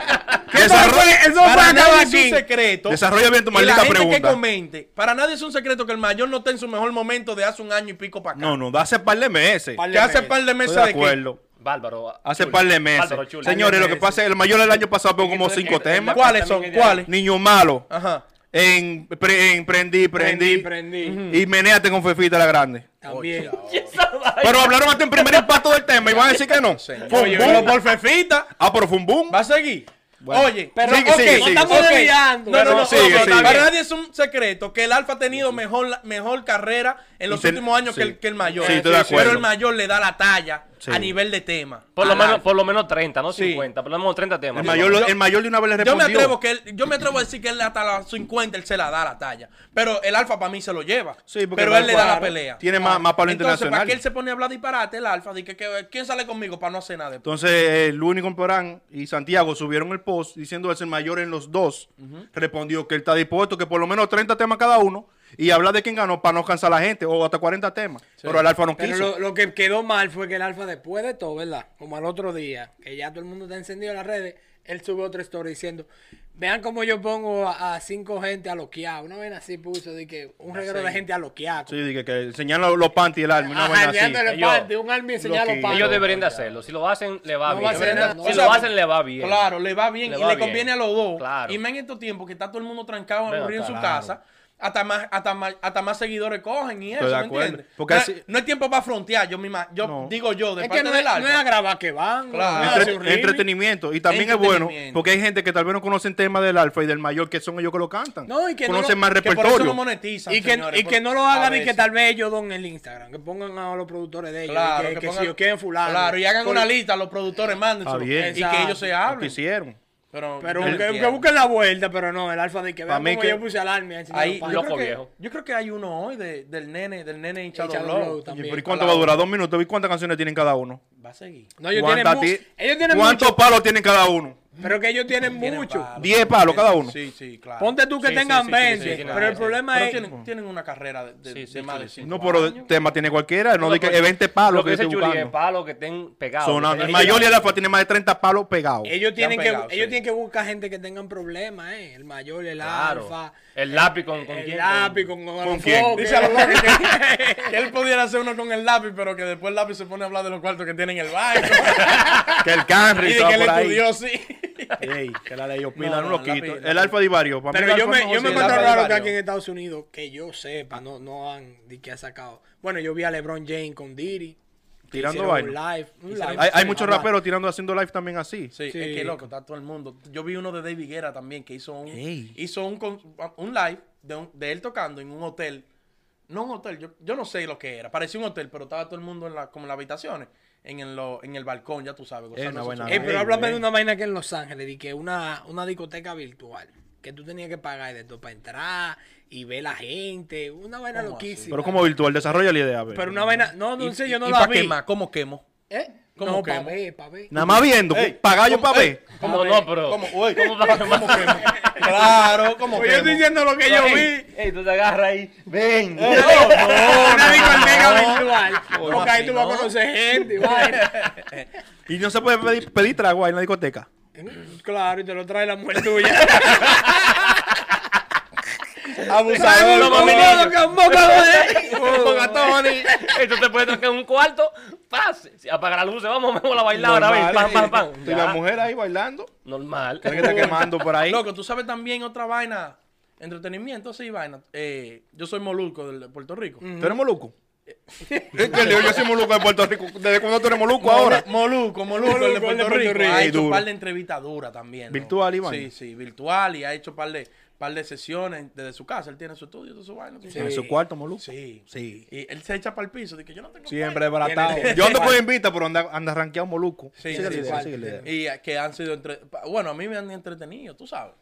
[SPEAKER 1] Que Eso
[SPEAKER 3] Desarro-
[SPEAKER 1] fue, eso fue
[SPEAKER 2] Para
[SPEAKER 1] acabar
[SPEAKER 2] nadie es
[SPEAKER 1] aquí.
[SPEAKER 2] un secreto.
[SPEAKER 3] Desarrolla bien tu
[SPEAKER 2] y
[SPEAKER 3] maldita
[SPEAKER 2] la gente
[SPEAKER 3] pregunta.
[SPEAKER 2] que comente, para nadie es un secreto que el mayor no está en su mejor momento de hace un año y pico para acá.
[SPEAKER 3] No, no, hace par de meses.
[SPEAKER 1] Par de
[SPEAKER 2] Que hace
[SPEAKER 1] meses.
[SPEAKER 2] par de meses
[SPEAKER 3] Estoy de
[SPEAKER 2] que-
[SPEAKER 3] acuerdo.
[SPEAKER 4] Bárbaro.
[SPEAKER 3] Hace
[SPEAKER 4] chulo.
[SPEAKER 3] par de meses.
[SPEAKER 4] Bárbaro, chulo.
[SPEAKER 3] Señores,
[SPEAKER 2] Par de
[SPEAKER 3] lo que
[SPEAKER 2] meses.
[SPEAKER 3] pasa es que el mayor del año pasado pegó como
[SPEAKER 4] Entonces,
[SPEAKER 3] cinco
[SPEAKER 4] en- en la
[SPEAKER 3] temas.
[SPEAKER 4] cual-
[SPEAKER 2] ¿Cuáles son?
[SPEAKER 4] También es-
[SPEAKER 2] ¿Cuáles?
[SPEAKER 3] Niño malo.
[SPEAKER 2] Ajá.
[SPEAKER 3] En, pre- en prendí, prendí,
[SPEAKER 1] prendí.
[SPEAKER 3] Y menéate con Fefita la grande.
[SPEAKER 1] También.
[SPEAKER 3] Pero hablaron hasta en primer impacto del tema y van a decir que no. Fue un
[SPEAKER 2] Oye,
[SPEAKER 3] boom.
[SPEAKER 2] pero por Fefita.
[SPEAKER 3] Ah, pero fue un boom.
[SPEAKER 2] ¿Va a seguir?
[SPEAKER 3] Bueno.
[SPEAKER 2] Oye,
[SPEAKER 3] Pero,
[SPEAKER 2] sigue,
[SPEAKER 3] ok,
[SPEAKER 2] sigue,
[SPEAKER 3] no
[SPEAKER 2] sigue,
[SPEAKER 1] estamos
[SPEAKER 2] sigue.
[SPEAKER 1] desviando.
[SPEAKER 2] No, no, no,
[SPEAKER 1] Pero
[SPEAKER 2] no,
[SPEAKER 3] sigue,
[SPEAKER 2] pero
[SPEAKER 3] sigue.
[SPEAKER 2] Para nadie es un secreto que el Alfa ha tenido mejor, mejor carrera en los
[SPEAKER 3] Inter-
[SPEAKER 2] últimos años
[SPEAKER 3] sí.
[SPEAKER 2] que, el, que el Mayor.
[SPEAKER 3] Sí, estoy de acuerdo.
[SPEAKER 2] Pero el Mayor le da la talla
[SPEAKER 3] Sí.
[SPEAKER 2] a nivel de tema.
[SPEAKER 4] Por lo,
[SPEAKER 2] Al
[SPEAKER 4] menos,
[SPEAKER 2] alfa.
[SPEAKER 4] por lo menos 30, no
[SPEAKER 2] Sí.
[SPEAKER 4] 50, por lo menos 30 temas.
[SPEAKER 3] El mayor,
[SPEAKER 2] yo-
[SPEAKER 3] el mayor de una vez le
[SPEAKER 2] yo me
[SPEAKER 3] respondió.
[SPEAKER 2] atrevo que él- yo me atrevo a decir que él hasta las 50 él se la da la talla. Pero el alfa para mí se lo lleva.
[SPEAKER 3] Sí, porque
[SPEAKER 2] pero
[SPEAKER 3] el
[SPEAKER 2] él le da
[SPEAKER 3] Alfa
[SPEAKER 2] la pelea.
[SPEAKER 3] tiene más- más palo
[SPEAKER 2] Entonces, para
[SPEAKER 3] internacional.
[SPEAKER 2] que él se pone a hablar disparate, el alfa, dice que, que- ¿quién sale conmigo para no hacer nada después?
[SPEAKER 3] Entonces, Luni Comporán y Santiago subieron el post diciendo es el mayor en los dos. Respondió que él está dispuesto, que por lo menos 30 temas cada uno y hablar de quién ganó para no cansar a la gente o hasta 40 temas. Pero el Alfa no
[SPEAKER 1] Pero
[SPEAKER 3] quiso.
[SPEAKER 1] lo, lo que quedó mal fue que el Alfa, después de todo, ¿verdad? Como al otro día, que ya todo el mundo está encendido en las redes, él sube otra historia diciendo: Vean cómo yo pongo a, a cinco gente a loquear. Una vez así puso de que un reguero de gente a loquear.
[SPEAKER 3] Sí, dije que enseñan los, los panties y el alma. Una vaina así.
[SPEAKER 1] Enseñándole
[SPEAKER 4] Ellos-
[SPEAKER 1] parte, un army enseñalo
[SPEAKER 3] Loquillo.
[SPEAKER 1] parte.
[SPEAKER 4] Ellos deberían de hacerlo. Si lo hacen, le va
[SPEAKER 1] No
[SPEAKER 4] bien.
[SPEAKER 1] va a hacer nada.
[SPEAKER 4] si
[SPEAKER 1] O
[SPEAKER 4] lo
[SPEAKER 1] sea,
[SPEAKER 4] hacen, le va bien.
[SPEAKER 2] Claro, le va bien
[SPEAKER 4] Le
[SPEAKER 2] y
[SPEAKER 4] va
[SPEAKER 2] le
[SPEAKER 4] bien.
[SPEAKER 2] conviene a los dos.
[SPEAKER 4] Claro.
[SPEAKER 2] Y más en estos tiempos que está todo el mundo trancado,
[SPEAKER 4] Venga,
[SPEAKER 2] aburrido en su
[SPEAKER 4] claro.
[SPEAKER 2] casa. Hasta más, hasta, más, hasta más seguidores cogen y eso,
[SPEAKER 3] Estoy de
[SPEAKER 2] ¿me
[SPEAKER 3] acuerdo.
[SPEAKER 2] entiendes?
[SPEAKER 3] Porque
[SPEAKER 2] no,
[SPEAKER 3] así-
[SPEAKER 2] no hay tiempo para frontear, yo misma, yo
[SPEAKER 3] No.
[SPEAKER 2] digo yo, de
[SPEAKER 1] Es que
[SPEAKER 2] parte
[SPEAKER 1] no es,
[SPEAKER 2] del
[SPEAKER 1] no
[SPEAKER 2] alfa.
[SPEAKER 1] es a grabar que van.
[SPEAKER 2] Claro.
[SPEAKER 1] no es a
[SPEAKER 3] Entre-
[SPEAKER 1] hacer un remix.
[SPEAKER 3] entretenimiento. Y también es bueno
[SPEAKER 2] Entretenimiento.
[SPEAKER 3] porque hay gente que tal vez no conocen temas del Alfa y del mayor, que son ellos que lo cantan.
[SPEAKER 1] No, y que no
[SPEAKER 3] conocen
[SPEAKER 1] lo-
[SPEAKER 3] más
[SPEAKER 2] que por eso no
[SPEAKER 3] repertorio.
[SPEAKER 2] monetizan,
[SPEAKER 1] Y que,
[SPEAKER 2] señores,
[SPEAKER 1] y
[SPEAKER 2] por-
[SPEAKER 1] que no lo
[SPEAKER 2] a
[SPEAKER 1] hagan y que
[SPEAKER 2] veces.
[SPEAKER 1] tal vez ellos don el Instagram, que pongan a los productores de ellos,
[SPEAKER 2] Claro,
[SPEAKER 1] y que, que
[SPEAKER 2] pongan-
[SPEAKER 1] si yo quieren fulano.
[SPEAKER 2] Claro, y hagan
[SPEAKER 1] Por-
[SPEAKER 2] una lista, los productores manden eh,
[SPEAKER 3] Ah, bien.
[SPEAKER 2] y que ellos se
[SPEAKER 3] Lo que
[SPEAKER 2] hablen.
[SPEAKER 3] hicieron.
[SPEAKER 2] Pero,
[SPEAKER 1] Pero
[SPEAKER 2] yo
[SPEAKER 1] que- que,
[SPEAKER 2] entiendo.
[SPEAKER 1] busquen la vuelta, pero no, el alfa de que
[SPEAKER 3] Pa'
[SPEAKER 1] vean
[SPEAKER 3] mí
[SPEAKER 1] cómo
[SPEAKER 3] que-
[SPEAKER 1] yo puse alarma.
[SPEAKER 2] Ahí, yo,
[SPEAKER 4] Loco
[SPEAKER 2] creo que,
[SPEAKER 4] viejo.
[SPEAKER 2] yo creo que hay uno hoy de- del nene, del nene hinchado
[SPEAKER 1] Hinchado
[SPEAKER 2] loco.
[SPEAKER 1] loco
[SPEAKER 3] Oye,
[SPEAKER 1] también.
[SPEAKER 3] pero ¿y cuánto va a durar? Dos minutos. ¿Y cuántas canciones tienen cada uno?
[SPEAKER 2] Va a seguir.
[SPEAKER 1] No, ellos tienen,
[SPEAKER 3] ¿Cuántas
[SPEAKER 1] mu-
[SPEAKER 3] ti-
[SPEAKER 1] ellos tienen
[SPEAKER 3] ¿Cuántos
[SPEAKER 1] mucho,
[SPEAKER 3] palos tienen cada uno?
[SPEAKER 1] pero que ellos tienen,
[SPEAKER 2] Tienen
[SPEAKER 1] mucho.
[SPEAKER 2] palos.
[SPEAKER 3] Diez palos cada uno.
[SPEAKER 2] Sí, sí, claro.
[SPEAKER 1] Ponte tú que
[SPEAKER 2] Sí, sí,
[SPEAKER 1] tengan
[SPEAKER 2] sí, sí,
[SPEAKER 1] 20,
[SPEAKER 2] sí, sí,
[SPEAKER 1] pero
[SPEAKER 2] claro,
[SPEAKER 1] el
[SPEAKER 2] sí.
[SPEAKER 1] problema
[SPEAKER 2] Pero
[SPEAKER 1] es...
[SPEAKER 2] tienen, tienen una carrera de, de-
[SPEAKER 4] Sí, sí,
[SPEAKER 2] de más
[SPEAKER 4] sí,
[SPEAKER 2] de
[SPEAKER 4] sí.
[SPEAKER 2] cinco
[SPEAKER 3] No, pero
[SPEAKER 2] años.
[SPEAKER 3] tema tiene cualquiera. No, de que
[SPEAKER 4] Loco,
[SPEAKER 3] 20 palos
[SPEAKER 4] Lo
[SPEAKER 3] que,
[SPEAKER 4] que
[SPEAKER 3] estoy
[SPEAKER 4] dice Churi es
[SPEAKER 3] buscando.
[SPEAKER 4] palos que estén pegados.
[SPEAKER 3] Sonando.
[SPEAKER 4] Que
[SPEAKER 3] El
[SPEAKER 4] estén
[SPEAKER 3] mayor y el
[SPEAKER 4] pegados.
[SPEAKER 3] alfa tiene más de 30 palos pegados.
[SPEAKER 1] Ellos tienen,
[SPEAKER 2] pegado,
[SPEAKER 1] que, ellos
[SPEAKER 2] sí.
[SPEAKER 1] tienen que buscar gente que tengan problemas, ¿eh? El mayor, el
[SPEAKER 4] Claro.
[SPEAKER 1] alfa.
[SPEAKER 4] El lápiz con, con
[SPEAKER 1] el
[SPEAKER 4] quién.
[SPEAKER 1] lápiz, con, con,
[SPEAKER 3] ¿Con
[SPEAKER 1] los
[SPEAKER 3] quién?
[SPEAKER 1] focos,
[SPEAKER 2] Dice a los
[SPEAKER 1] los-
[SPEAKER 2] lápiz que, que él pudiera hacer uno con el lápiz, pero que después el lápiz se pone a hablar de los cuartos que tiene en el banco.
[SPEAKER 3] Que el
[SPEAKER 2] y
[SPEAKER 3] Canry
[SPEAKER 2] de
[SPEAKER 3] estaba
[SPEAKER 2] que él
[SPEAKER 3] por ahí.
[SPEAKER 2] estudió, sí.
[SPEAKER 3] Ey, que la ley
[SPEAKER 2] No,
[SPEAKER 3] opina,
[SPEAKER 2] no,
[SPEAKER 3] no,
[SPEAKER 2] la
[SPEAKER 3] lo quito.
[SPEAKER 2] pila.
[SPEAKER 3] El alfa de varios. Para mí
[SPEAKER 1] Pero
[SPEAKER 3] el
[SPEAKER 1] yo
[SPEAKER 3] Alfa
[SPEAKER 1] me,
[SPEAKER 3] no
[SPEAKER 1] yo me
[SPEAKER 3] considera-
[SPEAKER 1] encuentro
[SPEAKER 2] Alfa
[SPEAKER 1] raro que
[SPEAKER 2] Divario.
[SPEAKER 1] aquí en Estados Unidos, que yo sepa, no, no han de que ha sacado. Bueno, yo vi a LeBron James con Diri. que
[SPEAKER 3] Tirando
[SPEAKER 1] hicieron un
[SPEAKER 3] vaina.
[SPEAKER 1] live, un
[SPEAKER 2] Hicieron-
[SPEAKER 1] live.
[SPEAKER 3] Hay, hay
[SPEAKER 1] Sí.
[SPEAKER 3] muchos raperos tirando haciendo live también así.
[SPEAKER 2] Sí,
[SPEAKER 1] Sí.
[SPEAKER 2] es que loco, está todo el mundo. Yo vi uno de David Guerra también que hizo un,
[SPEAKER 3] Ey.
[SPEAKER 2] hizo un, con- un live de, un- de él tocando en un hotel. No un hotel, yo, yo no sé lo que era. Parecía un hotel, pero estaba todo el mundo en la, como en las habitaciones, en el, lo- en el balcón, ya tú sabes. gozando
[SPEAKER 3] una
[SPEAKER 2] su
[SPEAKER 3] buena
[SPEAKER 1] Ey,
[SPEAKER 2] chulada.
[SPEAKER 1] Eh, pero
[SPEAKER 3] Ay,
[SPEAKER 1] háblame
[SPEAKER 3] güey.
[SPEAKER 1] de una vaina que en Los Ángeles, de que una, una discoteca virtual, que tú tenías que pagar y de todo para entrar y ver la gente, una vaina
[SPEAKER 2] ¿Cómo así?
[SPEAKER 1] loquísima.
[SPEAKER 3] Pero como virtual, desarrolla la idea. a ver.
[SPEAKER 1] Pero una vaina, no, no
[SPEAKER 2] Y-
[SPEAKER 1] sé, yo no
[SPEAKER 2] y
[SPEAKER 1] la
[SPEAKER 2] pa'
[SPEAKER 1] vi.
[SPEAKER 2] quemar, ¿cómo quemo?
[SPEAKER 1] ¿Eh?
[SPEAKER 2] ¿Cómo
[SPEAKER 1] no,
[SPEAKER 2] que
[SPEAKER 1] pa'
[SPEAKER 2] mo?
[SPEAKER 1] ver, pa' ver.
[SPEAKER 3] Nada más viendo. Pagallo para ver.
[SPEAKER 4] ¿Cómo no, pero?
[SPEAKER 2] ¿Cómo, Uy,
[SPEAKER 4] ¿Cómo va a quemar?
[SPEAKER 2] ¿cómo quemo? Claro, ¿cómo
[SPEAKER 1] Pues yo
[SPEAKER 2] quemo?
[SPEAKER 1] estoy diciendo lo que yo vi.
[SPEAKER 4] Ey, ey, tú te agarras ahí. Ven.
[SPEAKER 1] una discoteca
[SPEAKER 2] ¿Cómo
[SPEAKER 1] virtual. Porque ahí
[SPEAKER 2] así,
[SPEAKER 1] tú vas
[SPEAKER 2] no?
[SPEAKER 1] a conocer gente, y vaina.
[SPEAKER 3] Y no se puede pedir, pedir trago ahí en la discoteca.
[SPEAKER 1] Claro, y te lo trae la mujer tuya.
[SPEAKER 2] Abusador,
[SPEAKER 1] Traemos
[SPEAKER 2] ¿cómo?
[SPEAKER 1] combinado con boca, joder.
[SPEAKER 2] Bocatones.
[SPEAKER 4] Esto te puede trancar en un cuarto. Pase. Si apaga la luz, vamos, vamos a la bailar ahora. Ven, pam, pam, pam.
[SPEAKER 3] Y la
[SPEAKER 4] Ya,
[SPEAKER 3] mujer ahí bailando.
[SPEAKER 4] Normal.
[SPEAKER 3] Tiene que estar quemando por ahí.
[SPEAKER 2] Loco, tú sabes también otra vaina. Entretenimiento, sí, vaina. Eh, yo soy moluco del- de Puerto Rico.
[SPEAKER 3] ¿Tú eres moluco? Es que yo, yo soy moluco de Puerto Rico. ¿Desde cuándo tú eres moluco ahora?
[SPEAKER 2] Moluco, Moluco, el de
[SPEAKER 1] Moluco,
[SPEAKER 2] Puerto, Rico. Ha
[SPEAKER 3] Ey,
[SPEAKER 2] hecho un
[SPEAKER 3] duro.
[SPEAKER 2] par de entrevistas duras también. ¿no?
[SPEAKER 3] Virtual, Iván.
[SPEAKER 2] Sí, sí, virtual. Y ha hecho un par de, par de sesiones desde su casa. Él tiene su estudio, todo su vaina. tú
[SPEAKER 3] En
[SPEAKER 2] sabes.
[SPEAKER 3] su cuarto, moluco.
[SPEAKER 2] Sí.
[SPEAKER 3] Sí.
[SPEAKER 2] Y él se echa para el piso. Dice que yo no tengo
[SPEAKER 3] Siempre
[SPEAKER 2] cuarto.
[SPEAKER 3] desbaratado.
[SPEAKER 1] Tiene-
[SPEAKER 3] Yo ando con invita, pero anda, anda rankeado moluco.
[SPEAKER 2] Sí,
[SPEAKER 3] Sigue la
[SPEAKER 2] sí,
[SPEAKER 3] idea,
[SPEAKER 2] igual.
[SPEAKER 3] sigue la idea.
[SPEAKER 2] Y eh, que han sido entre... pa- Bueno, a mí me han entretenido, tú sabes.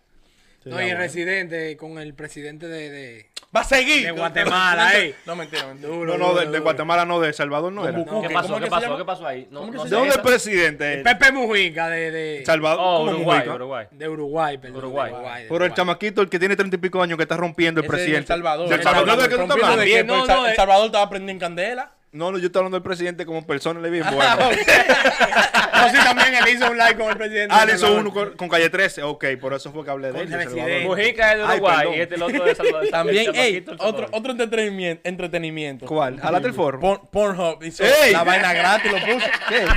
[SPEAKER 3] Sí,
[SPEAKER 1] No,
[SPEAKER 3] la
[SPEAKER 1] y el
[SPEAKER 3] buena.
[SPEAKER 1] residente con el presidente de. de...
[SPEAKER 2] ¡Va a seguir!
[SPEAKER 1] De Guatemala, eh. ey.
[SPEAKER 2] No, mentira, mentira.
[SPEAKER 3] No, no, de, de Guatemala no, de El Salvador no
[SPEAKER 2] Con
[SPEAKER 3] era.
[SPEAKER 2] bucu-
[SPEAKER 3] ¿De
[SPEAKER 4] ¿Qué
[SPEAKER 2] ¿Cómo
[SPEAKER 4] pasó?
[SPEAKER 2] que
[SPEAKER 4] ¿Qué
[SPEAKER 2] se
[SPEAKER 4] pasó?
[SPEAKER 2] llama?
[SPEAKER 4] ¿Qué pasó ahí? No,
[SPEAKER 2] ¿Cómo que
[SPEAKER 4] no
[SPEAKER 2] se
[SPEAKER 4] sé.
[SPEAKER 3] dónde es
[SPEAKER 4] Esa-
[SPEAKER 3] presidente?
[SPEAKER 1] Pepe Mujica de. de...
[SPEAKER 3] El Salvador.
[SPEAKER 4] Oh,
[SPEAKER 3] ¿cómo
[SPEAKER 4] Uruguay,
[SPEAKER 3] Mujica?
[SPEAKER 4] Uruguay.
[SPEAKER 1] De Uruguay, perdón.
[SPEAKER 4] Uruguay.
[SPEAKER 1] de Uruguay de
[SPEAKER 3] Pero el
[SPEAKER 1] Uruguay.
[SPEAKER 3] chamaquito, el que tiene treinta y pico años, que está rompiendo el
[SPEAKER 2] Ese es
[SPEAKER 3] presidente.
[SPEAKER 2] El Salvador.
[SPEAKER 3] ¿Del Salvador de qué tú estás
[SPEAKER 2] Rompiendo
[SPEAKER 3] hablando?
[SPEAKER 2] de que,
[SPEAKER 1] No,
[SPEAKER 2] pues,
[SPEAKER 1] no,
[SPEAKER 2] El
[SPEAKER 1] eh.
[SPEAKER 2] Salvador estaba prendiendo en candela.
[SPEAKER 3] No, no, yo estoy hablando del presidente como persona, le vi bueno.
[SPEAKER 1] No, sí, también él hizo un live con el presidente.
[SPEAKER 3] Ah,
[SPEAKER 1] de
[SPEAKER 3] le hizo
[SPEAKER 1] Salvador.
[SPEAKER 3] uno con, con calle 13. Ok, por eso fue que hablé de
[SPEAKER 1] Con
[SPEAKER 3] él. de
[SPEAKER 1] Residente.
[SPEAKER 3] Salvador.
[SPEAKER 4] Mujica es de
[SPEAKER 3] Eh, Ay,
[SPEAKER 4] Uruguay
[SPEAKER 3] perdón.
[SPEAKER 4] y este el otro de Salvador. el
[SPEAKER 2] También,
[SPEAKER 4] chamaquito,
[SPEAKER 2] ey,
[SPEAKER 4] el
[SPEAKER 2] otro,
[SPEAKER 4] Salvador.
[SPEAKER 2] otro entretenimiento. entretenimiento.
[SPEAKER 3] ¿Cuál? Alate el foro.
[SPEAKER 2] Porn- Pornhub hizo
[SPEAKER 3] ¡Ey!
[SPEAKER 2] la vaina gratis, lo puso.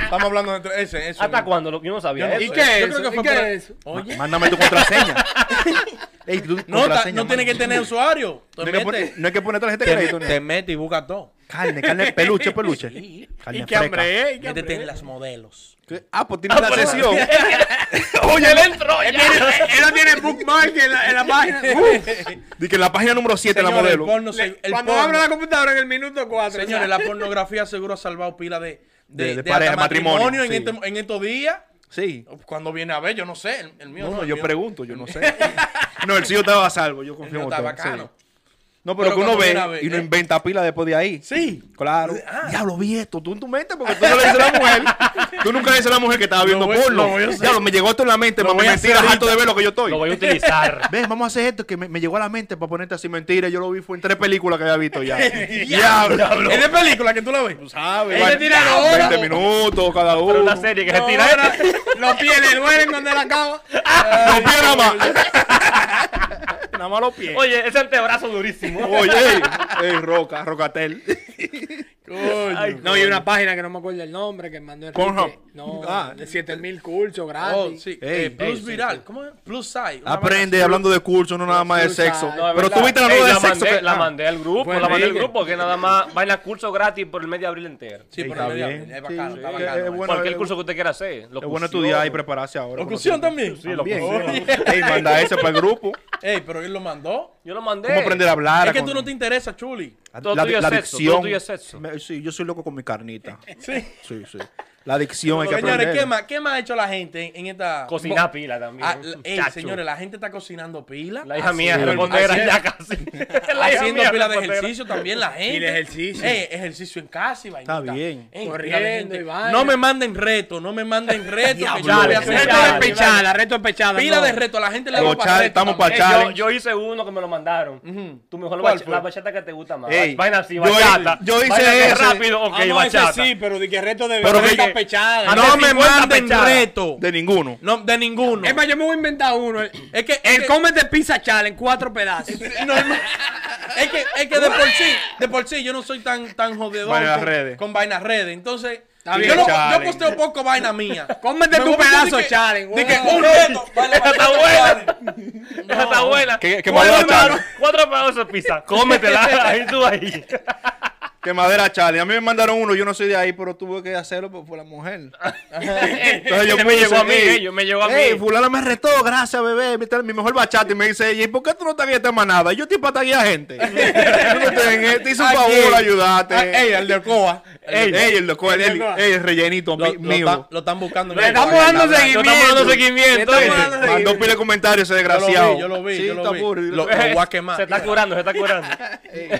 [SPEAKER 2] Estamos hablando de entre- ese, eso.
[SPEAKER 4] ¿Hasta
[SPEAKER 2] mismo.
[SPEAKER 4] cuándo? Lo- Yo no
[SPEAKER 2] Yo
[SPEAKER 4] sabía
[SPEAKER 2] no
[SPEAKER 4] eso.
[SPEAKER 1] ¿Y
[SPEAKER 2] sé.
[SPEAKER 1] qué
[SPEAKER 2] Yo
[SPEAKER 1] es
[SPEAKER 2] creo
[SPEAKER 1] eso?
[SPEAKER 2] que
[SPEAKER 1] ¿Y
[SPEAKER 2] fue
[SPEAKER 1] qué
[SPEAKER 2] por-
[SPEAKER 1] es eso?
[SPEAKER 3] Ma-
[SPEAKER 2] Oye,
[SPEAKER 3] Mándame tu contraseña. Ey, tú,
[SPEAKER 2] no, ta-
[SPEAKER 3] contraseña,
[SPEAKER 2] no tiene que
[SPEAKER 3] mano.
[SPEAKER 2] tener usuario. Te
[SPEAKER 3] No hay que poner-
[SPEAKER 2] metes,
[SPEAKER 3] no hay que poner tarjeta de crédito.
[SPEAKER 2] te,
[SPEAKER 3] ni-
[SPEAKER 2] te metes y busca todo.
[SPEAKER 3] Carne, carne, peluche, peluche.
[SPEAKER 2] Sí.
[SPEAKER 3] Carne
[SPEAKER 1] ¿Y qué
[SPEAKER 3] fresca.
[SPEAKER 1] hambre es? ¿Y qué hambre
[SPEAKER 2] Métete en
[SPEAKER 1] es?
[SPEAKER 2] las modelos.
[SPEAKER 3] ¿Qué? Ah, pues tiene una sesión.
[SPEAKER 4] Oye, él entró ya.
[SPEAKER 1] Él no tiene bookmark en la, en la página. Uf.
[SPEAKER 3] Dice que en la página número 7 la
[SPEAKER 2] Señores, el
[SPEAKER 3] modelo.
[SPEAKER 2] porno, se-
[SPEAKER 1] Le-
[SPEAKER 2] el
[SPEAKER 1] cuando
[SPEAKER 2] porno-
[SPEAKER 1] abro la computadora en el minuto 4.
[SPEAKER 2] Señores, la pornografía seguro ha salvado pila de,
[SPEAKER 3] de, de pareja,
[SPEAKER 2] hasta
[SPEAKER 3] matrimonio.
[SPEAKER 2] en,
[SPEAKER 3] sí.
[SPEAKER 2] este- en estos días.
[SPEAKER 3] Sí.
[SPEAKER 2] Cuando viene a ver, yo no sé. El, el mío
[SPEAKER 3] No,
[SPEAKER 2] no,
[SPEAKER 3] no,
[SPEAKER 2] el
[SPEAKER 3] yo
[SPEAKER 2] mío-
[SPEAKER 3] pregunto, yo no sé. No, el CEO estaba a salvo, yo
[SPEAKER 2] el
[SPEAKER 3] confío
[SPEAKER 2] mío
[SPEAKER 3] en
[SPEAKER 2] está
[SPEAKER 3] usted,
[SPEAKER 2] bacano.
[SPEAKER 3] sí. No, pero,
[SPEAKER 2] Pero
[SPEAKER 3] que uno
[SPEAKER 2] cuando
[SPEAKER 3] ve
[SPEAKER 2] viene a ver,
[SPEAKER 3] y no
[SPEAKER 2] eh.
[SPEAKER 3] inventa pila después de ahí.
[SPEAKER 2] Sí.
[SPEAKER 3] Claro.
[SPEAKER 2] Ah.
[SPEAKER 3] Diablo, vi esto. Tú en tu mente, porque tú no le dices a la mujer. Tú nunca le dices a la mujer que estaba viendo
[SPEAKER 2] voy-
[SPEAKER 3] porno.
[SPEAKER 2] lo voy a hacer.
[SPEAKER 3] Diablo, me llegó esto en la mente.
[SPEAKER 2] Lo
[SPEAKER 3] Mamá,
[SPEAKER 2] voy a
[SPEAKER 3] mentira,
[SPEAKER 2] hacer
[SPEAKER 3] harto de ver lo que yo estoy.
[SPEAKER 4] Lo voy a utilizar.
[SPEAKER 3] Ven, vamos a hacer esto que me, me llegó a la mente para ponerte así mentira. Yo lo vi fue en tres películas que había visto ya. Diablo.
[SPEAKER 2] Es de película que tú la ves.
[SPEAKER 3] ¿Sabes?
[SPEAKER 2] Ella tira ahora.
[SPEAKER 3] 20 minutos cada uno.
[SPEAKER 4] Pero una serie que se tira.
[SPEAKER 2] Los pies le duelen cuando la acaba.
[SPEAKER 3] Los pies nada más. nada más los pies.
[SPEAKER 4] Oye, ese antebrazo durísimo.
[SPEAKER 3] Oye, ey, ey, Roca, Rocatel.
[SPEAKER 2] Coño.
[SPEAKER 1] No, y una página que no me acuerdo el nombre que mandó Enrique.
[SPEAKER 3] Pornhub.
[SPEAKER 1] No,
[SPEAKER 3] Ah.
[SPEAKER 1] de 7000 cursos gratis.
[SPEAKER 2] Oh, sí.
[SPEAKER 3] Ey,
[SPEAKER 2] Eh, plus
[SPEAKER 1] ey,
[SPEAKER 2] viral.
[SPEAKER 1] sí, sí.
[SPEAKER 2] ¿Cómo es? Plus size. una
[SPEAKER 3] Aprende
[SPEAKER 2] vaina así.
[SPEAKER 3] hablando de curso, no nada más de
[SPEAKER 1] Tú
[SPEAKER 3] sexo.
[SPEAKER 1] sabes.
[SPEAKER 4] No, es
[SPEAKER 3] Pero
[SPEAKER 4] verdad.
[SPEAKER 3] tú viste la
[SPEAKER 4] Ey,
[SPEAKER 3] nueva de
[SPEAKER 4] la
[SPEAKER 3] sexo.
[SPEAKER 4] Mandé,
[SPEAKER 3] que-
[SPEAKER 4] la
[SPEAKER 3] ah.
[SPEAKER 4] mandé al grupo,
[SPEAKER 1] Buen
[SPEAKER 4] la mandé al
[SPEAKER 1] ligue.
[SPEAKER 4] grupo, que nada más vaina curso gratis por el mes de abril entero.
[SPEAKER 2] Sí,
[SPEAKER 3] Está
[SPEAKER 2] pero medio-
[SPEAKER 3] bien.
[SPEAKER 2] es bacano,
[SPEAKER 3] Sí,
[SPEAKER 2] está
[SPEAKER 3] es-
[SPEAKER 2] bacano. eh.
[SPEAKER 3] es bueno.
[SPEAKER 4] Cualquier
[SPEAKER 3] es-
[SPEAKER 4] curso que usted quiera hacer.
[SPEAKER 3] Es bueno
[SPEAKER 4] locución.
[SPEAKER 3] estudiar y prepararse ahora.
[SPEAKER 2] ¿Locución también?
[SPEAKER 4] Sí, lo
[SPEAKER 3] Bien.
[SPEAKER 4] Oye.
[SPEAKER 3] Ey, manda ese para el grupo.
[SPEAKER 2] Ey, pero él lo mandó.
[SPEAKER 4] Yo lo mandé.
[SPEAKER 3] ¿Cómo aprender a hablar?
[SPEAKER 2] Es que
[SPEAKER 3] con-
[SPEAKER 2] tú no te interesas, Chuli.
[SPEAKER 4] Todo tuyo es sexo, todo tuyo es sexo.
[SPEAKER 3] Me- sí, yo soy loco con mi carnita.
[SPEAKER 2] Sí.
[SPEAKER 3] Sí, sí. La adicción hay que
[SPEAKER 2] Señores,
[SPEAKER 3] aprender.
[SPEAKER 2] ¿qué más, ¿qué más ha hecho la gente en, en esta.
[SPEAKER 4] Cocinar pila también.
[SPEAKER 2] Ah, la- ey,
[SPEAKER 4] Chacho.
[SPEAKER 2] señores, la gente está cocinando pila. Ah,
[SPEAKER 4] La hija mía
[SPEAKER 2] Haciendo-
[SPEAKER 4] responde
[SPEAKER 2] haciendo-
[SPEAKER 4] ya casi. La hija
[SPEAKER 2] Haciendo
[SPEAKER 4] mía
[SPEAKER 2] pila de
[SPEAKER 4] responde-
[SPEAKER 2] ejercicio también la gente.
[SPEAKER 1] Y de ejercicio.
[SPEAKER 2] Ey, ejercicio en casa y vainita.
[SPEAKER 3] Está bien.
[SPEAKER 2] Ey,
[SPEAKER 1] Corriendo
[SPEAKER 2] pila de gente.
[SPEAKER 1] y vaina.
[SPEAKER 2] No me manden reto, no me manden reto. que yo
[SPEAKER 3] Diablo.
[SPEAKER 2] no voy a
[SPEAKER 1] Ah,
[SPEAKER 2] hacer
[SPEAKER 1] Reto
[SPEAKER 4] Ya,
[SPEAKER 1] de
[SPEAKER 2] nada.
[SPEAKER 4] ya,
[SPEAKER 1] pechada, reto de pechada.
[SPEAKER 2] Pila
[SPEAKER 1] no.
[SPEAKER 2] de reto, la gente le
[SPEAKER 3] Los
[SPEAKER 2] va para
[SPEAKER 3] chal-
[SPEAKER 2] reto
[SPEAKER 3] estamos
[SPEAKER 2] también.
[SPEAKER 3] pa'
[SPEAKER 4] Eh,
[SPEAKER 3] challenge.
[SPEAKER 4] yo, yo hice uno que me lo mandaron. Tú mejor la,
[SPEAKER 2] ¿Cuál
[SPEAKER 4] bach-
[SPEAKER 2] fue?
[SPEAKER 4] la bachata que te gusta más.
[SPEAKER 3] Ey,
[SPEAKER 4] Vaina así,
[SPEAKER 3] yo-
[SPEAKER 4] bachata.
[SPEAKER 3] yo hice
[SPEAKER 4] Vaina que es
[SPEAKER 3] ese.
[SPEAKER 4] rápido, ok,
[SPEAKER 1] Ah, no, ese
[SPEAKER 4] bachata.
[SPEAKER 1] sí, pero de que reto de
[SPEAKER 3] Pero
[SPEAKER 1] reto
[SPEAKER 3] que-
[SPEAKER 1] de pechada.
[SPEAKER 4] Ah,
[SPEAKER 2] No me
[SPEAKER 4] 50
[SPEAKER 2] manden
[SPEAKER 4] pechadas.
[SPEAKER 2] reto.
[SPEAKER 3] De ninguno.
[SPEAKER 2] No, de ninguno.
[SPEAKER 1] Es más, yo me voy a inventar uno. El,
[SPEAKER 2] Es que- es
[SPEAKER 1] el
[SPEAKER 2] que-
[SPEAKER 1] cómete pizza challenge, cuatro pedazos.
[SPEAKER 2] No, hermano. es que, es que de por sí, de por sí, yo no soy tan, tan jodedor
[SPEAKER 3] Vainas
[SPEAKER 2] con,
[SPEAKER 3] redes.
[SPEAKER 2] con vainas redes. Entonces,
[SPEAKER 1] Está
[SPEAKER 2] yo,
[SPEAKER 1] bien,
[SPEAKER 2] no-
[SPEAKER 3] challenge.
[SPEAKER 2] yo posteo poco vaina mía.
[SPEAKER 1] Cómete tu
[SPEAKER 2] Me voy a poner
[SPEAKER 1] pedazo,
[SPEAKER 2] de que-
[SPEAKER 1] challenge.
[SPEAKER 2] de que
[SPEAKER 1] Wow.
[SPEAKER 2] un reto, vale,
[SPEAKER 4] Esa está
[SPEAKER 2] vale,
[SPEAKER 4] buena.
[SPEAKER 2] vale.
[SPEAKER 4] Esa está buena.
[SPEAKER 3] Que- que
[SPEAKER 4] Cuatro
[SPEAKER 3] madera
[SPEAKER 4] pedazos-
[SPEAKER 3] challenge.
[SPEAKER 4] Cuatro pedazos de pizza. Cómetela. Ahí tú ahí.
[SPEAKER 3] Que madera chale. A mí me mandaron uno, yo no soy de ahí, pero tuve que hacerlo por, por la mujer. Entonces yo
[SPEAKER 4] Ese me llegó a mí,
[SPEAKER 3] "Ey,
[SPEAKER 4] eh, yo- me llegó a
[SPEAKER 3] ey,
[SPEAKER 4] mí".
[SPEAKER 3] fulana me retó, gracias, bebé. Mi, tal- mi mejor bachata. Y me dice, ¿y por qué tú no taguías esta manada? Y Yo te tagué a gente. Yo no te, en- te hice un
[SPEAKER 2] ¿A
[SPEAKER 3] favor,
[SPEAKER 2] quién?
[SPEAKER 3] ayudarte.
[SPEAKER 2] Ah, Ey, el de Ocoa.
[SPEAKER 3] Ey, ey, el loco, el, el- ey, el rellenito
[SPEAKER 2] Lo,
[SPEAKER 3] mi-
[SPEAKER 2] lo ta-
[SPEAKER 3] mío.
[SPEAKER 2] lo están buscando. en
[SPEAKER 4] Le
[SPEAKER 2] el
[SPEAKER 4] estamos
[SPEAKER 2] Ocoa.
[SPEAKER 4] dando
[SPEAKER 2] Le
[SPEAKER 4] seguimiento. Le estamos dando
[SPEAKER 2] seguimiento.
[SPEAKER 3] Mandó pile de comentarios ese desgraciado.
[SPEAKER 2] Yo lo vi,
[SPEAKER 3] Sí,
[SPEAKER 2] yo lo
[SPEAKER 3] está
[SPEAKER 2] vi. Yo lo, vi.
[SPEAKER 3] aburrido.
[SPEAKER 2] Lo- lo voy a quemar.
[SPEAKER 4] Se está curando, se está curando.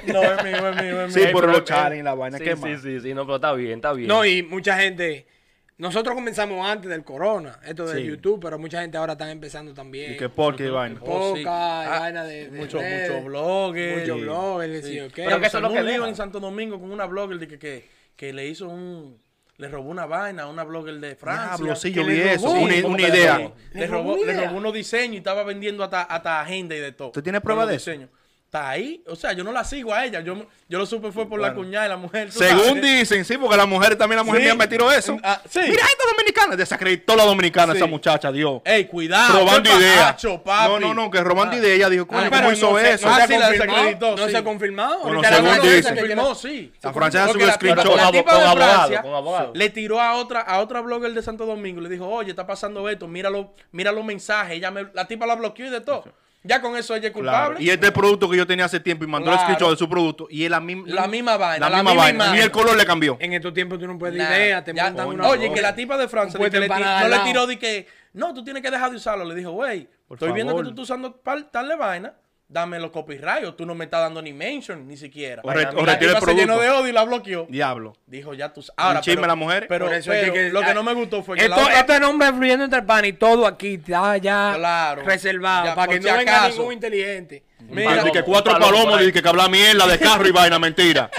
[SPEAKER 2] No, es mío, es mío, es
[SPEAKER 3] Sí,
[SPEAKER 2] mío.
[SPEAKER 3] por
[SPEAKER 4] pero-
[SPEAKER 3] los challenge, la vaina,
[SPEAKER 4] Sí,
[SPEAKER 3] ¿qué
[SPEAKER 4] sí,
[SPEAKER 3] más?
[SPEAKER 4] sí, sí, no, pero está bien, está bien.
[SPEAKER 1] No, y mucha gente. Nosotros comenzamos antes del corona, esto de
[SPEAKER 3] Sí.
[SPEAKER 1] YouTube, pero mucha gente ahora están empezando también.
[SPEAKER 3] Y que por qué vaina.
[SPEAKER 2] Oh, sí.
[SPEAKER 1] Poca,
[SPEAKER 2] Ah,
[SPEAKER 1] vaina de, de
[SPEAKER 2] Mucho,
[SPEAKER 1] redes,
[SPEAKER 2] mucho blogger.
[SPEAKER 1] Mucho blog, el decir, ok.
[SPEAKER 4] Pero que eso es lo que
[SPEAKER 2] Un lío
[SPEAKER 4] deja.
[SPEAKER 2] en Santo Domingo con una blogger de que, que, que le hizo un. Le robó una vaina a una blogger de Francia.
[SPEAKER 3] Diablo, sí,
[SPEAKER 2] Que
[SPEAKER 3] yo
[SPEAKER 2] le
[SPEAKER 3] vi eso.
[SPEAKER 2] robó.
[SPEAKER 3] Una,
[SPEAKER 2] ¿Cómo
[SPEAKER 3] una
[SPEAKER 2] que le
[SPEAKER 3] idea.
[SPEAKER 2] robó? Le robó, le robó unos diseños y estaba vendiendo hasta, hasta agenda y de todo.
[SPEAKER 3] ¿Tú tienes prueba
[SPEAKER 2] Con los
[SPEAKER 3] de eso?
[SPEAKER 2] diseños. Está ahí. O sea, yo no la sigo a ella. Yo, yo lo supe fue por la cuñada de la mujer. tú
[SPEAKER 3] Según
[SPEAKER 2] sabes.
[SPEAKER 3] dicen, sí, porque la mujer también, la mujer
[SPEAKER 2] Sí.
[SPEAKER 3] mía me tiró eso.
[SPEAKER 2] Ah, sí.
[SPEAKER 3] Mira, esta dominicana desacreditó la dominicana, esa muchacha, Dios.
[SPEAKER 2] Ey, cuidado.
[SPEAKER 3] robando
[SPEAKER 2] qué
[SPEAKER 3] ideas.
[SPEAKER 2] pacho, papi.
[SPEAKER 3] No, no, no, que robando ideas. Ella dijo,
[SPEAKER 2] Ah,
[SPEAKER 3] coño, ¿cómo
[SPEAKER 2] pero
[SPEAKER 3] hizo
[SPEAKER 2] no sé,
[SPEAKER 3] eso?
[SPEAKER 2] no
[SPEAKER 1] No, se
[SPEAKER 2] Ah, sí, la
[SPEAKER 1] confirmó,
[SPEAKER 2] desacreditó,
[SPEAKER 1] no
[SPEAKER 2] sí.
[SPEAKER 1] se ha confirmado.
[SPEAKER 3] Bueno,
[SPEAKER 1] Ahorita
[SPEAKER 2] Pero
[SPEAKER 1] la
[SPEAKER 3] según
[SPEAKER 2] no,
[SPEAKER 1] noticia
[SPEAKER 3] dicen.
[SPEAKER 1] que
[SPEAKER 2] confirmó, sí.
[SPEAKER 3] La francesa
[SPEAKER 2] Porque
[SPEAKER 3] subió
[SPEAKER 2] la tipa-
[SPEAKER 3] screenshot.
[SPEAKER 2] la
[SPEAKER 4] Con
[SPEAKER 2] tipa de
[SPEAKER 4] abogado, con abogado,
[SPEAKER 2] Francia
[SPEAKER 4] con abogado.
[SPEAKER 2] Le tiró a otra, a otra blogger de Santo Domingo. Le dijo, oye, está pasando esto. Mira, los- mira los mensajes. Ella me- la tipa la bloqueó y de todo. Ya con eso ella es
[SPEAKER 3] Claro.
[SPEAKER 2] culpable.
[SPEAKER 3] Y este producto que yo tenía hace tiempo y mandó el
[SPEAKER 2] Claro.
[SPEAKER 3] screenshot de su producto. Y es la, mim-
[SPEAKER 2] La misma vaina, la
[SPEAKER 3] La misma
[SPEAKER 2] misma
[SPEAKER 3] vaina. Ni
[SPEAKER 2] imagen.
[SPEAKER 3] el color le cambió.
[SPEAKER 1] En estos tiempos tú no puedes dar
[SPEAKER 2] Nah,
[SPEAKER 1] idea, te
[SPEAKER 2] ya-
[SPEAKER 1] mandan
[SPEAKER 2] Oye,
[SPEAKER 1] una
[SPEAKER 2] Oye,
[SPEAKER 1] cosa.
[SPEAKER 2] que la tipa de Francia
[SPEAKER 1] Un
[SPEAKER 2] de que le
[SPEAKER 1] puesto de
[SPEAKER 2] ti-
[SPEAKER 1] empanada
[SPEAKER 2] no
[SPEAKER 1] al
[SPEAKER 2] le
[SPEAKER 1] lado.
[SPEAKER 2] tiró de que, no, tú tienes que dejar de usarlo. Le dijo, güey,
[SPEAKER 3] Por
[SPEAKER 2] estoy viendo que
[SPEAKER 3] favor.
[SPEAKER 2] tú estás usando par- tal de vaina, dame los copyright o tú no me estás dando ni mention, ni siquiera.
[SPEAKER 3] O re-
[SPEAKER 2] Vaina
[SPEAKER 3] o
[SPEAKER 2] mía. La
[SPEAKER 3] retira el
[SPEAKER 2] tipa se llenó
[SPEAKER 3] producto.
[SPEAKER 2] de odio y la bloqueó.
[SPEAKER 3] Diablo.
[SPEAKER 2] Dijo, ya tú sabes. Ahora,
[SPEAKER 3] chisme
[SPEAKER 2] pero-
[SPEAKER 3] las mujeres.
[SPEAKER 2] Pero,
[SPEAKER 1] Por eso es
[SPEAKER 2] pero
[SPEAKER 1] que- que-
[SPEAKER 2] lo que
[SPEAKER 1] ah,
[SPEAKER 2] no me gustó fue que
[SPEAKER 1] Esto,
[SPEAKER 2] la otra-
[SPEAKER 1] esto es nombre fluyendo entre el pan y todo aquí está ya
[SPEAKER 2] Claro.
[SPEAKER 1] reservado
[SPEAKER 2] Ya,
[SPEAKER 1] para
[SPEAKER 2] por
[SPEAKER 1] que
[SPEAKER 2] si
[SPEAKER 1] no venga
[SPEAKER 2] acaso.
[SPEAKER 1] ningún inteligente.
[SPEAKER 2] Mira,
[SPEAKER 3] Así que
[SPEAKER 4] un
[SPEAKER 3] cuatro
[SPEAKER 4] palomo por
[SPEAKER 3] palomos
[SPEAKER 4] ahí.
[SPEAKER 3] y que, que habla mierda de carro y vaina, mentira.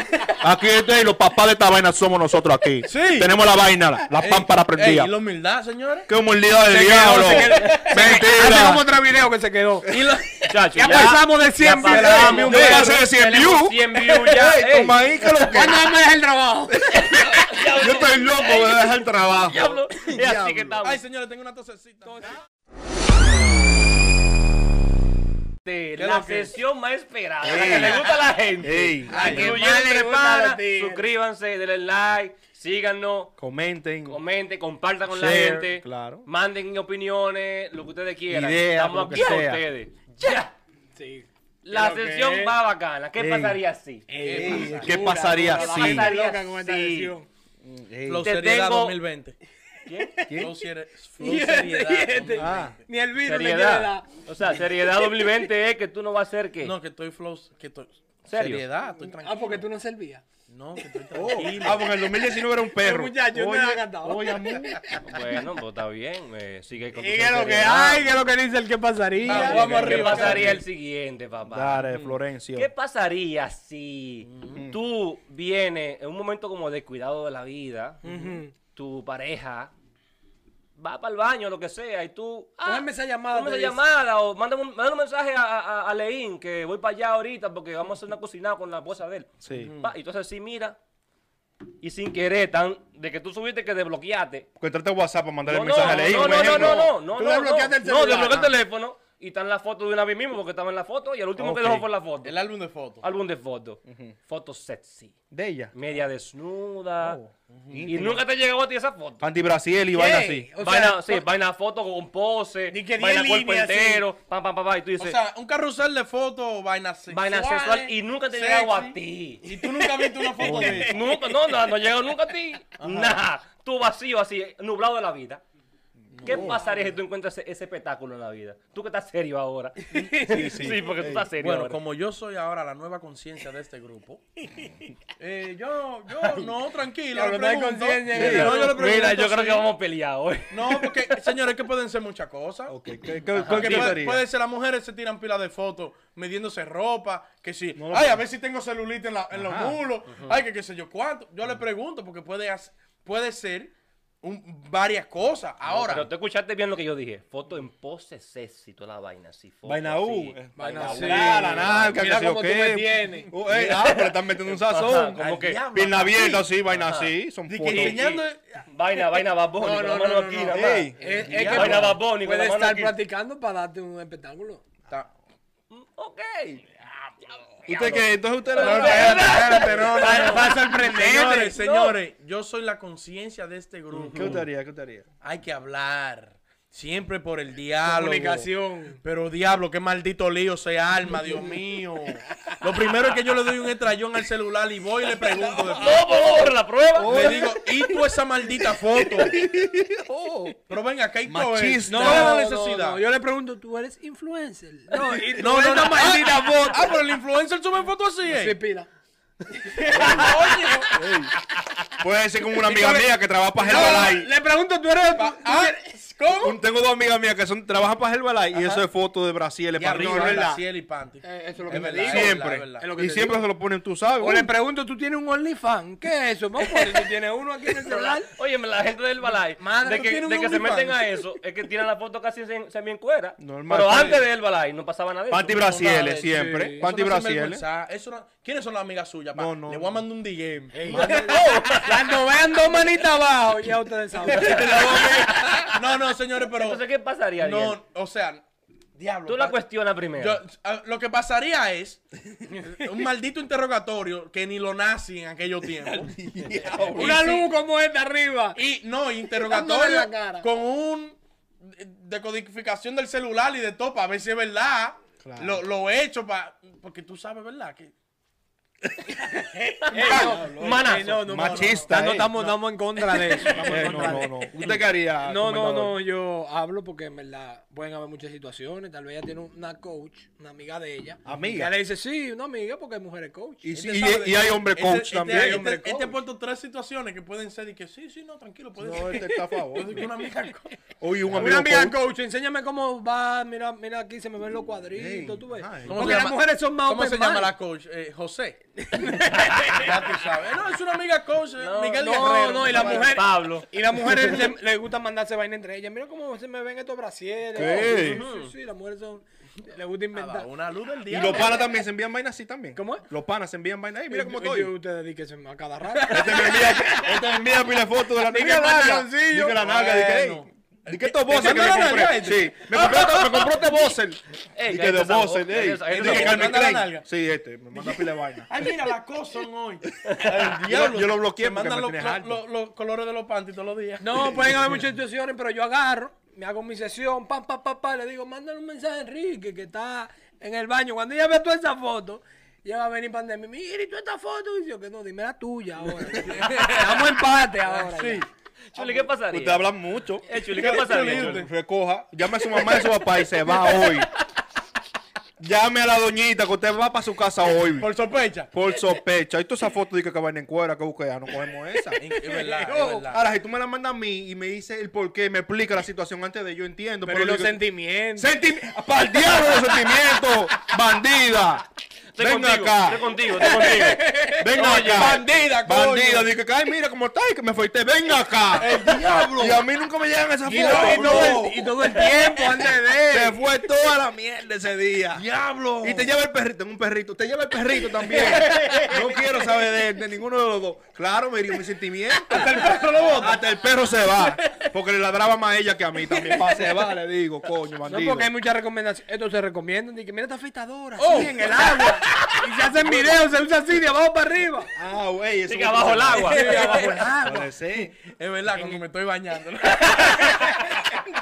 [SPEAKER 3] Aquí este y los papás de esta vaina somos nosotros aquí.
[SPEAKER 2] Sí.
[SPEAKER 3] Tenemos la vaina, la, la pámpara prendida.
[SPEAKER 2] Ey, y la humildad, señores.
[SPEAKER 3] Qué humildad del
[SPEAKER 1] quedó,
[SPEAKER 3] diablo.
[SPEAKER 1] se quedó. Hace como
[SPEAKER 3] Mentira.
[SPEAKER 1] otro video que se quedó.
[SPEAKER 2] Y la-
[SPEAKER 4] Chacho,
[SPEAKER 1] Ya, pasamos de 100
[SPEAKER 4] pasamos.
[SPEAKER 1] videos.
[SPEAKER 4] Dame
[SPEAKER 3] Yo
[SPEAKER 4] un
[SPEAKER 3] voy
[SPEAKER 4] beso.
[SPEAKER 3] a hacer 100
[SPEAKER 4] Tenemos
[SPEAKER 3] views.
[SPEAKER 4] 100 views ya.
[SPEAKER 3] Ey,
[SPEAKER 4] ey.
[SPEAKER 3] toma ahí que lo que.
[SPEAKER 1] ¿Cuándo me dejas el trabajo?
[SPEAKER 3] Yo estoy loco de dejar el trabajo.
[SPEAKER 4] Diablo. Es así que estamos.
[SPEAKER 2] Ay, señores, tengo una tosecita.
[SPEAKER 4] de
[SPEAKER 2] ¿Qué
[SPEAKER 4] la
[SPEAKER 2] lo que?
[SPEAKER 4] sesión más esperada, la que le gusta a la gente.
[SPEAKER 3] Ey.
[SPEAKER 4] La
[SPEAKER 1] Ay,
[SPEAKER 4] que
[SPEAKER 1] que
[SPEAKER 4] huye
[SPEAKER 1] más
[SPEAKER 4] entre
[SPEAKER 1] le gusta a los
[SPEAKER 4] panas.
[SPEAKER 1] tigres.
[SPEAKER 4] suscríbanse, denle like, síganos,
[SPEAKER 3] Comenten.
[SPEAKER 4] comenten, compartan con
[SPEAKER 3] Share,
[SPEAKER 4] la gente,
[SPEAKER 3] claro.
[SPEAKER 4] manden opiniones, lo que ustedes quieran.
[SPEAKER 3] Ideas,
[SPEAKER 4] Estamos
[SPEAKER 3] lo que
[SPEAKER 4] aquí para
[SPEAKER 3] sea.
[SPEAKER 4] ustedes. ¡Ya!
[SPEAKER 1] Sí.
[SPEAKER 4] La
[SPEAKER 1] Creo que
[SPEAKER 4] sesión
[SPEAKER 1] es.
[SPEAKER 4] más bacana. ¿Qué
[SPEAKER 3] Ey.
[SPEAKER 4] pasaría si?
[SPEAKER 1] Ey,
[SPEAKER 3] ¿Qué pasaría
[SPEAKER 1] dura,
[SPEAKER 3] si?
[SPEAKER 1] dura, está loca con esta
[SPEAKER 4] Sí.
[SPEAKER 1] lesión.
[SPEAKER 2] Flow
[SPEAKER 4] Te
[SPEAKER 2] Seriedad
[SPEAKER 4] tengo-
[SPEAKER 2] 2020.
[SPEAKER 4] ¿Quién?
[SPEAKER 2] Flow Serie- Flow
[SPEAKER 1] Y este,
[SPEAKER 2] Seriedad
[SPEAKER 1] y este.
[SPEAKER 2] 2020.
[SPEAKER 5] Ah,
[SPEAKER 1] Ni el virus le quiere
[SPEAKER 4] Seriedad.
[SPEAKER 1] dar.
[SPEAKER 4] O sea, seriedad 2020 es que tú no vas a ser que.
[SPEAKER 2] No, que estoy flow. Que estoy...
[SPEAKER 4] ¿Serio?
[SPEAKER 2] Seriedad, estoy tranquilo.
[SPEAKER 1] Ah, porque tú no servías.
[SPEAKER 2] No, que estoy
[SPEAKER 4] Oh.
[SPEAKER 2] tranquilo.
[SPEAKER 3] Ah, porque en el 2019 era un perro.
[SPEAKER 1] muchacho, no
[SPEAKER 3] Oye,
[SPEAKER 1] era cantado.
[SPEAKER 3] oye, amor.
[SPEAKER 4] Bueno, pues está bien. eh, sigue con tu
[SPEAKER 1] Y que lo que
[SPEAKER 4] seriedad.
[SPEAKER 1] hay, que lo que dice el que pasaría.
[SPEAKER 4] Ah,
[SPEAKER 2] Vamos,
[SPEAKER 1] vamos
[SPEAKER 4] ¿Qué
[SPEAKER 1] arriba.
[SPEAKER 4] pasaría el siguiente, papá?
[SPEAKER 3] Dale, Florencio.
[SPEAKER 4] ¿Qué pasaría si tú vienes en un momento como de cuidado de la vida, tu pareja va para el baño, lo que sea, y tú... ah,
[SPEAKER 1] Cógeme esa llamada,
[SPEAKER 4] cógeme
[SPEAKER 1] te
[SPEAKER 4] esa
[SPEAKER 1] dice.
[SPEAKER 4] llamada, o mándame un, mándame un mensaje a, a- a Leín, que voy para allá ahorita porque vamos a hacer una cocinada con la esposa de él.
[SPEAKER 3] Sí.
[SPEAKER 4] Pa, y entonces sí, mira, y sin querer, tan de que tú subiste que desbloqueaste.
[SPEAKER 3] Contrate WhatsApp para mandarle
[SPEAKER 4] No, no,
[SPEAKER 3] mensaje a Leí.
[SPEAKER 4] no,
[SPEAKER 3] un
[SPEAKER 4] no, no,
[SPEAKER 3] ejemplo.
[SPEAKER 4] no, no, no,
[SPEAKER 5] Tú
[SPEAKER 4] no,
[SPEAKER 5] desbloqueaste
[SPEAKER 4] no,
[SPEAKER 5] el
[SPEAKER 4] no,
[SPEAKER 5] celular.
[SPEAKER 4] desbloqueé el teléfono y está en la foto de una vez mismo porque estaba en la foto y el último
[SPEAKER 3] Ok.
[SPEAKER 4] que dejó fue la foto.
[SPEAKER 2] El álbum de fotos.
[SPEAKER 4] Álbum de fotos. Fotos sexy.
[SPEAKER 3] De ella.
[SPEAKER 4] Media desnuda. Y nunca te llegó a ti esa foto.
[SPEAKER 3] Fanti Brasil y vaina así.
[SPEAKER 1] O
[SPEAKER 4] vaina,
[SPEAKER 1] sea,
[SPEAKER 4] sí, vaina foto con pose,
[SPEAKER 1] Ni que
[SPEAKER 4] vaina
[SPEAKER 1] diez
[SPEAKER 4] cuerpo
[SPEAKER 1] líneas,
[SPEAKER 4] entero, pam, pam, pam, pam, y tú
[SPEAKER 2] O
[SPEAKER 4] dices,
[SPEAKER 2] sea, un carrusel de fotos, vaina sexual.
[SPEAKER 4] vaina sexual, y nunca te
[SPEAKER 2] sexy.
[SPEAKER 4] llegó a ti.
[SPEAKER 2] Y tú nunca viste una foto de ella.
[SPEAKER 4] Nunca, no, no, no llegó nunca a ti. Nada, tú vacío así, nublado de la vida. ¿Qué pasaría si tú encuentras ese, ese espectáculo en la vida? Tú que estás serio ahora. Sí, porque tú estás serio
[SPEAKER 2] Bueno,
[SPEAKER 4] ahora.
[SPEAKER 2] como yo soy ahora la nueva conciencia de este grupo, eh, yo, yo, no, tranquilo.
[SPEAKER 1] Ya
[SPEAKER 2] le
[SPEAKER 1] no hay
[SPEAKER 2] pregunto.
[SPEAKER 1] conciencia.
[SPEAKER 2] Sí, no, yo le pregunto,
[SPEAKER 4] Mira, yo creo
[SPEAKER 2] sí.
[SPEAKER 4] que vamos eh. a pelear hoy.
[SPEAKER 2] No, porque, señores, que pueden ser muchas cosas.
[SPEAKER 5] ok. ¿Qué,
[SPEAKER 2] Porque
[SPEAKER 3] ¿Qué
[SPEAKER 2] puede,
[SPEAKER 3] pasaría?
[SPEAKER 2] puede ser las mujeres se tiran pilas de fotos midiéndose ropa, que si, ay, a ver si tengo celulitis en, la- en los mulos, ay, que qué sé yo cuánto. Yo le pregunto porque puede, hac- puede ser un- varias cosas. Ahora,
[SPEAKER 4] Pero tú escuchaste bien lo que yo dije. Foto en pose sexy, toda la vaina así. Foto
[SPEAKER 3] Vaina
[SPEAKER 4] así.
[SPEAKER 3] U.
[SPEAKER 1] Vaina
[SPEAKER 4] U.
[SPEAKER 1] sí.
[SPEAKER 3] Ah, la narca,
[SPEAKER 1] Mira
[SPEAKER 3] que sé yo
[SPEAKER 1] cómo tú
[SPEAKER 3] qué.
[SPEAKER 1] me tienes.
[SPEAKER 3] Uh, ey, ah, pero le están metiendo un sazón.
[SPEAKER 4] Ajá, como que-
[SPEAKER 3] Pierna abierta así, vaina así. Son
[SPEAKER 2] di que
[SPEAKER 3] fotos.
[SPEAKER 2] enseñando,
[SPEAKER 4] Vaina, vaina babón.
[SPEAKER 1] No, no,
[SPEAKER 4] con la
[SPEAKER 1] no,
[SPEAKER 4] mano
[SPEAKER 1] no,
[SPEAKER 4] aquí,
[SPEAKER 1] no.
[SPEAKER 4] nada más.
[SPEAKER 1] Ey, es, es que
[SPEAKER 4] Eh, Vaina babón y con
[SPEAKER 1] puede
[SPEAKER 4] la mano
[SPEAKER 1] estar
[SPEAKER 4] aquí.
[SPEAKER 1] practicando para darte un espectáculo.
[SPEAKER 2] Está-
[SPEAKER 4] Ok.
[SPEAKER 3] ¿Usted qué? Entonces usted
[SPEAKER 4] No,
[SPEAKER 3] la-
[SPEAKER 4] espérate,
[SPEAKER 2] Señores, señores, yo soy la conciencia de este grupo.
[SPEAKER 3] ¿Qué usted haría? ¿Qué usted haría?
[SPEAKER 2] Hay que hablar. Siempre por el diálogo.
[SPEAKER 1] Comunicación.
[SPEAKER 2] Pero diablo, qué maldito lío se arma, Dios mío. Lo primero es que yo le doy un estrellón al celular y voy y le pregunto después.
[SPEAKER 4] No, por favor, la prueba.
[SPEAKER 2] Le digo, ¿y tú esa maldita foto? Pero venga, acá hay todo eso.
[SPEAKER 3] Machista.
[SPEAKER 2] No, no,
[SPEAKER 1] No,
[SPEAKER 2] la necesidad.
[SPEAKER 1] no, no. Yo le pregunto, ¿tú eres influencer? No, y
[SPEAKER 2] No, no, no. maldita foto. Ah, pero el influencer sube fotos así,
[SPEAKER 1] se
[SPEAKER 2] ¿eh?
[SPEAKER 1] pila.
[SPEAKER 3] Puede ser como una amiga mía que trabaja para Herbalife.
[SPEAKER 1] le pregunto, ¿tú eres? tú-
[SPEAKER 2] Ah, ¿cómo?
[SPEAKER 3] Un- Tengo dos amigas mías que son, trabajan para Herbalife y eso es foto de Brasil para
[SPEAKER 2] Ya,
[SPEAKER 3] arriba.
[SPEAKER 2] no, no,
[SPEAKER 3] ¿verdad?
[SPEAKER 2] la cielo y panty.
[SPEAKER 1] Eh, eso es lo
[SPEAKER 2] Es
[SPEAKER 1] que me
[SPEAKER 2] verdad,
[SPEAKER 1] digo.
[SPEAKER 2] es
[SPEAKER 3] Siempre.
[SPEAKER 2] verdad, es verdad.
[SPEAKER 1] Es lo que
[SPEAKER 3] Y
[SPEAKER 1] te
[SPEAKER 3] siempre se lo ponen, tú sabes.
[SPEAKER 1] O le pregunto, ¿tú tienes un OnlyFans? ¿Qué es eso? Vamos, porque tú tienes uno aquí en el celular.
[SPEAKER 4] Oye, la gente del Balay,
[SPEAKER 1] Madre,
[SPEAKER 4] de
[SPEAKER 1] tú
[SPEAKER 4] que,
[SPEAKER 1] tienes
[SPEAKER 4] de
[SPEAKER 1] un
[SPEAKER 4] que se
[SPEAKER 1] OnlyFans.
[SPEAKER 4] meten a eso, es que tiran la foto casi se encuera.
[SPEAKER 3] Normal,
[SPEAKER 4] Pero
[SPEAKER 3] está
[SPEAKER 4] antes
[SPEAKER 3] bien.
[SPEAKER 4] del Balay no pasaba nada de eso.
[SPEAKER 3] Panty
[SPEAKER 2] No, no,
[SPEAKER 3] Brasiles,
[SPEAKER 2] sí.
[SPEAKER 3] siempre.
[SPEAKER 1] Eso
[SPEAKER 3] Panty
[SPEAKER 2] Eso no es
[SPEAKER 3] Brasiles.
[SPEAKER 2] sinvergüenza, eso no- ¿Quiénes son las amigas suyas? pa?
[SPEAKER 3] No, no,
[SPEAKER 2] Le voy a mandar un DM. Oh.
[SPEAKER 1] Cuando vean dos manitas abajo, ya ustedes saben.
[SPEAKER 2] No, no, señores, pero.
[SPEAKER 4] Entonces, ¿qué pasaría? Ariel?
[SPEAKER 2] No, o sea, diablo.
[SPEAKER 4] Tú la
[SPEAKER 2] pa-
[SPEAKER 4] cuestionas primero.
[SPEAKER 2] yo- ah, lo que pasaría es un maldito interrogatorio que ni lo nazi en aquellos tiempos.
[SPEAKER 1] Una luz como esta arriba.
[SPEAKER 2] Y no,
[SPEAKER 1] Dándole
[SPEAKER 2] interrogatorio
[SPEAKER 1] la cara.
[SPEAKER 2] con un eh, decodificación del celular y de todo para ver si es verdad. Lo, lo he hecho para. Porque tú sabes, ¿verdad? Que
[SPEAKER 1] Eh,
[SPEAKER 2] Ah,
[SPEAKER 4] Manazo.
[SPEAKER 3] Machista.
[SPEAKER 1] No,
[SPEAKER 3] eh.
[SPEAKER 1] estamos, estamos en contra de eso. estamos en
[SPEAKER 3] Eh, No,
[SPEAKER 1] contra de
[SPEAKER 3] no, no. ¿Usted qué
[SPEAKER 1] No,
[SPEAKER 3] haría?
[SPEAKER 1] no,
[SPEAKER 3] comendador?
[SPEAKER 1] no, yo hablo porque en verdad pueden haber muchas situaciones. Tal vez ella tiene una coach, una amiga de ella.
[SPEAKER 3] Amiga.
[SPEAKER 1] Ella le dice, sí, una amiga porque hay mujeres coach.
[SPEAKER 3] Y, sí,
[SPEAKER 2] Este
[SPEAKER 3] y-
[SPEAKER 2] sabe-
[SPEAKER 3] y hay hombre
[SPEAKER 2] este-
[SPEAKER 3] coach
[SPEAKER 2] este-
[SPEAKER 3] también.
[SPEAKER 2] Este,
[SPEAKER 1] hombre
[SPEAKER 2] este
[SPEAKER 1] coach.
[SPEAKER 2] ha puesto tres situaciones que pueden ser y que sí, sí, no, tranquilo, puede
[SPEAKER 3] No,
[SPEAKER 2] ser.
[SPEAKER 3] este está a favor.
[SPEAKER 2] Yo digo, una amiga coach.
[SPEAKER 3] Oye, un
[SPEAKER 1] una
[SPEAKER 3] amigo
[SPEAKER 1] amiga
[SPEAKER 3] coach.
[SPEAKER 1] coach. enséñame cómo va, mira, mira aquí, se me ven los cuadritos, tú ves.
[SPEAKER 3] ay.
[SPEAKER 2] ¿Cómo
[SPEAKER 1] Porque
[SPEAKER 2] se
[SPEAKER 1] las
[SPEAKER 2] llama-
[SPEAKER 1] mujeres son más
[SPEAKER 2] ¿Cómo se
[SPEAKER 1] open
[SPEAKER 2] llama
[SPEAKER 1] mind.
[SPEAKER 2] la coach? Eh, José. ya tú sabes. No, es una amiga coach, eh, Miguel
[SPEAKER 1] no,
[SPEAKER 2] Guerrero.
[SPEAKER 1] no, y la
[SPEAKER 2] Vale.
[SPEAKER 1] mujer-
[SPEAKER 4] Pablo.
[SPEAKER 1] Y las mujeres le, le gusta mandarse vaina entre ellas. Mira cómo se me ven estos brasieres.
[SPEAKER 3] ¿Qué?
[SPEAKER 1] Sí, sí, sí, las mujeres son, les gusta inventar.
[SPEAKER 2] Una luz del
[SPEAKER 3] Y
[SPEAKER 2] diablo.
[SPEAKER 3] los panas también se envían vainas así también.
[SPEAKER 1] ¿Cómo es?
[SPEAKER 3] Los panas se envían vainas. Ey, mira cómo
[SPEAKER 1] Y- y yo-
[SPEAKER 3] estoy.
[SPEAKER 1] Ustedes dicen a cada rato.
[SPEAKER 3] Este me envía, este me envía pila de fotos de la
[SPEAKER 1] que
[SPEAKER 3] niña larga.
[SPEAKER 1] pantaloncillo.
[SPEAKER 3] Dije la nalga, dije,
[SPEAKER 2] Bueno.
[SPEAKER 3] ey. Dije estos bosses que
[SPEAKER 2] mandó
[SPEAKER 3] me
[SPEAKER 2] la nalga
[SPEAKER 3] compré.
[SPEAKER 2] este?
[SPEAKER 3] Sí. Me compré este- me compró este bosser.
[SPEAKER 4] Ey,
[SPEAKER 3] Dije
[SPEAKER 4] ahí
[SPEAKER 3] de
[SPEAKER 4] está esa
[SPEAKER 3] bosser,
[SPEAKER 4] voz,
[SPEAKER 3] ey.
[SPEAKER 4] ahí está- ahí está
[SPEAKER 3] Dije Carmen
[SPEAKER 4] esa
[SPEAKER 2] voz. Manda la
[SPEAKER 3] Klein.
[SPEAKER 2] nalga.
[SPEAKER 3] Sí, este. Me manda pila de vaina.
[SPEAKER 2] Ay, mira, las cosas son hoy. El diablo.
[SPEAKER 3] yo lo bloqueé
[SPEAKER 2] Se
[SPEAKER 3] porque
[SPEAKER 2] mandan
[SPEAKER 3] me
[SPEAKER 2] los,
[SPEAKER 3] tienes
[SPEAKER 2] los-
[SPEAKER 3] harto.
[SPEAKER 2] los- los colores de los panties todos los días.
[SPEAKER 1] No, pueden haber muchas situaciones, pero yo agarro, me hago mi sesión, pam, pam, pam, pam, le digo, mándale un mensaje a Enrique que está en el baño. Cuando ella ve toda esa foto, Ya va a venir pandemia. Mira, ¿y tú esta foto? Y yo, que no, dime la tuya ahora. Estamos empate ahora.
[SPEAKER 2] Sí.
[SPEAKER 1] ya.
[SPEAKER 4] Chuli, ¿qué pasaría?
[SPEAKER 3] Usted habla mucho.
[SPEAKER 4] Eh, Chuli, ¿qué pasaría, Chuli?
[SPEAKER 3] Recoja. Llame a su mamá y a su papá y se va hoy. Llame a la doñita que usted va para su casa hoy.
[SPEAKER 2] Por sospecha.
[SPEAKER 3] Por sospecha. ¿Y toda esa foto de que caben en cuera que busqué? Ya no cogemos esa.
[SPEAKER 2] Es verdad, es
[SPEAKER 3] Yo,
[SPEAKER 2] verdad.
[SPEAKER 3] ahora, si tú me la mandas a mí y me dices el por qué, me explica la situación antes de yo entiendo.
[SPEAKER 1] Pero ¿y los
[SPEAKER 3] yo-
[SPEAKER 1] sentimientos.
[SPEAKER 3] Sentimi ¡Para el diablo los sentimientos! ¡Bandida!
[SPEAKER 4] Estoy
[SPEAKER 3] Venga
[SPEAKER 4] contigo,
[SPEAKER 3] acá.
[SPEAKER 4] estoy contigo, estoy contigo.
[SPEAKER 3] Venga
[SPEAKER 4] Oye,
[SPEAKER 3] acá.
[SPEAKER 2] bandida, coño.
[SPEAKER 3] Bandida. Dije, ay, mira cómo está y que me fuiste. Venga acá. El diablo. Y a mí nunca me llegan esas
[SPEAKER 1] Y, todo-
[SPEAKER 3] fotos.
[SPEAKER 1] y todo el, y todo el tiempo antes de.
[SPEAKER 3] Se fue toda la mierda ese día. ¡Diablo! Y te lleva el perrito, tengo un perrito. Te lleva el perrito también. No quiero saber de, él, de ninguno de los dos. Claro, me dio mi sentimiento. Hasta el perro lo bota. Hasta el perro se va. Porque le ladraba más a ella que a mí también. Pa, se va, le digo, coño,
[SPEAKER 1] No,
[SPEAKER 3] bandido.
[SPEAKER 1] porque hay muchas recomendaciones. Esto se recomienda. Dije, mira esta afeitadora.
[SPEAKER 2] Oh.
[SPEAKER 1] así, en el agua. Y se hacen videos, se usa así de abajo para arriba.
[SPEAKER 3] Ah, güey. eso
[SPEAKER 4] Así que
[SPEAKER 3] no
[SPEAKER 4] abajo el
[SPEAKER 3] puede
[SPEAKER 4] agua.
[SPEAKER 3] ser.
[SPEAKER 1] Abajo el agua.
[SPEAKER 3] Puede ser.
[SPEAKER 2] Es verdad, cuando me estoy bañando.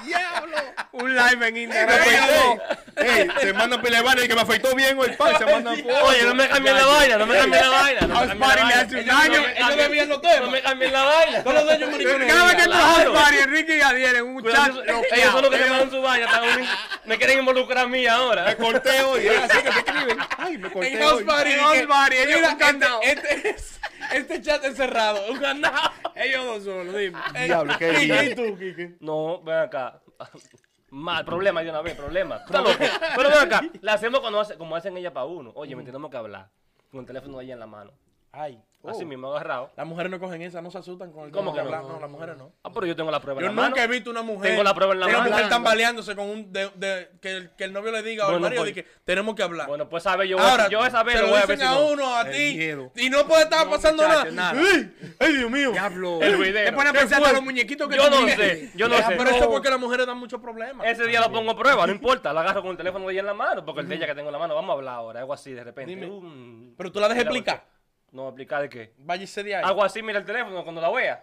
[SPEAKER 1] ¡Diablo! Un live en
[SPEAKER 3] Me afeité.
[SPEAKER 1] Instagram.
[SPEAKER 3] Ey, se manda pile de vaina y que me afeitó bien hoy, pa, y se manda
[SPEAKER 4] Oye, no me cambien la vaina, no me cambien la vaina. No me
[SPEAKER 1] House
[SPEAKER 4] cambien
[SPEAKER 1] party
[SPEAKER 4] la
[SPEAKER 1] le
[SPEAKER 4] vaina.
[SPEAKER 1] hace un
[SPEAKER 4] No me
[SPEAKER 1] año,
[SPEAKER 4] cambien-
[SPEAKER 2] ellos bebían los temas.
[SPEAKER 4] No me cambien la vaina.
[SPEAKER 2] Todos los de ellos
[SPEAKER 1] Cada vez
[SPEAKER 2] maricones.
[SPEAKER 1] que tú
[SPEAKER 4] Claro.
[SPEAKER 1] haces party, Enrique y Adiel en un
[SPEAKER 4] Cuidado,
[SPEAKER 1] chat.
[SPEAKER 4] ellos-
[SPEAKER 1] bloqueado.
[SPEAKER 4] Ellos son los que se mandan su vaina. están un- Me quieren involucrar a mí ahora.
[SPEAKER 3] Me corté hoy. Es así que me escriben. Ay, me corté
[SPEAKER 2] En House
[SPEAKER 3] hoy.
[SPEAKER 2] Party.
[SPEAKER 1] En
[SPEAKER 2] que-
[SPEAKER 1] House Party, ellos
[SPEAKER 2] Mira,
[SPEAKER 1] un candado.
[SPEAKER 2] Este, este, es- este chat encerrado. Un candado.
[SPEAKER 1] Ellos dos solos, dime.
[SPEAKER 3] Diablo, qué día.
[SPEAKER 2] ¿Y tú, Kike?
[SPEAKER 4] No, ven acá. Mal, problema de una vez, problema. Está loco. Pero ven acá. La hacemos cuando hace- como hacen ella para uno. Oye, me tenemos que hablar. Con el teléfono allá en la mano.
[SPEAKER 2] Ay.
[SPEAKER 4] Así mismo agarrado.
[SPEAKER 2] Las mujeres no cogen esa, no se asustan con el
[SPEAKER 4] Oh. ¿Cómo
[SPEAKER 2] cómo
[SPEAKER 4] que no?
[SPEAKER 2] hablan. No, las mujeres no.
[SPEAKER 4] Ah, pero yo tengo la prueba
[SPEAKER 2] Yo
[SPEAKER 4] en la
[SPEAKER 2] nunca he
[SPEAKER 4] mano.
[SPEAKER 2] visto una mujer.
[SPEAKER 4] Tengo la prueba en la
[SPEAKER 2] una
[SPEAKER 4] mano.
[SPEAKER 2] mujer tambaleándose con un. De, de- que, el, que el novio le diga o el
[SPEAKER 4] Bueno,
[SPEAKER 2] marido
[SPEAKER 4] pues.
[SPEAKER 2] de que tenemos que hablar.
[SPEAKER 4] Bueno, pues sabe yo.
[SPEAKER 2] Ahora,
[SPEAKER 4] yo esa vez
[SPEAKER 2] te
[SPEAKER 4] lo
[SPEAKER 2] lo
[SPEAKER 4] voy a ver
[SPEAKER 2] dicen a
[SPEAKER 4] si no.
[SPEAKER 2] uno, a
[SPEAKER 3] El
[SPEAKER 2] ti.
[SPEAKER 3] miedo.
[SPEAKER 2] Y no puede estar pasando
[SPEAKER 1] muchacho,
[SPEAKER 2] nada.
[SPEAKER 1] nada.
[SPEAKER 2] ¡Ay! ¡Ay, Dios mío!
[SPEAKER 1] Diablo.
[SPEAKER 4] El video.
[SPEAKER 1] Te pone a
[SPEAKER 4] ¿Qué
[SPEAKER 1] pensar
[SPEAKER 4] fue?
[SPEAKER 1] en los muñequitos que
[SPEAKER 4] Yo
[SPEAKER 1] tú
[SPEAKER 4] no
[SPEAKER 1] tienes.
[SPEAKER 4] sé, yo no
[SPEAKER 2] Ya,
[SPEAKER 4] sé.
[SPEAKER 2] Pero eso es porque las mujeres dan muchos problemas.
[SPEAKER 1] Eh,
[SPEAKER 4] Ese día lo pongo a prueba, no importa, la agarro con el teléfono de ella en la mano, porque el de ella que tengo en la mano, vamos a hablar ahora, algo así de repente.
[SPEAKER 2] Dime.
[SPEAKER 4] Um,
[SPEAKER 2] Pero tú la dejas
[SPEAKER 4] y
[SPEAKER 2] explicar.
[SPEAKER 4] volteo. No, explicar de qué.
[SPEAKER 2] Vaya ese día. ahí.
[SPEAKER 4] Hago así, mira el teléfono cuando la vea.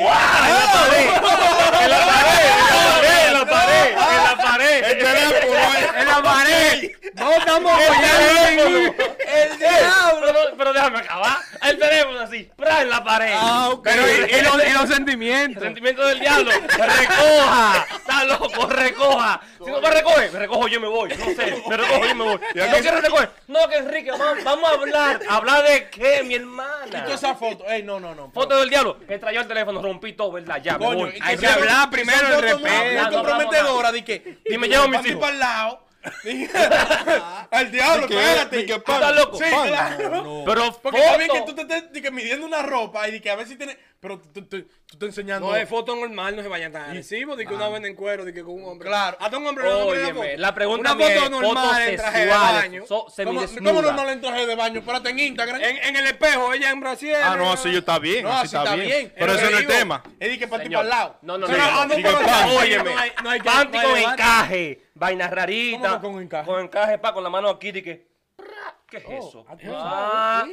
[SPEAKER 4] ¡Ah! ¡En la pared! ¡En la pared!
[SPEAKER 3] El teléfono, eh.
[SPEAKER 1] En la pared. No estamos apoyando. en-
[SPEAKER 2] ¡El diablo!
[SPEAKER 4] Pero, no- pero déjame acabar. El teléfono así, ¡pra! en la pared.
[SPEAKER 3] Ah, ok.
[SPEAKER 1] Pero y, y los, y los sentimientos.
[SPEAKER 4] Sentimiento del diablo. Recoja. Está loco, recoja. Si no me recoge, me recojo yo y me voy. No sé, me recojo yo y me voy.
[SPEAKER 3] Ya
[SPEAKER 4] No
[SPEAKER 3] que-
[SPEAKER 4] quiero recoger. No, que Enrique, vamos, vamos a hablar. ¿Hablar de qué, mi hermana?
[SPEAKER 2] Toda esa foto. Ey, no, no, no.
[SPEAKER 4] Foto del diablo. Que trayó el teléfono, rompí todo, ¿verdad? Ya, me
[SPEAKER 2] Coño,
[SPEAKER 4] voy.
[SPEAKER 1] hay que hablar primero el respeto.
[SPEAKER 2] Muy
[SPEAKER 4] Hablando,
[SPEAKER 2] comprometedora, di que.
[SPEAKER 4] Y me llevo a mis
[SPEAKER 2] pa' mí
[SPEAKER 4] hijos.
[SPEAKER 2] para el lado. Di- Al diablo,
[SPEAKER 3] Ah. Di que-
[SPEAKER 2] espérate.
[SPEAKER 3] di que Ah,
[SPEAKER 4] pan. Está loco,
[SPEAKER 2] Sí,
[SPEAKER 4] pan.
[SPEAKER 2] claro.
[SPEAKER 4] Pero
[SPEAKER 2] Porque
[SPEAKER 4] foto.
[SPEAKER 2] está bien que tú te estés di que, midiendo una ropa y di que a ver si tienes. Pero tú, tú, tú, tú estás enseñando.
[SPEAKER 1] No, es foto normal, no se vayan tan agresivos. De que una vez en cuero, de que con un hombre. Claro. Hasta un hombre no le
[SPEAKER 4] Óyeme, la pregunta
[SPEAKER 1] Una foto
[SPEAKER 4] mía es,
[SPEAKER 1] normal
[SPEAKER 4] fotos
[SPEAKER 1] en traje de
[SPEAKER 4] sexuales,
[SPEAKER 1] baño.
[SPEAKER 4] so-
[SPEAKER 2] ¿Cómo,
[SPEAKER 4] semidesnuda.
[SPEAKER 2] ¿Cómo no, no le entraje de baño? Espérate en Instagram.
[SPEAKER 1] En, en el espejo, ella en Brasil.
[SPEAKER 3] Ah, no, así yo está bien.
[SPEAKER 2] no,
[SPEAKER 3] así está bien. Pero
[SPEAKER 2] lo
[SPEAKER 3] eso
[SPEAKER 2] que
[SPEAKER 3] no es
[SPEAKER 2] digo.
[SPEAKER 3] tema.
[SPEAKER 2] Es di que para ti
[SPEAKER 4] Señor,
[SPEAKER 2] para el lado.
[SPEAKER 4] No, no,
[SPEAKER 3] Sí,
[SPEAKER 4] no.
[SPEAKER 3] ah, no,
[SPEAKER 4] Sí,
[SPEAKER 3] pero
[SPEAKER 4] con-
[SPEAKER 3] pan.
[SPEAKER 4] Óyeme,
[SPEAKER 1] No hay- no hay que- no
[SPEAKER 4] panty
[SPEAKER 1] hay
[SPEAKER 4] con
[SPEAKER 1] debate.
[SPEAKER 4] encaje, vaina rarita.
[SPEAKER 2] ¿Cómo que con encaje?
[SPEAKER 4] Con encaje, pa, con la mano aquí, de que. pra, ¿Qué
[SPEAKER 1] Oh,
[SPEAKER 4] es eso? Ah,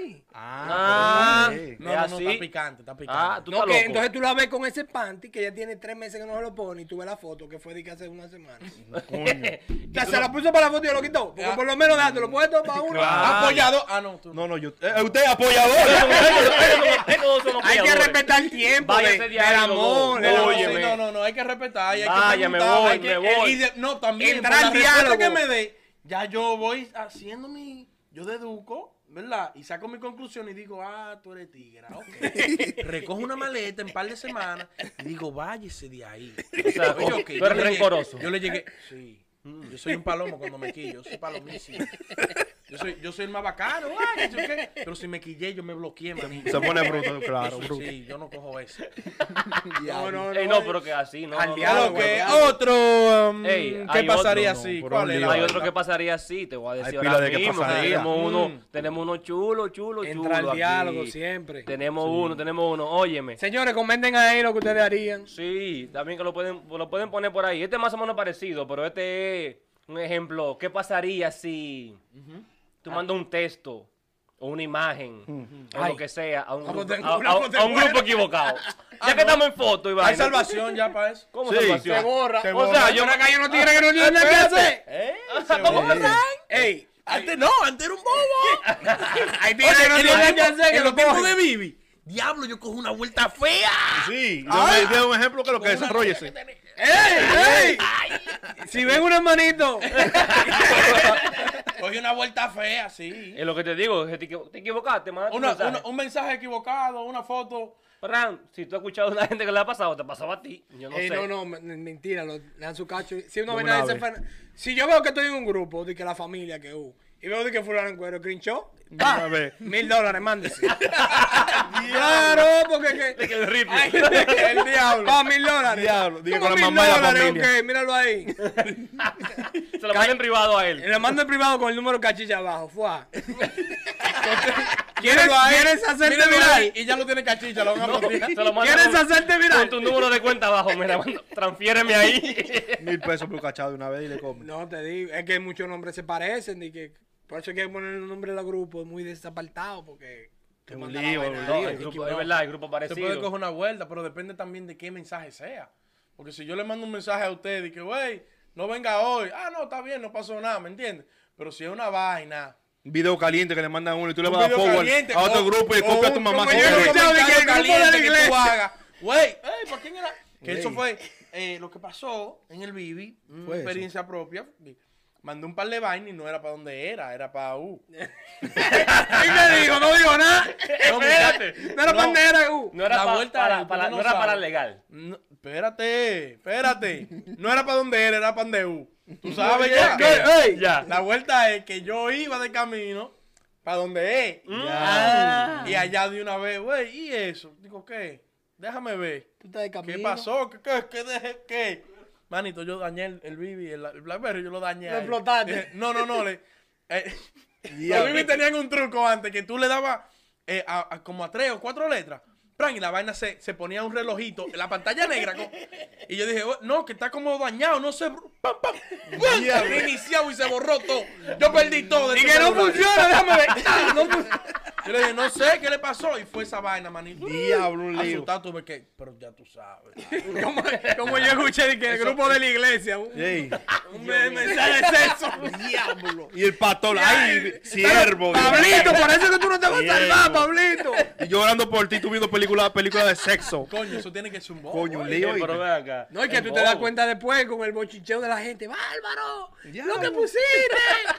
[SPEAKER 3] Ah,
[SPEAKER 4] ah,
[SPEAKER 3] por eso es.
[SPEAKER 2] No,
[SPEAKER 4] es
[SPEAKER 2] no, no,
[SPEAKER 4] así.
[SPEAKER 2] está picante, está picante.
[SPEAKER 4] Ah, tú
[SPEAKER 1] No,
[SPEAKER 4] estás
[SPEAKER 1] que
[SPEAKER 4] loco.
[SPEAKER 1] entonces tú la ves con ese panty que ya tiene tres meses que no se lo pone y tú ves la foto que fue de que hace una semana. O sea, se la puso para la foto y yo lo quitó. Porque
[SPEAKER 2] Ya.
[SPEAKER 1] por lo menos déjate, lo puesto para uno.
[SPEAKER 4] Ah.
[SPEAKER 1] pues
[SPEAKER 4] Claro.
[SPEAKER 2] Apoyado. Ah, no, tú.
[SPEAKER 3] No, no, yo. eh, usted es apoyador.
[SPEAKER 4] pues
[SPEAKER 1] Hay que respetar el tiempo, de,
[SPEAKER 4] Váyase de ahí,
[SPEAKER 1] el
[SPEAKER 4] los dos.
[SPEAKER 1] amor. el
[SPEAKER 2] No,
[SPEAKER 1] amor.
[SPEAKER 4] Óyeme.
[SPEAKER 2] sí, no, no, no, hay que respetar, hay
[SPEAKER 4] Vaya,
[SPEAKER 2] que
[SPEAKER 4] me
[SPEAKER 2] preguntar,
[SPEAKER 4] voy,
[SPEAKER 2] hay que-
[SPEAKER 4] me voy.
[SPEAKER 2] y de- no, también,
[SPEAKER 1] Entrar
[SPEAKER 2] por la
[SPEAKER 1] al
[SPEAKER 2] respuesta
[SPEAKER 1] diálogo.
[SPEAKER 2] que me dé, ya yo voy haciendo mi, yo deduco, ¿verdad? Y saco mi conclusión y digo, ah, tú eres tigra, ok. Recojo una maleta en par de semanas y digo, váyese de ahí.
[SPEAKER 4] Exacto.
[SPEAKER 2] Oye, ok, yo
[SPEAKER 4] Tú eres
[SPEAKER 2] le llegué-
[SPEAKER 4] rencoroso.
[SPEAKER 2] Yo le llegué, sí, yo soy un palomo cuando me quillo, yo soy palomísimo. Yo soy, yo soy el más bacano, ay, yo qué. pero si me quillé, yo me bloqueé, manito.
[SPEAKER 3] Se pone bruto, claro, bruto.
[SPEAKER 2] Sí, yo no cojo eso.
[SPEAKER 1] No, no,
[SPEAKER 4] Ey, no, pero que así, no.
[SPEAKER 1] Al
[SPEAKER 4] no, no.
[SPEAKER 1] diablo,
[SPEAKER 2] Claro
[SPEAKER 1] Claro,
[SPEAKER 2] que
[SPEAKER 1] güey.
[SPEAKER 2] otro. um,
[SPEAKER 4] Ey,
[SPEAKER 2] ¿Qué
[SPEAKER 4] hay
[SPEAKER 2] pasaría
[SPEAKER 3] otro, no,
[SPEAKER 2] así?
[SPEAKER 3] por
[SPEAKER 2] ¿Cuál
[SPEAKER 3] un
[SPEAKER 2] es
[SPEAKER 3] lío.
[SPEAKER 2] la
[SPEAKER 4] Hay
[SPEAKER 3] Claro.
[SPEAKER 4] otro que pasaría así, te voy a
[SPEAKER 3] Hay
[SPEAKER 4] decir
[SPEAKER 3] pila
[SPEAKER 4] ahora
[SPEAKER 3] de que
[SPEAKER 4] mismo.
[SPEAKER 3] pasaría.
[SPEAKER 4] Tenemos
[SPEAKER 1] Mm.
[SPEAKER 4] uno, tenemos uno chulo, chulo, chulo.
[SPEAKER 1] Entra al
[SPEAKER 4] aquí.
[SPEAKER 1] diálogo siempre.
[SPEAKER 4] Tenemos uno, tenemos uno. Óyeme.
[SPEAKER 1] Señores, comenten ahí lo que ustedes harían.
[SPEAKER 4] Sí, también que lo pueden, lo pueden poner por ahí. Este es más o menos parecido, pero este es un ejemplo. ¿Qué pasaría si tú mandas un texto o una imagen o
[SPEAKER 1] Ay.
[SPEAKER 4] lo que sea a un,
[SPEAKER 1] Una
[SPEAKER 4] grupo,
[SPEAKER 1] foto-
[SPEAKER 4] a-
[SPEAKER 1] una
[SPEAKER 4] a-
[SPEAKER 1] foto
[SPEAKER 4] a un
[SPEAKER 1] buena. Ah,
[SPEAKER 4] grupo equivocado? Ya que estamos en foto, Iván.
[SPEAKER 2] Hay salvación ya para eso.
[SPEAKER 4] ¿Cómo
[SPEAKER 3] Sí.
[SPEAKER 4] salvación?
[SPEAKER 1] Se borra.
[SPEAKER 4] O sea, Ah, yo
[SPEAKER 1] Pero acá hay unos tigres que no tienen nada que hacer.
[SPEAKER 4] ¿Cómo
[SPEAKER 1] Ey,
[SPEAKER 2] Antes no, antes era un bobo.
[SPEAKER 1] Ahí
[SPEAKER 2] Oye,
[SPEAKER 1] tiene, no tiene
[SPEAKER 2] en los
[SPEAKER 1] nada que
[SPEAKER 2] tiempos-
[SPEAKER 1] hacer, que
[SPEAKER 2] en
[SPEAKER 1] lo
[SPEAKER 2] los tiempos
[SPEAKER 1] cogen.
[SPEAKER 2] de Bibi, diablo, yo cojo una vuelta fea.
[SPEAKER 5] Sí.
[SPEAKER 3] Yo me dio un ejemplo que lo que desarrollese.
[SPEAKER 1] ¡Ey, ey! Si ven una manito.
[SPEAKER 2] Cogí una vuelta fea, sí.
[SPEAKER 4] Es lo que te digo, es que te, equivo- te equivocaste, mandaste un
[SPEAKER 2] Una-
[SPEAKER 4] mensaje.
[SPEAKER 2] una- un mensaje equivocado, una foto.
[SPEAKER 4] Ferran, si tú has escuchado a una gente que le ha pasado, te pasaba a ti. Yo no
[SPEAKER 1] Eh,
[SPEAKER 4] sé.
[SPEAKER 1] no, no, me- me- mentira, lo- le dan su cacho. Si uno
[SPEAKER 3] Como
[SPEAKER 1] ve nadie
[SPEAKER 3] una
[SPEAKER 1] se
[SPEAKER 3] ave.
[SPEAKER 1] enferma- Si yo veo que estoy en un grupo, de que la familia que hubo, y veo de que fulano en cuero crinchó,
[SPEAKER 3] A ver.
[SPEAKER 1] mil dólares, mándese. claro, porque que-
[SPEAKER 4] Que el rifle.
[SPEAKER 1] Ay, el diablo. Pa, mil dólares.
[SPEAKER 3] Diablo, dije,
[SPEAKER 1] ¿Cómo
[SPEAKER 3] con la
[SPEAKER 1] mil
[SPEAKER 3] mamá y la
[SPEAKER 1] dólares?
[SPEAKER 3] familia.
[SPEAKER 1] Ok, míralo ahí.
[SPEAKER 4] Se lo ponen privado a
[SPEAKER 1] Y
[SPEAKER 4] él.
[SPEAKER 1] Le mando en privado con el número cachicha abajo. Fuá. ¿Quieres, ¿Quieres hacerte
[SPEAKER 2] Mírenlo ahí,
[SPEAKER 1] viral?
[SPEAKER 2] Y ya lo tiene cachicha, lo van a bloquear.
[SPEAKER 4] Se lo mandan
[SPEAKER 1] ¿Quieres
[SPEAKER 4] con-
[SPEAKER 1] hacerte
[SPEAKER 4] Con
[SPEAKER 1] viral?
[SPEAKER 4] tu número de cuenta abajo, mira, manda, transfiéreme ahí.
[SPEAKER 3] Mil pesos por cachado de una vez y le compro.
[SPEAKER 1] No, te digo, es que muchos nombres se parecen y que por eso hay que poner un nombre a los grupos muy desapartado porque te
[SPEAKER 3] un
[SPEAKER 1] manda la
[SPEAKER 3] lío,
[SPEAKER 1] vaina
[SPEAKER 3] un
[SPEAKER 1] ahí.
[SPEAKER 4] No, el grupo, es verdad, el grupo
[SPEAKER 2] Se
[SPEAKER 4] parecido.
[SPEAKER 2] puede coger una vuelta, pero depende también de qué mensaje sea. Porque si yo le mando un mensaje a usted y que, güey, no venga hoy. Ah, no, está bien, no pasó nada, ¿me entiendes? Pero si es una vaina.
[SPEAKER 3] Un video caliente que le mandan a uno y tú le
[SPEAKER 2] un
[SPEAKER 3] vas a
[SPEAKER 2] video
[SPEAKER 3] forward
[SPEAKER 2] caliente,
[SPEAKER 3] a otro
[SPEAKER 2] o-
[SPEAKER 3] grupo y
[SPEAKER 2] o
[SPEAKER 3] copia a
[SPEAKER 2] un-
[SPEAKER 3] tu mamá.
[SPEAKER 2] como
[SPEAKER 3] si
[SPEAKER 2] yo he
[SPEAKER 3] quieres.
[SPEAKER 2] escuchado de que el
[SPEAKER 1] Comentario
[SPEAKER 2] grupo de la
[SPEAKER 1] caliente que tú
[SPEAKER 2] iglesia.
[SPEAKER 1] hagas.
[SPEAKER 2] Güey, ey, ¿para quién era? Que eso fue eh, lo que pasó en el Bibi, una
[SPEAKER 5] Fue eso.
[SPEAKER 2] experiencia propia. Mandé un par de vainas y no era para donde era, era para U.
[SPEAKER 1] ¿Qué te digo? No digo nada.
[SPEAKER 4] Espérate.
[SPEAKER 1] No era
[SPEAKER 2] No.
[SPEAKER 1] bandera. uh.
[SPEAKER 4] No era
[SPEAKER 2] La
[SPEAKER 4] pa-
[SPEAKER 2] vuelta
[SPEAKER 4] para,
[SPEAKER 2] era, tú
[SPEAKER 4] para-
[SPEAKER 2] no
[SPEAKER 4] no era
[SPEAKER 2] sabes.
[SPEAKER 4] para legal.
[SPEAKER 2] No, espérate, espérate. No era para donde era, era para donde U. Tú sabes
[SPEAKER 1] Ya,
[SPEAKER 2] ya.
[SPEAKER 1] ya, ey.
[SPEAKER 4] Ya.
[SPEAKER 2] La vuelta es que yo iba de camino para donde es.
[SPEAKER 4] Ah.
[SPEAKER 2] Y allá de una vez, güey, ¿y eso? Digo, ¿qué? Déjame ver.
[SPEAKER 1] Tú estás de
[SPEAKER 2] ¿Qué
[SPEAKER 1] camino.
[SPEAKER 2] pasó? ¿Qué, qué, qué, dejé- qué? Manito, yo dañé el, el Bibi, el, el Blackberry, yo lo dañé.
[SPEAKER 1] Lo
[SPEAKER 2] ahí.
[SPEAKER 1] explotaste.
[SPEAKER 2] Eh, No, no, no. Le, eh,
[SPEAKER 5] Diablo.
[SPEAKER 2] los Bibi tenían un truco antes que tú le dabas eh, a- a como a tres o cuatro letras. Pran, y la vaina se, se ponía un relojito en la pantalla negra. co- y yo dije, "Oh, no, que está como dañado, no sé. Pam, pam. Guau, Reiniciado y se borró todo. Yo perdí todo. de
[SPEAKER 1] Y
[SPEAKER 2] este
[SPEAKER 1] que no
[SPEAKER 2] celular.
[SPEAKER 1] funciona, déjame ver. Ah, No fun-
[SPEAKER 2] Yo le dije, no sé qué le pasó. Y fue esa vaina, manito.
[SPEAKER 5] Diablo, un lío.
[SPEAKER 2] Asustado tuve que. Pero ya tú sabes.
[SPEAKER 1] como, como yo escuché de que el grupo de la iglesia. Un,
[SPEAKER 5] Ey.
[SPEAKER 1] un me- mensaje de sexo.
[SPEAKER 5] Diablo.
[SPEAKER 3] Y el pastor, ay, siervo.
[SPEAKER 1] eh, Pablito, por eso que tú no te vas a salvar,
[SPEAKER 3] Diablo.
[SPEAKER 1] Pablito.
[SPEAKER 3] Y yo orando por ti, tú viendo películas película de sexo.
[SPEAKER 2] Coño, eso tiene que ser un bobo.
[SPEAKER 3] Coño, un
[SPEAKER 4] Eh,
[SPEAKER 3] lío.
[SPEAKER 4] pero
[SPEAKER 3] ¿oíste?
[SPEAKER 4] ven acá.
[SPEAKER 1] No, y que
[SPEAKER 4] El
[SPEAKER 1] tú te das
[SPEAKER 4] bobo.
[SPEAKER 1] cuenta después con el bochicheo de la gente. ¡Bárbaro! ¡Lo que
[SPEAKER 5] Diablo.
[SPEAKER 1] pusiste!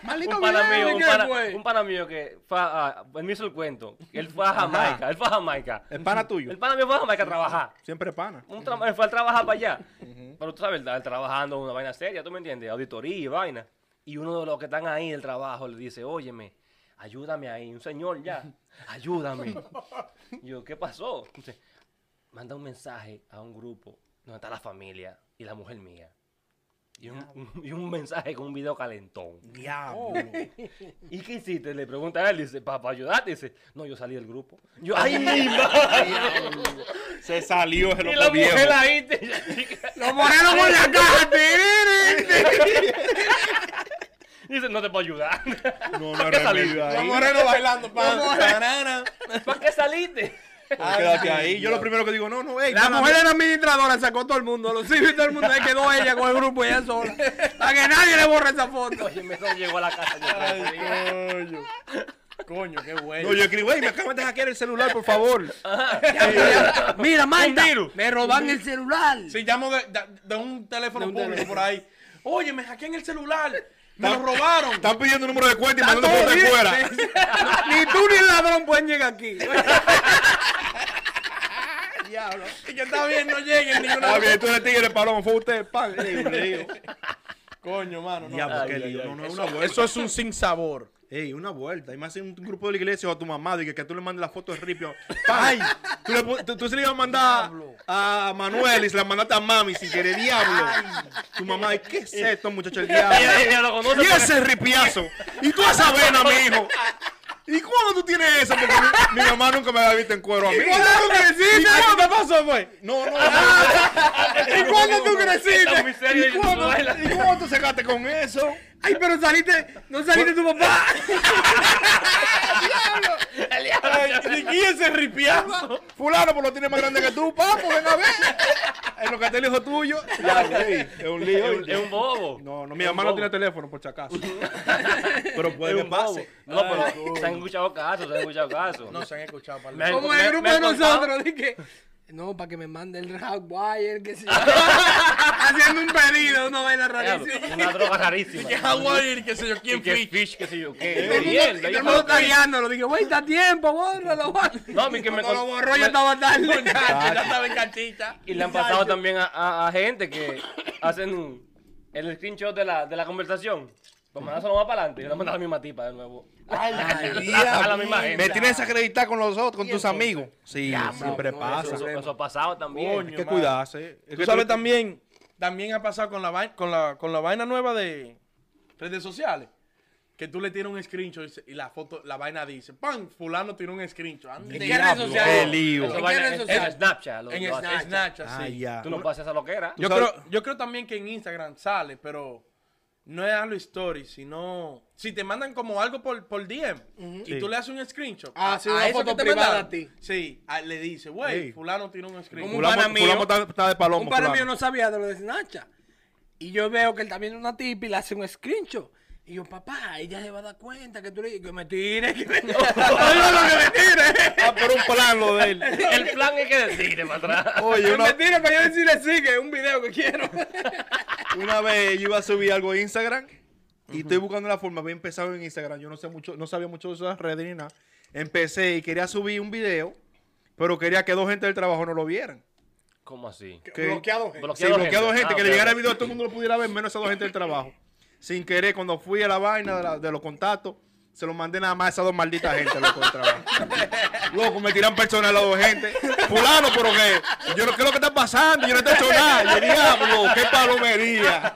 [SPEAKER 1] ¡Maldito
[SPEAKER 4] un pana
[SPEAKER 1] video!
[SPEAKER 4] mío,
[SPEAKER 1] ¿y
[SPEAKER 4] un
[SPEAKER 1] qué
[SPEAKER 4] pana,
[SPEAKER 1] fue?
[SPEAKER 4] un pana mío que fue a, a- él me hizo el cuento. Él fue a Jamaica, él fue a Jamaica.
[SPEAKER 3] Es pana tuyo.
[SPEAKER 4] El pana mío fue a Jamaica a trabajar.
[SPEAKER 3] Siempre es pana.
[SPEAKER 4] Un tra- Fue a trabajar para allá. Pero tú sabes, él trabajando en una vaina seria, ¿tú me entiendes? Auditoría y vaina. Y uno de los que están ahí del trabajo le dice, óyeme, ayúdame ahí, un señor ya, ayúdame. Y yo, ¿qué pasó? Dice, manda un mensaje a un grupo donde está la familia y la mujer mía. Y un, y un mensaje con un video calentón.
[SPEAKER 3] Oh.
[SPEAKER 5] Diablo.
[SPEAKER 4] ¿Y qué hiciste? Le pregunta a él, dice, para ayudarte. Dice, no, yo salí del grupo. Yo, ¡ay, mi madre!
[SPEAKER 3] Se salió el
[SPEAKER 4] Y la
[SPEAKER 3] loco
[SPEAKER 4] mujer
[SPEAKER 3] viejo.
[SPEAKER 4] ahí. te-
[SPEAKER 1] ¡Lo mojaron con la caja! tiriri,
[SPEAKER 4] Dice, no te puedo ayudar.
[SPEAKER 3] No,
[SPEAKER 4] ¿Para
[SPEAKER 3] no,
[SPEAKER 4] qué saliste?
[SPEAKER 3] remedio
[SPEAKER 2] Los
[SPEAKER 3] ahí.
[SPEAKER 2] morenos bailando. pan, tarara.
[SPEAKER 4] ¿Para qué saliste?
[SPEAKER 3] Quédate ahí. Yo lo primero que digo, no, no, ey.
[SPEAKER 1] La
[SPEAKER 3] pana,
[SPEAKER 1] mujer era administradora, sacó todo el mundo, los hijos y todo el mundo, ahí quedó ella con el grupo ella sola. Para que nadie le borre esa foto.
[SPEAKER 4] Oye, me llegó a la casa. yo creo.
[SPEAKER 2] Ay, coño. Coño, qué bueno.
[SPEAKER 3] No, yo escribo, ey, me acaban de hackear el celular, por favor.
[SPEAKER 1] Mira, Marta,
[SPEAKER 4] virus.
[SPEAKER 1] me roban el celular.
[SPEAKER 2] Si llamo de, de- de un teléfono
[SPEAKER 1] De un
[SPEAKER 2] público
[SPEAKER 1] teléfono.
[SPEAKER 2] por ahí. Oye, me hackean el celular. Me lo robaron.
[SPEAKER 3] Están pidiendo número de cuenta y
[SPEAKER 1] Está
[SPEAKER 3] mandando
[SPEAKER 1] todo
[SPEAKER 3] por de
[SPEAKER 1] bien.
[SPEAKER 3] fuera.
[SPEAKER 1] Ni tú ni el ladrón pueden llegar aquí.
[SPEAKER 5] Diablo.
[SPEAKER 2] Y que está bien, no lleguen ninguna
[SPEAKER 3] Ah, bien, tú eres tigre, Paloma, fue usted, pan. Ey, un lío.
[SPEAKER 2] Coño, mano. No.
[SPEAKER 5] Diablo,
[SPEAKER 4] Ay,
[SPEAKER 5] qué
[SPEAKER 4] ay,
[SPEAKER 5] lío.
[SPEAKER 4] ay.
[SPEAKER 5] No, no, una
[SPEAKER 2] eso,
[SPEAKER 5] vuelta.
[SPEAKER 2] eso es un sin sabor.
[SPEAKER 3] Ey, una vuelta. Y más en un grupo de la iglesia o a tu mamá, de que, que tú le mandes la foto de Ripio. ¡Ay! Tú, le, pu- tú, tú se le ibas a mandar a Manuel y se la mandaste a mami sin querer, diablo. Tu mamá, ¿qué es esto, muchacho? El diablo.
[SPEAKER 4] Ella- ella lo conoce
[SPEAKER 3] ¿Y
[SPEAKER 4] porque-
[SPEAKER 3] ese ripiazo? ¿Y tú esa vena, mi hijo? ¿Y cuándo tú tienes eso? Porque mi, mi mamá nunca me había visto en cuero a mí.
[SPEAKER 1] creciste?
[SPEAKER 2] ¿Qué pasó, pues?
[SPEAKER 3] No, no, no.
[SPEAKER 1] ¿Y cuándo tú
[SPEAKER 4] Está
[SPEAKER 1] creciste?
[SPEAKER 4] muy serio y
[SPEAKER 3] ¿Y cuándo,
[SPEAKER 4] tú bailas.
[SPEAKER 3] ¿Y cuándo tú sacaste con eso?
[SPEAKER 1] Ay, pero saliste, no saliste tu papá.
[SPEAKER 2] Ay, ¿De quién se ripiazo?
[SPEAKER 3] Fulano, pues lo tiene más grande que tú, papo, ven a ver. En los carteles hijo tuyo. Ya, güey. Es un lío.
[SPEAKER 4] Es un bobo.
[SPEAKER 3] No, no,
[SPEAKER 4] Es
[SPEAKER 3] mi
[SPEAKER 4] un
[SPEAKER 3] mamá no
[SPEAKER 4] bobo.
[SPEAKER 3] tiene teléfono, por si acaso. Pero puede
[SPEAKER 4] Es
[SPEAKER 3] que
[SPEAKER 4] un bobo.
[SPEAKER 3] pase.
[SPEAKER 4] No, pero se han escuchado casos, se han escuchado casos.
[SPEAKER 2] No se han escuchado para
[SPEAKER 4] Me-
[SPEAKER 1] Como en el
[SPEAKER 4] me-
[SPEAKER 1] grupo
[SPEAKER 4] me
[SPEAKER 1] de
[SPEAKER 4] han contado-
[SPEAKER 1] nosotros, dije. No, para que me mande el Hotwire, que se Haciendo un pedido, una vaina
[SPEAKER 4] Claro,
[SPEAKER 1] rarísima.
[SPEAKER 4] Una droga rarísima.
[SPEAKER 2] Que Hawaii, qué sé yo,
[SPEAKER 4] Y
[SPEAKER 2] quién
[SPEAKER 4] que
[SPEAKER 2] fish.
[SPEAKER 4] fish, qué sé yo. qué.
[SPEAKER 1] Todo el mundo-
[SPEAKER 4] Mierda,
[SPEAKER 1] todo
[SPEAKER 4] yo
[SPEAKER 1] el mundo
[SPEAKER 4] estaba-
[SPEAKER 1] tagueándolo. Dije, güey, está a tiempo, bórralo, bórralo.
[SPEAKER 4] No, a mí que me
[SPEAKER 1] Cuando
[SPEAKER 4] con-
[SPEAKER 1] lo borró
[SPEAKER 4] me-
[SPEAKER 1] ya estaba tarde.
[SPEAKER 2] Ya estaba en cartita.
[SPEAKER 4] Y le han pasado también a, a- a gente que hacen el screenshot de la, de la conversación. Pues mandárselo más para adelante y le mandan a la misma tipa de nuevo. a la misma gente.
[SPEAKER 3] Me tienes desacreditado con los otros, con tus amigos. Sí, siempre
[SPEAKER 1] no,
[SPEAKER 3] pasa.
[SPEAKER 4] Eso, eso ha pasado también.
[SPEAKER 3] Hay que cuidarse. Es
[SPEAKER 2] Tú
[SPEAKER 3] que
[SPEAKER 2] sabes
[SPEAKER 3] tú-
[SPEAKER 2] también, también ha pasado con la, vai- con, la, con la vaina nueva de redes sociales. Que tú le tiras un screenshot y se- y la foto, la vaina dice, ¡pam! Fulano tiró un screenshot. Ande,
[SPEAKER 1] ¿En qué
[SPEAKER 2] diablo.
[SPEAKER 1] redes
[SPEAKER 3] Qué
[SPEAKER 1] sociales?
[SPEAKER 3] lío.
[SPEAKER 1] ¿En
[SPEAKER 4] Eso
[SPEAKER 1] qué
[SPEAKER 4] vaina-
[SPEAKER 1] redes
[SPEAKER 4] es-
[SPEAKER 1] sociales?
[SPEAKER 4] en Snapchat. Lo,
[SPEAKER 2] En
[SPEAKER 4] lo haces.
[SPEAKER 2] Snapchat, sí.
[SPEAKER 3] Ah, ya.
[SPEAKER 4] Tú no pasas esa loquera.
[SPEAKER 2] Yo,
[SPEAKER 3] Tú sabes-
[SPEAKER 2] creo, yo creo también que en Instagram sale, pero no es a los stories, sino... Si te mandan como algo por, por DM y
[SPEAKER 3] Sí.
[SPEAKER 2] tú le haces un screenshot.
[SPEAKER 1] Ah, sí, una
[SPEAKER 2] eso
[SPEAKER 1] foto
[SPEAKER 2] que te
[SPEAKER 1] privada
[SPEAKER 2] mandaron,
[SPEAKER 1] a ti.
[SPEAKER 2] Sí, a- le dice, güey,
[SPEAKER 3] Sí.
[SPEAKER 2] fulano tiró un
[SPEAKER 1] Como
[SPEAKER 2] screenshot.
[SPEAKER 1] un
[SPEAKER 3] Fulano-
[SPEAKER 1] pana mío.
[SPEAKER 3] fulano está- está de paloma.
[SPEAKER 1] Un pana mío
[SPEAKER 3] fulano.
[SPEAKER 1] no sabía de lo de Snapchat. Y yo veo que él también una tipa y le hace un screenshot. Y yo, papá, ella se va a dar cuenta que tú le que me tire, que me,
[SPEAKER 3] Ah, pero un plan lo de él.
[SPEAKER 4] El plan es que decide para atrás.
[SPEAKER 3] Oye,
[SPEAKER 1] que me
[SPEAKER 3] una,
[SPEAKER 1] tire para yo decirle sí, que es un video que quiero.
[SPEAKER 3] una vez yo iba a subir algo a Instagram y estoy buscando la forma. Había empezado en Instagram. Yo no sé mucho, no sabía mucho de esas redes ni nada. Empecé y quería subir un video, pero quería que dos gente del trabajo no lo vieran.
[SPEAKER 4] ¿Cómo así?
[SPEAKER 3] Que-
[SPEAKER 1] Bloqueado. gente.
[SPEAKER 3] Sí,
[SPEAKER 4] Bloqueado
[SPEAKER 3] bloqueado gente,
[SPEAKER 4] Ah,
[SPEAKER 3] que
[SPEAKER 4] ok,
[SPEAKER 3] le llegara
[SPEAKER 4] ok.
[SPEAKER 3] el video a todo el mundo lo pudiera ver, menos a dos gente del trabajo. Sin querer, cuando fui a la vaina de, la- de los contactos, se lo mandé nada más a esas dos malditas gente, loco, del trabajo. Loco, me tiran personal a las dos gente. Fulano, pero que yo no ¿qué es lo que está pasando, yo no te he hecho nada. Yo, diablo, qué palomería.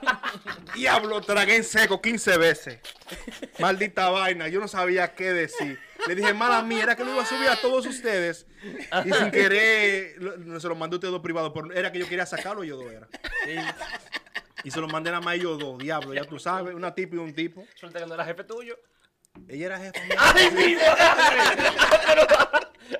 [SPEAKER 3] Diablo, tragué en seco 15 veces. Maldita vaina, yo no sabía qué decir. Le dije, mala mía, era que lo iba a subir a todos ustedes. Y sin querer, lo- no, se lo mandé a ustedes dos privados, pero era que yo quería sacarlo yo dos era. Y se lo mandé nada más ellos dos, diablo, ya tú sabes, una tipa y un tipo.
[SPEAKER 4] Suelta que no era jefe tuyo.
[SPEAKER 3] Ella era jefa.
[SPEAKER 4] ¡Ay, mi madre!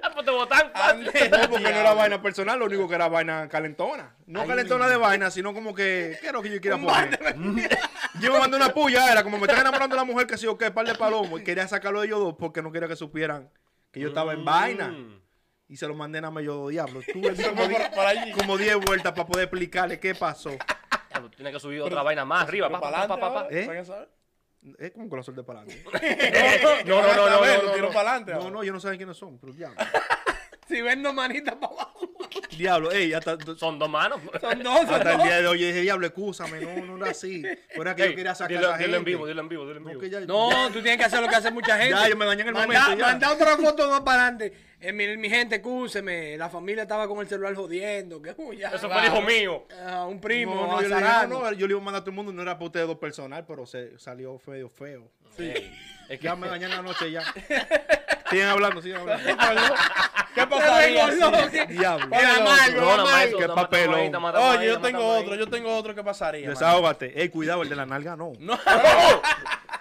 [SPEAKER 4] Ah, pues te botan fácil.
[SPEAKER 3] No, porque no era vaina personal, lo único que era vaina calentona. No calentona de vaina, sino como que, ¿qué es lo que yo quiera poner? Yo me mandé una puya, era como me estaba enamorando de la mujer que sí, o qué, par de palomos. Y quería sacarlo de ellos dos porque no quería que supieran que yo estaba en vaina.
[SPEAKER 4] Mm.
[SPEAKER 3] Y se lo mandé nada más yo dos diablos. Tuve
[SPEAKER 2] fue
[SPEAKER 3] como
[SPEAKER 2] por- por allí.
[SPEAKER 3] die- como 10 vueltas para poder explicarle qué pasó.
[SPEAKER 4] Ah, pues Tienes que subir otra vaina más arriba. pa, pa,
[SPEAKER 2] Para
[SPEAKER 4] pa, pa, pa.
[SPEAKER 3] ¿eh?
[SPEAKER 4] Eh,
[SPEAKER 2] adelante.
[SPEAKER 3] Es como con la suerte para adelante.
[SPEAKER 4] No, no, no, no, no,
[SPEAKER 2] Lo
[SPEAKER 4] no,
[SPEAKER 2] tiró
[SPEAKER 4] no.
[SPEAKER 2] para adelante.
[SPEAKER 3] No, no, yo no saben quiénes son, pero diablo.
[SPEAKER 1] Si vendo manitas para abajo.
[SPEAKER 3] Diablo, ey, hasta,
[SPEAKER 4] Son dos manos.
[SPEAKER 1] Son dos, son
[SPEAKER 3] hasta el
[SPEAKER 1] dos.
[SPEAKER 3] día de hoy yo dije, diablo, escúchame, no, no era así. Fuera que yo
[SPEAKER 4] Ey,
[SPEAKER 3] quería sacar a la
[SPEAKER 4] dilo-
[SPEAKER 3] gente.
[SPEAKER 4] Dilo en vivo, dilo en vivo, dilo en
[SPEAKER 3] No,
[SPEAKER 4] vivo.
[SPEAKER 3] que ya-
[SPEAKER 1] No, tú tienes que hacer lo que hace mucha gente.
[SPEAKER 3] Ya, yo me dañé en el
[SPEAKER 1] Mandá-
[SPEAKER 3] momento, ya.
[SPEAKER 1] mandá otra foto más para adelante. Eh, mi, mi gente, escúcheme, la familia estaba con el celular jodiendo. Que, uy, ya.
[SPEAKER 4] Eso fue el hijo mío.
[SPEAKER 1] Ah, un primo,
[SPEAKER 3] No, no, yo, le dije,
[SPEAKER 1] azarano.
[SPEAKER 3] no, no, yo le iba a mandar a todo el mundo, no era para ustedes dos personal, pero se salió medio feo.
[SPEAKER 4] Ey, Es que
[SPEAKER 3] Ya me dañé en la noche ya. Siguen hablando, siguen hablando.
[SPEAKER 2] ¿Qué
[SPEAKER 1] Te
[SPEAKER 2] pasaría?
[SPEAKER 1] revoló,
[SPEAKER 2] si-
[SPEAKER 1] que-
[SPEAKER 3] Diablo.
[SPEAKER 1] Era amargo,
[SPEAKER 4] No,
[SPEAKER 1] era
[SPEAKER 4] no,
[SPEAKER 1] amargo.
[SPEAKER 4] maestro,
[SPEAKER 3] Qué
[SPEAKER 4] no, matamos
[SPEAKER 3] papelón.
[SPEAKER 4] ahorita, matamos
[SPEAKER 2] Oye, yo
[SPEAKER 4] ahorita,
[SPEAKER 2] tengo
[SPEAKER 4] matamos
[SPEAKER 2] otro,
[SPEAKER 4] ahorita.
[SPEAKER 2] yo tengo otro que pasaría. mano.
[SPEAKER 3] Desahógate. Ey, cuidado, el de la nalga no.
[SPEAKER 2] No,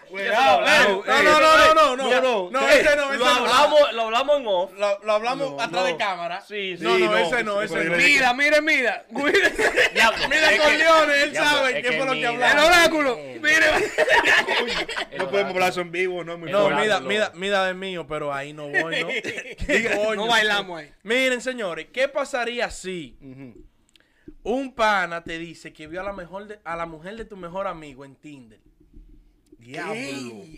[SPEAKER 4] Cuidado,
[SPEAKER 2] no,
[SPEAKER 4] ey,
[SPEAKER 2] no, no,
[SPEAKER 4] ey,
[SPEAKER 2] no, no,
[SPEAKER 4] eh, mira,
[SPEAKER 2] no, no,
[SPEAKER 4] ey,
[SPEAKER 2] ese no, ese
[SPEAKER 4] lo
[SPEAKER 2] no.
[SPEAKER 4] hablamos, lo hablamos en off.
[SPEAKER 2] Lo, lo hablamos atrás de cámara.
[SPEAKER 4] Sí, sí.
[SPEAKER 2] No, no,
[SPEAKER 4] no.
[SPEAKER 2] ese no, ese no.
[SPEAKER 1] Mira, mira, mira. Cuídese.
[SPEAKER 4] Diablo,
[SPEAKER 2] Mira
[SPEAKER 4] es
[SPEAKER 2] con
[SPEAKER 4] que-
[SPEAKER 2] Leones, él
[SPEAKER 4] Diablo,
[SPEAKER 2] sabe
[SPEAKER 4] es
[SPEAKER 2] qué
[SPEAKER 4] que
[SPEAKER 2] fue lo que
[SPEAKER 4] mira.
[SPEAKER 1] El
[SPEAKER 2] hablamos.
[SPEAKER 1] oráculo. Mire.
[SPEAKER 3] No podemos hablar eso en vivo, no es muy
[SPEAKER 2] No,
[SPEAKER 3] fuerte.
[SPEAKER 2] mira,
[SPEAKER 4] Oráculo.
[SPEAKER 2] mira, mira de mío, pero ahí no voy, ¿no? Qué
[SPEAKER 1] No
[SPEAKER 2] coño.
[SPEAKER 1] bailamos ahí.
[SPEAKER 2] Miren, señores, ¿qué pasaría si un pana te dice que vio a la, mejor de- a la mujer de tu mejor amigo en Tinder?
[SPEAKER 1] Diablo.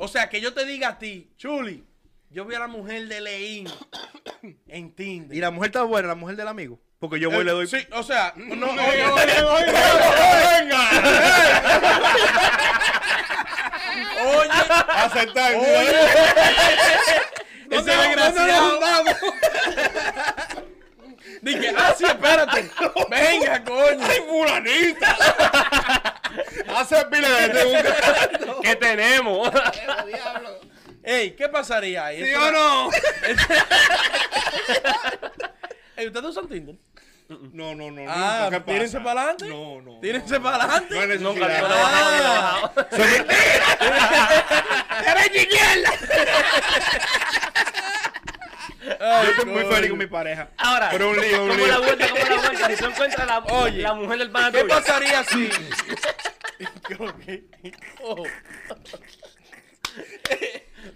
[SPEAKER 2] O sea, que yo te diga a ti, Chuli, yo vi a la mujer de Leín en Tinder.
[SPEAKER 3] Y la mujer está buena, la mujer del amigo. Porque yo voy y le
[SPEAKER 2] Eh,
[SPEAKER 3] doy. Mm,
[SPEAKER 2] Sí, o sea, no, no, oye,
[SPEAKER 3] Aceptar.
[SPEAKER 2] Ese desgraciado. Dije, ah, sí, espérate. Venga, coño. ¡Ay, fulanita!
[SPEAKER 3] Hace pila de
[SPEAKER 4] ¿Qué tenemos?
[SPEAKER 2] Ey, ¿qué pasaría ahí?
[SPEAKER 1] ¿Sí
[SPEAKER 2] Eso
[SPEAKER 1] o
[SPEAKER 2] era-
[SPEAKER 1] no?
[SPEAKER 2] Ey, ¿ustedes usan Tinder?
[SPEAKER 3] No, no, no.
[SPEAKER 2] Ah,
[SPEAKER 3] nunca, ¿qué
[SPEAKER 2] tírense
[SPEAKER 3] pasa?
[SPEAKER 2] para adelante.
[SPEAKER 3] No, no.
[SPEAKER 2] Tírense para adelante.
[SPEAKER 3] No hay necesidad.
[SPEAKER 4] Nunca lo
[SPEAKER 2] Ah.
[SPEAKER 4] hemos dejado.
[SPEAKER 1] ¡Derecha izquierda!
[SPEAKER 3] Yo estoy muy feliz con mi pareja.
[SPEAKER 4] Ahora,
[SPEAKER 3] Pero un lío, un
[SPEAKER 4] como
[SPEAKER 3] lío.
[SPEAKER 4] la vuelta, como la vuelta. Si tú encuentras la,
[SPEAKER 2] Oye,
[SPEAKER 4] la mujer del pana
[SPEAKER 2] ¿Qué
[SPEAKER 4] tuyo.
[SPEAKER 2] pasaría si? Oh.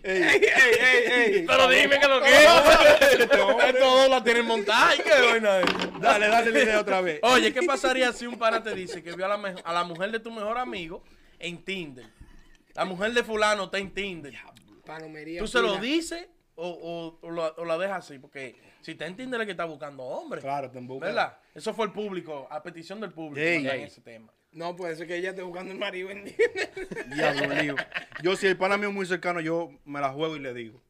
[SPEAKER 4] Pero dime que lo que
[SPEAKER 2] Estos dos la tienen montada. Ay, qué vaina es.
[SPEAKER 3] Dale, dale el video otra vez.
[SPEAKER 2] Oye, ¿qué pasaría si un pana te dice que vio a la, me- a la mujer de tu mejor amigo en Tinder? La mujer de fulano está en Tinder.
[SPEAKER 1] Palomería.
[SPEAKER 2] ¿Tú se lo
[SPEAKER 1] pura.
[SPEAKER 2] dices o, o- o la, o la dejas así? Porque si está en Tinder es que está buscando hombre.
[SPEAKER 3] Claro, te embuca.
[SPEAKER 2] ¿Verdad? Eso fue el público, a petición del público
[SPEAKER 3] Ey.
[SPEAKER 2] mandan
[SPEAKER 3] Ey.
[SPEAKER 2] ese tema.
[SPEAKER 1] No, pues eso es que ella está buscando el marido, ¿entiendes?
[SPEAKER 3] Diablo, lío. Yo, si el pana mío es muy cercano, yo me la juego y le digo.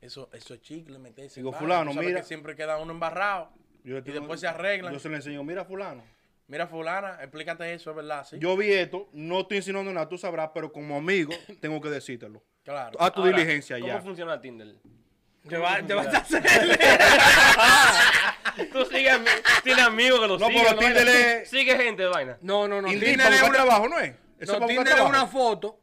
[SPEAKER 2] Eso, eso es chicle, meterse.
[SPEAKER 3] Digo,
[SPEAKER 2] en
[SPEAKER 3] fulano,
[SPEAKER 2] Tú sabes
[SPEAKER 3] mira.
[SPEAKER 2] que siempre queda uno embarrado.
[SPEAKER 3] Yo le
[SPEAKER 2] y
[SPEAKER 3] tengo-
[SPEAKER 2] después se arreglan.
[SPEAKER 3] Yo se le enseño, mira, fulano.
[SPEAKER 2] Mira, fulana, explícate eso, es verdad, sí.
[SPEAKER 3] Yo vi esto, no estoy insinuando nada, tú sabrás, pero como amigo, tengo que decírtelo.
[SPEAKER 2] claro.
[SPEAKER 3] A tu diligencia
[SPEAKER 4] ¿Cómo
[SPEAKER 3] ya.
[SPEAKER 4] funciona Tinder?
[SPEAKER 1] Te, va- te vas a hacer.
[SPEAKER 4] Tú sigues, tienes amigos que lo
[SPEAKER 3] No,
[SPEAKER 4] siguen.
[SPEAKER 3] pero
[SPEAKER 4] vaina.
[SPEAKER 3] Tinder es-
[SPEAKER 4] Sigue gente de vaina.
[SPEAKER 1] No, no, no.
[SPEAKER 3] Indeed,
[SPEAKER 1] Tinder
[SPEAKER 3] para
[SPEAKER 1] es
[SPEAKER 3] buscar
[SPEAKER 1] una-
[SPEAKER 3] trabajo, ¿no es?
[SPEAKER 1] No,
[SPEAKER 3] es para buscar
[SPEAKER 1] Tinder es
[SPEAKER 3] trabajo.
[SPEAKER 1] una foto.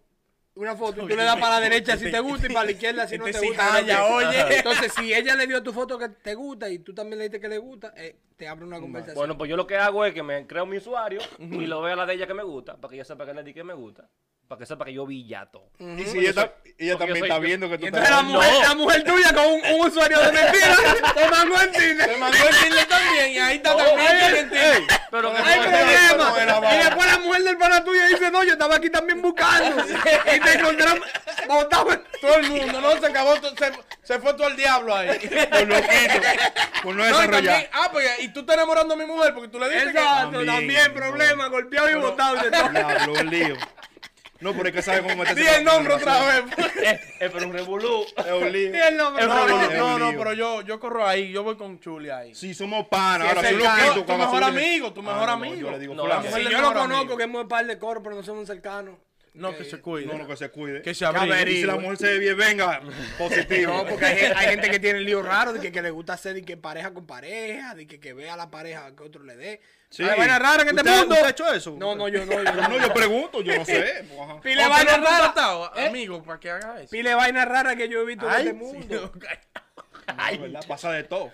[SPEAKER 1] Una foto, y tú le das para la derecha si te gusta y para la izquierda si no
[SPEAKER 2] Este
[SPEAKER 1] te
[SPEAKER 2] sí
[SPEAKER 1] gusta.
[SPEAKER 2] jaya,
[SPEAKER 1] ¿no?
[SPEAKER 2] oye.
[SPEAKER 1] Entonces, si ella le dio tu foto que te gusta y tú también le diste que le gusta, eh, te abre una conversación.
[SPEAKER 4] Bueno, pues yo lo que hago es que me creo mi usuario y lo veo a la de ella que me gusta, para que ella sepa que le di que me gusta, para que sepa que yo vi ya todo.
[SPEAKER 3] Y si ella, está- ella
[SPEAKER 4] yo
[SPEAKER 3] también
[SPEAKER 4] soy-
[SPEAKER 3] está viendo que tú
[SPEAKER 1] Y
[SPEAKER 3] estás...
[SPEAKER 1] entonces la mujer,
[SPEAKER 4] No.
[SPEAKER 1] la mujer tuya con un, un usuario de mentira te mandó en Tinder.
[SPEAKER 2] Te mandó el Tinder también y ahí está
[SPEAKER 4] No,
[SPEAKER 2] también.
[SPEAKER 4] ahí
[SPEAKER 2] el Tinder.
[SPEAKER 4] Pero que
[SPEAKER 1] Hay
[SPEAKER 4] no-
[SPEAKER 3] no era
[SPEAKER 1] problema.
[SPEAKER 3] vaina.
[SPEAKER 1] Y después la mujer del pana tuya dice, no, yo estaba aquí también buscando. y te encontramos botado en-
[SPEAKER 2] Todo el mundo, no, se acabó, to- se, se fue todo el diablo ahí.
[SPEAKER 3] Por loquito, por no
[SPEAKER 2] No, y
[SPEAKER 3] desarrollar.
[SPEAKER 2] también, ah, pues, y tú estás enamorando a mi mujer porque tú le dices
[SPEAKER 1] Exacto,
[SPEAKER 3] También,
[SPEAKER 1] también,
[SPEAKER 3] no.
[SPEAKER 1] problema, golpeado y
[SPEAKER 2] Pero-
[SPEAKER 1] botado de todo.
[SPEAKER 3] Diablo, el lío. No, pero es que sabe cómo
[SPEAKER 2] que...
[SPEAKER 3] meterse.
[SPEAKER 2] Di
[SPEAKER 3] con
[SPEAKER 2] el
[SPEAKER 3] la
[SPEAKER 2] nombre otra
[SPEAKER 3] relación.
[SPEAKER 2] vez.
[SPEAKER 4] Eh, eh, pero un revolú.
[SPEAKER 3] Es un lío.
[SPEAKER 1] Y el nombre,
[SPEAKER 3] Es
[SPEAKER 1] no,
[SPEAKER 3] un
[SPEAKER 2] No,
[SPEAKER 3] lío.
[SPEAKER 2] no, no, pero yo, yo corro ahí, yo voy con Chuli ahí.
[SPEAKER 3] Si somos panas, ahora
[SPEAKER 1] es
[SPEAKER 3] si un
[SPEAKER 1] cercano,
[SPEAKER 3] loquito...
[SPEAKER 2] tu
[SPEAKER 3] cuando
[SPEAKER 2] mejor
[SPEAKER 3] hacemos-
[SPEAKER 2] amigo, tu
[SPEAKER 3] Ah,
[SPEAKER 2] mejor
[SPEAKER 3] no,
[SPEAKER 2] amigo.
[SPEAKER 3] Yo le digo,
[SPEAKER 4] No,
[SPEAKER 3] fulano.
[SPEAKER 4] la
[SPEAKER 1] Si
[SPEAKER 4] mujer
[SPEAKER 1] yo lo conozco, que es muy par de coro, pero no somos cercanos.
[SPEAKER 2] No, que se cuide.
[SPEAKER 3] No, no, que se cuide.
[SPEAKER 2] Que se abrigue.
[SPEAKER 3] Y si la mujer se ve bien, venga, positivo.
[SPEAKER 1] No, porque hay, gen- hay gente que tiene el lío raro de que, que le gusta hacer de que pareja con pareja, de que, que vea a la pareja que otro le dé.
[SPEAKER 3] Sí.
[SPEAKER 1] Hay vaina rara en este
[SPEAKER 3] ¿Usted-
[SPEAKER 1] mundo.
[SPEAKER 3] usted ha hecho eso?
[SPEAKER 1] No, no, yo no. Yo
[SPEAKER 3] No,
[SPEAKER 1] no.
[SPEAKER 3] yo pregunto, yo no sé. Pues, Ajá.
[SPEAKER 1] Pile
[SPEAKER 2] ¿O tú
[SPEAKER 1] vaina
[SPEAKER 2] no has
[SPEAKER 1] rara.
[SPEAKER 2] contratado, amigo, para que haga eso.
[SPEAKER 1] Pile vaina rara que yo he visto en este mundo.
[SPEAKER 2] sí, ok.
[SPEAKER 3] Ay, ¿verdad? Pasa de todo.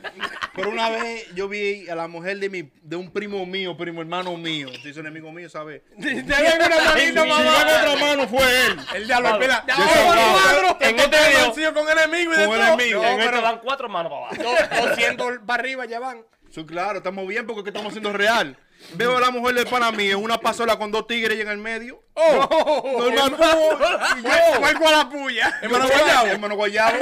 [SPEAKER 3] Pero una vez yo vi a la mujer de, mi, de un primo mío, primo hermano mío. Si es un enemigo mío, ¿sabes?
[SPEAKER 1] Te ven una
[SPEAKER 3] Si
[SPEAKER 1] manita,
[SPEAKER 3] no
[SPEAKER 1] mamá.
[SPEAKER 3] otra mano fue él.
[SPEAKER 2] El diablo, espera.
[SPEAKER 1] Ya,
[SPEAKER 3] Yo
[SPEAKER 1] vamos
[SPEAKER 3] soy
[SPEAKER 1] al
[SPEAKER 3] bravo.
[SPEAKER 1] cuadro.
[SPEAKER 4] En este
[SPEAKER 2] Te
[SPEAKER 4] video,
[SPEAKER 2] consigo con enemigo y de
[SPEAKER 3] Con
[SPEAKER 2] todo.
[SPEAKER 3] enemigo.
[SPEAKER 4] no,
[SPEAKER 3] en
[SPEAKER 4] pero
[SPEAKER 3] este-
[SPEAKER 4] dan cuatro manos para abajo.
[SPEAKER 1] Do- 200 para arriba ya van.
[SPEAKER 3] Sí, claro, estamos bien porque es que estamos siendo real. Veo a la mujer del pana mío en una pasola con dos tigres y en el medio.
[SPEAKER 2] Oh,
[SPEAKER 3] No, hermano, no. Y yo,
[SPEAKER 1] Vuelco a la puya.
[SPEAKER 2] hermano
[SPEAKER 3] yo,
[SPEAKER 2] Guayabo.
[SPEAKER 3] Hermano Guayabo.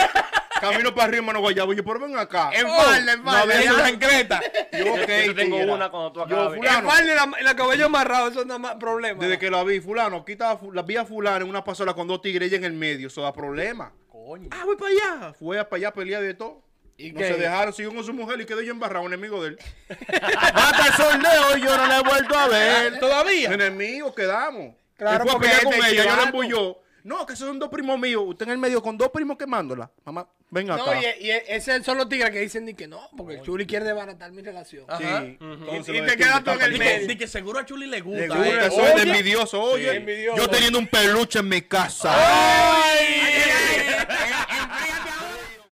[SPEAKER 3] Camino para arriba, hermano Guayabo. Y yo, pero ven acá.
[SPEAKER 1] En falda, en
[SPEAKER 3] Oh. no,
[SPEAKER 1] falda.
[SPEAKER 3] de eso-
[SPEAKER 2] Eso es en Creta.
[SPEAKER 3] Yo, ok,
[SPEAKER 4] Yo tengo
[SPEAKER 3] tigra.
[SPEAKER 4] una cuando tú
[SPEAKER 3] Yo,
[SPEAKER 4] acabes.
[SPEAKER 1] En
[SPEAKER 3] fulano,
[SPEAKER 1] falda y la- y la cabello amarrado, eso no es más problema.
[SPEAKER 3] desde que la vi, fulano, quita, fu- la vi a fulano en una pasola con dos tigres y en el medio. Eso da problema.
[SPEAKER 2] Coño.
[SPEAKER 3] Ah, voy para allá. Fue para allá a pelear de todo.
[SPEAKER 1] ¿Y
[SPEAKER 3] no
[SPEAKER 1] qué?
[SPEAKER 3] se dejaron, siguió con su mujer y quedó yo embarrado, enemigo de él. Hasta el sorteo y yo no le he vuelto a ver.
[SPEAKER 2] ¿Todavía?
[SPEAKER 3] Enemigos Ah, quedamos.
[SPEAKER 1] Claro,
[SPEAKER 3] Él fue a
[SPEAKER 1] porque
[SPEAKER 3] pelear con
[SPEAKER 1] este es
[SPEAKER 3] ella, yo le
[SPEAKER 1] chivano.
[SPEAKER 3] embulló. No, que esos son dos primos míos. Usted en el medio con dos primos quemándola. Mamá, venga
[SPEAKER 1] No,
[SPEAKER 3] acá.
[SPEAKER 1] y, y ese son los tigres que dicen ni que no, porque el chuli quiere desbaratar mi relación.
[SPEAKER 2] Ah,
[SPEAKER 3] Sí.
[SPEAKER 2] Ajá.
[SPEAKER 3] Entonces,
[SPEAKER 1] Y- y
[SPEAKER 3] lo
[SPEAKER 1] te quedas
[SPEAKER 3] de Tinder
[SPEAKER 1] tú en
[SPEAKER 3] está
[SPEAKER 1] el
[SPEAKER 2] Di
[SPEAKER 3] peligroso.
[SPEAKER 1] medio.
[SPEAKER 2] que, di que seguro a Chuli le gusta.
[SPEAKER 3] Le
[SPEAKER 2] eh.
[SPEAKER 3] gusta, soy
[SPEAKER 2] Oye,
[SPEAKER 3] de envidioso, oye.
[SPEAKER 2] envidioso.
[SPEAKER 3] Yo teniendo un peluche en mi casa.
[SPEAKER 2] ay, ay, ay.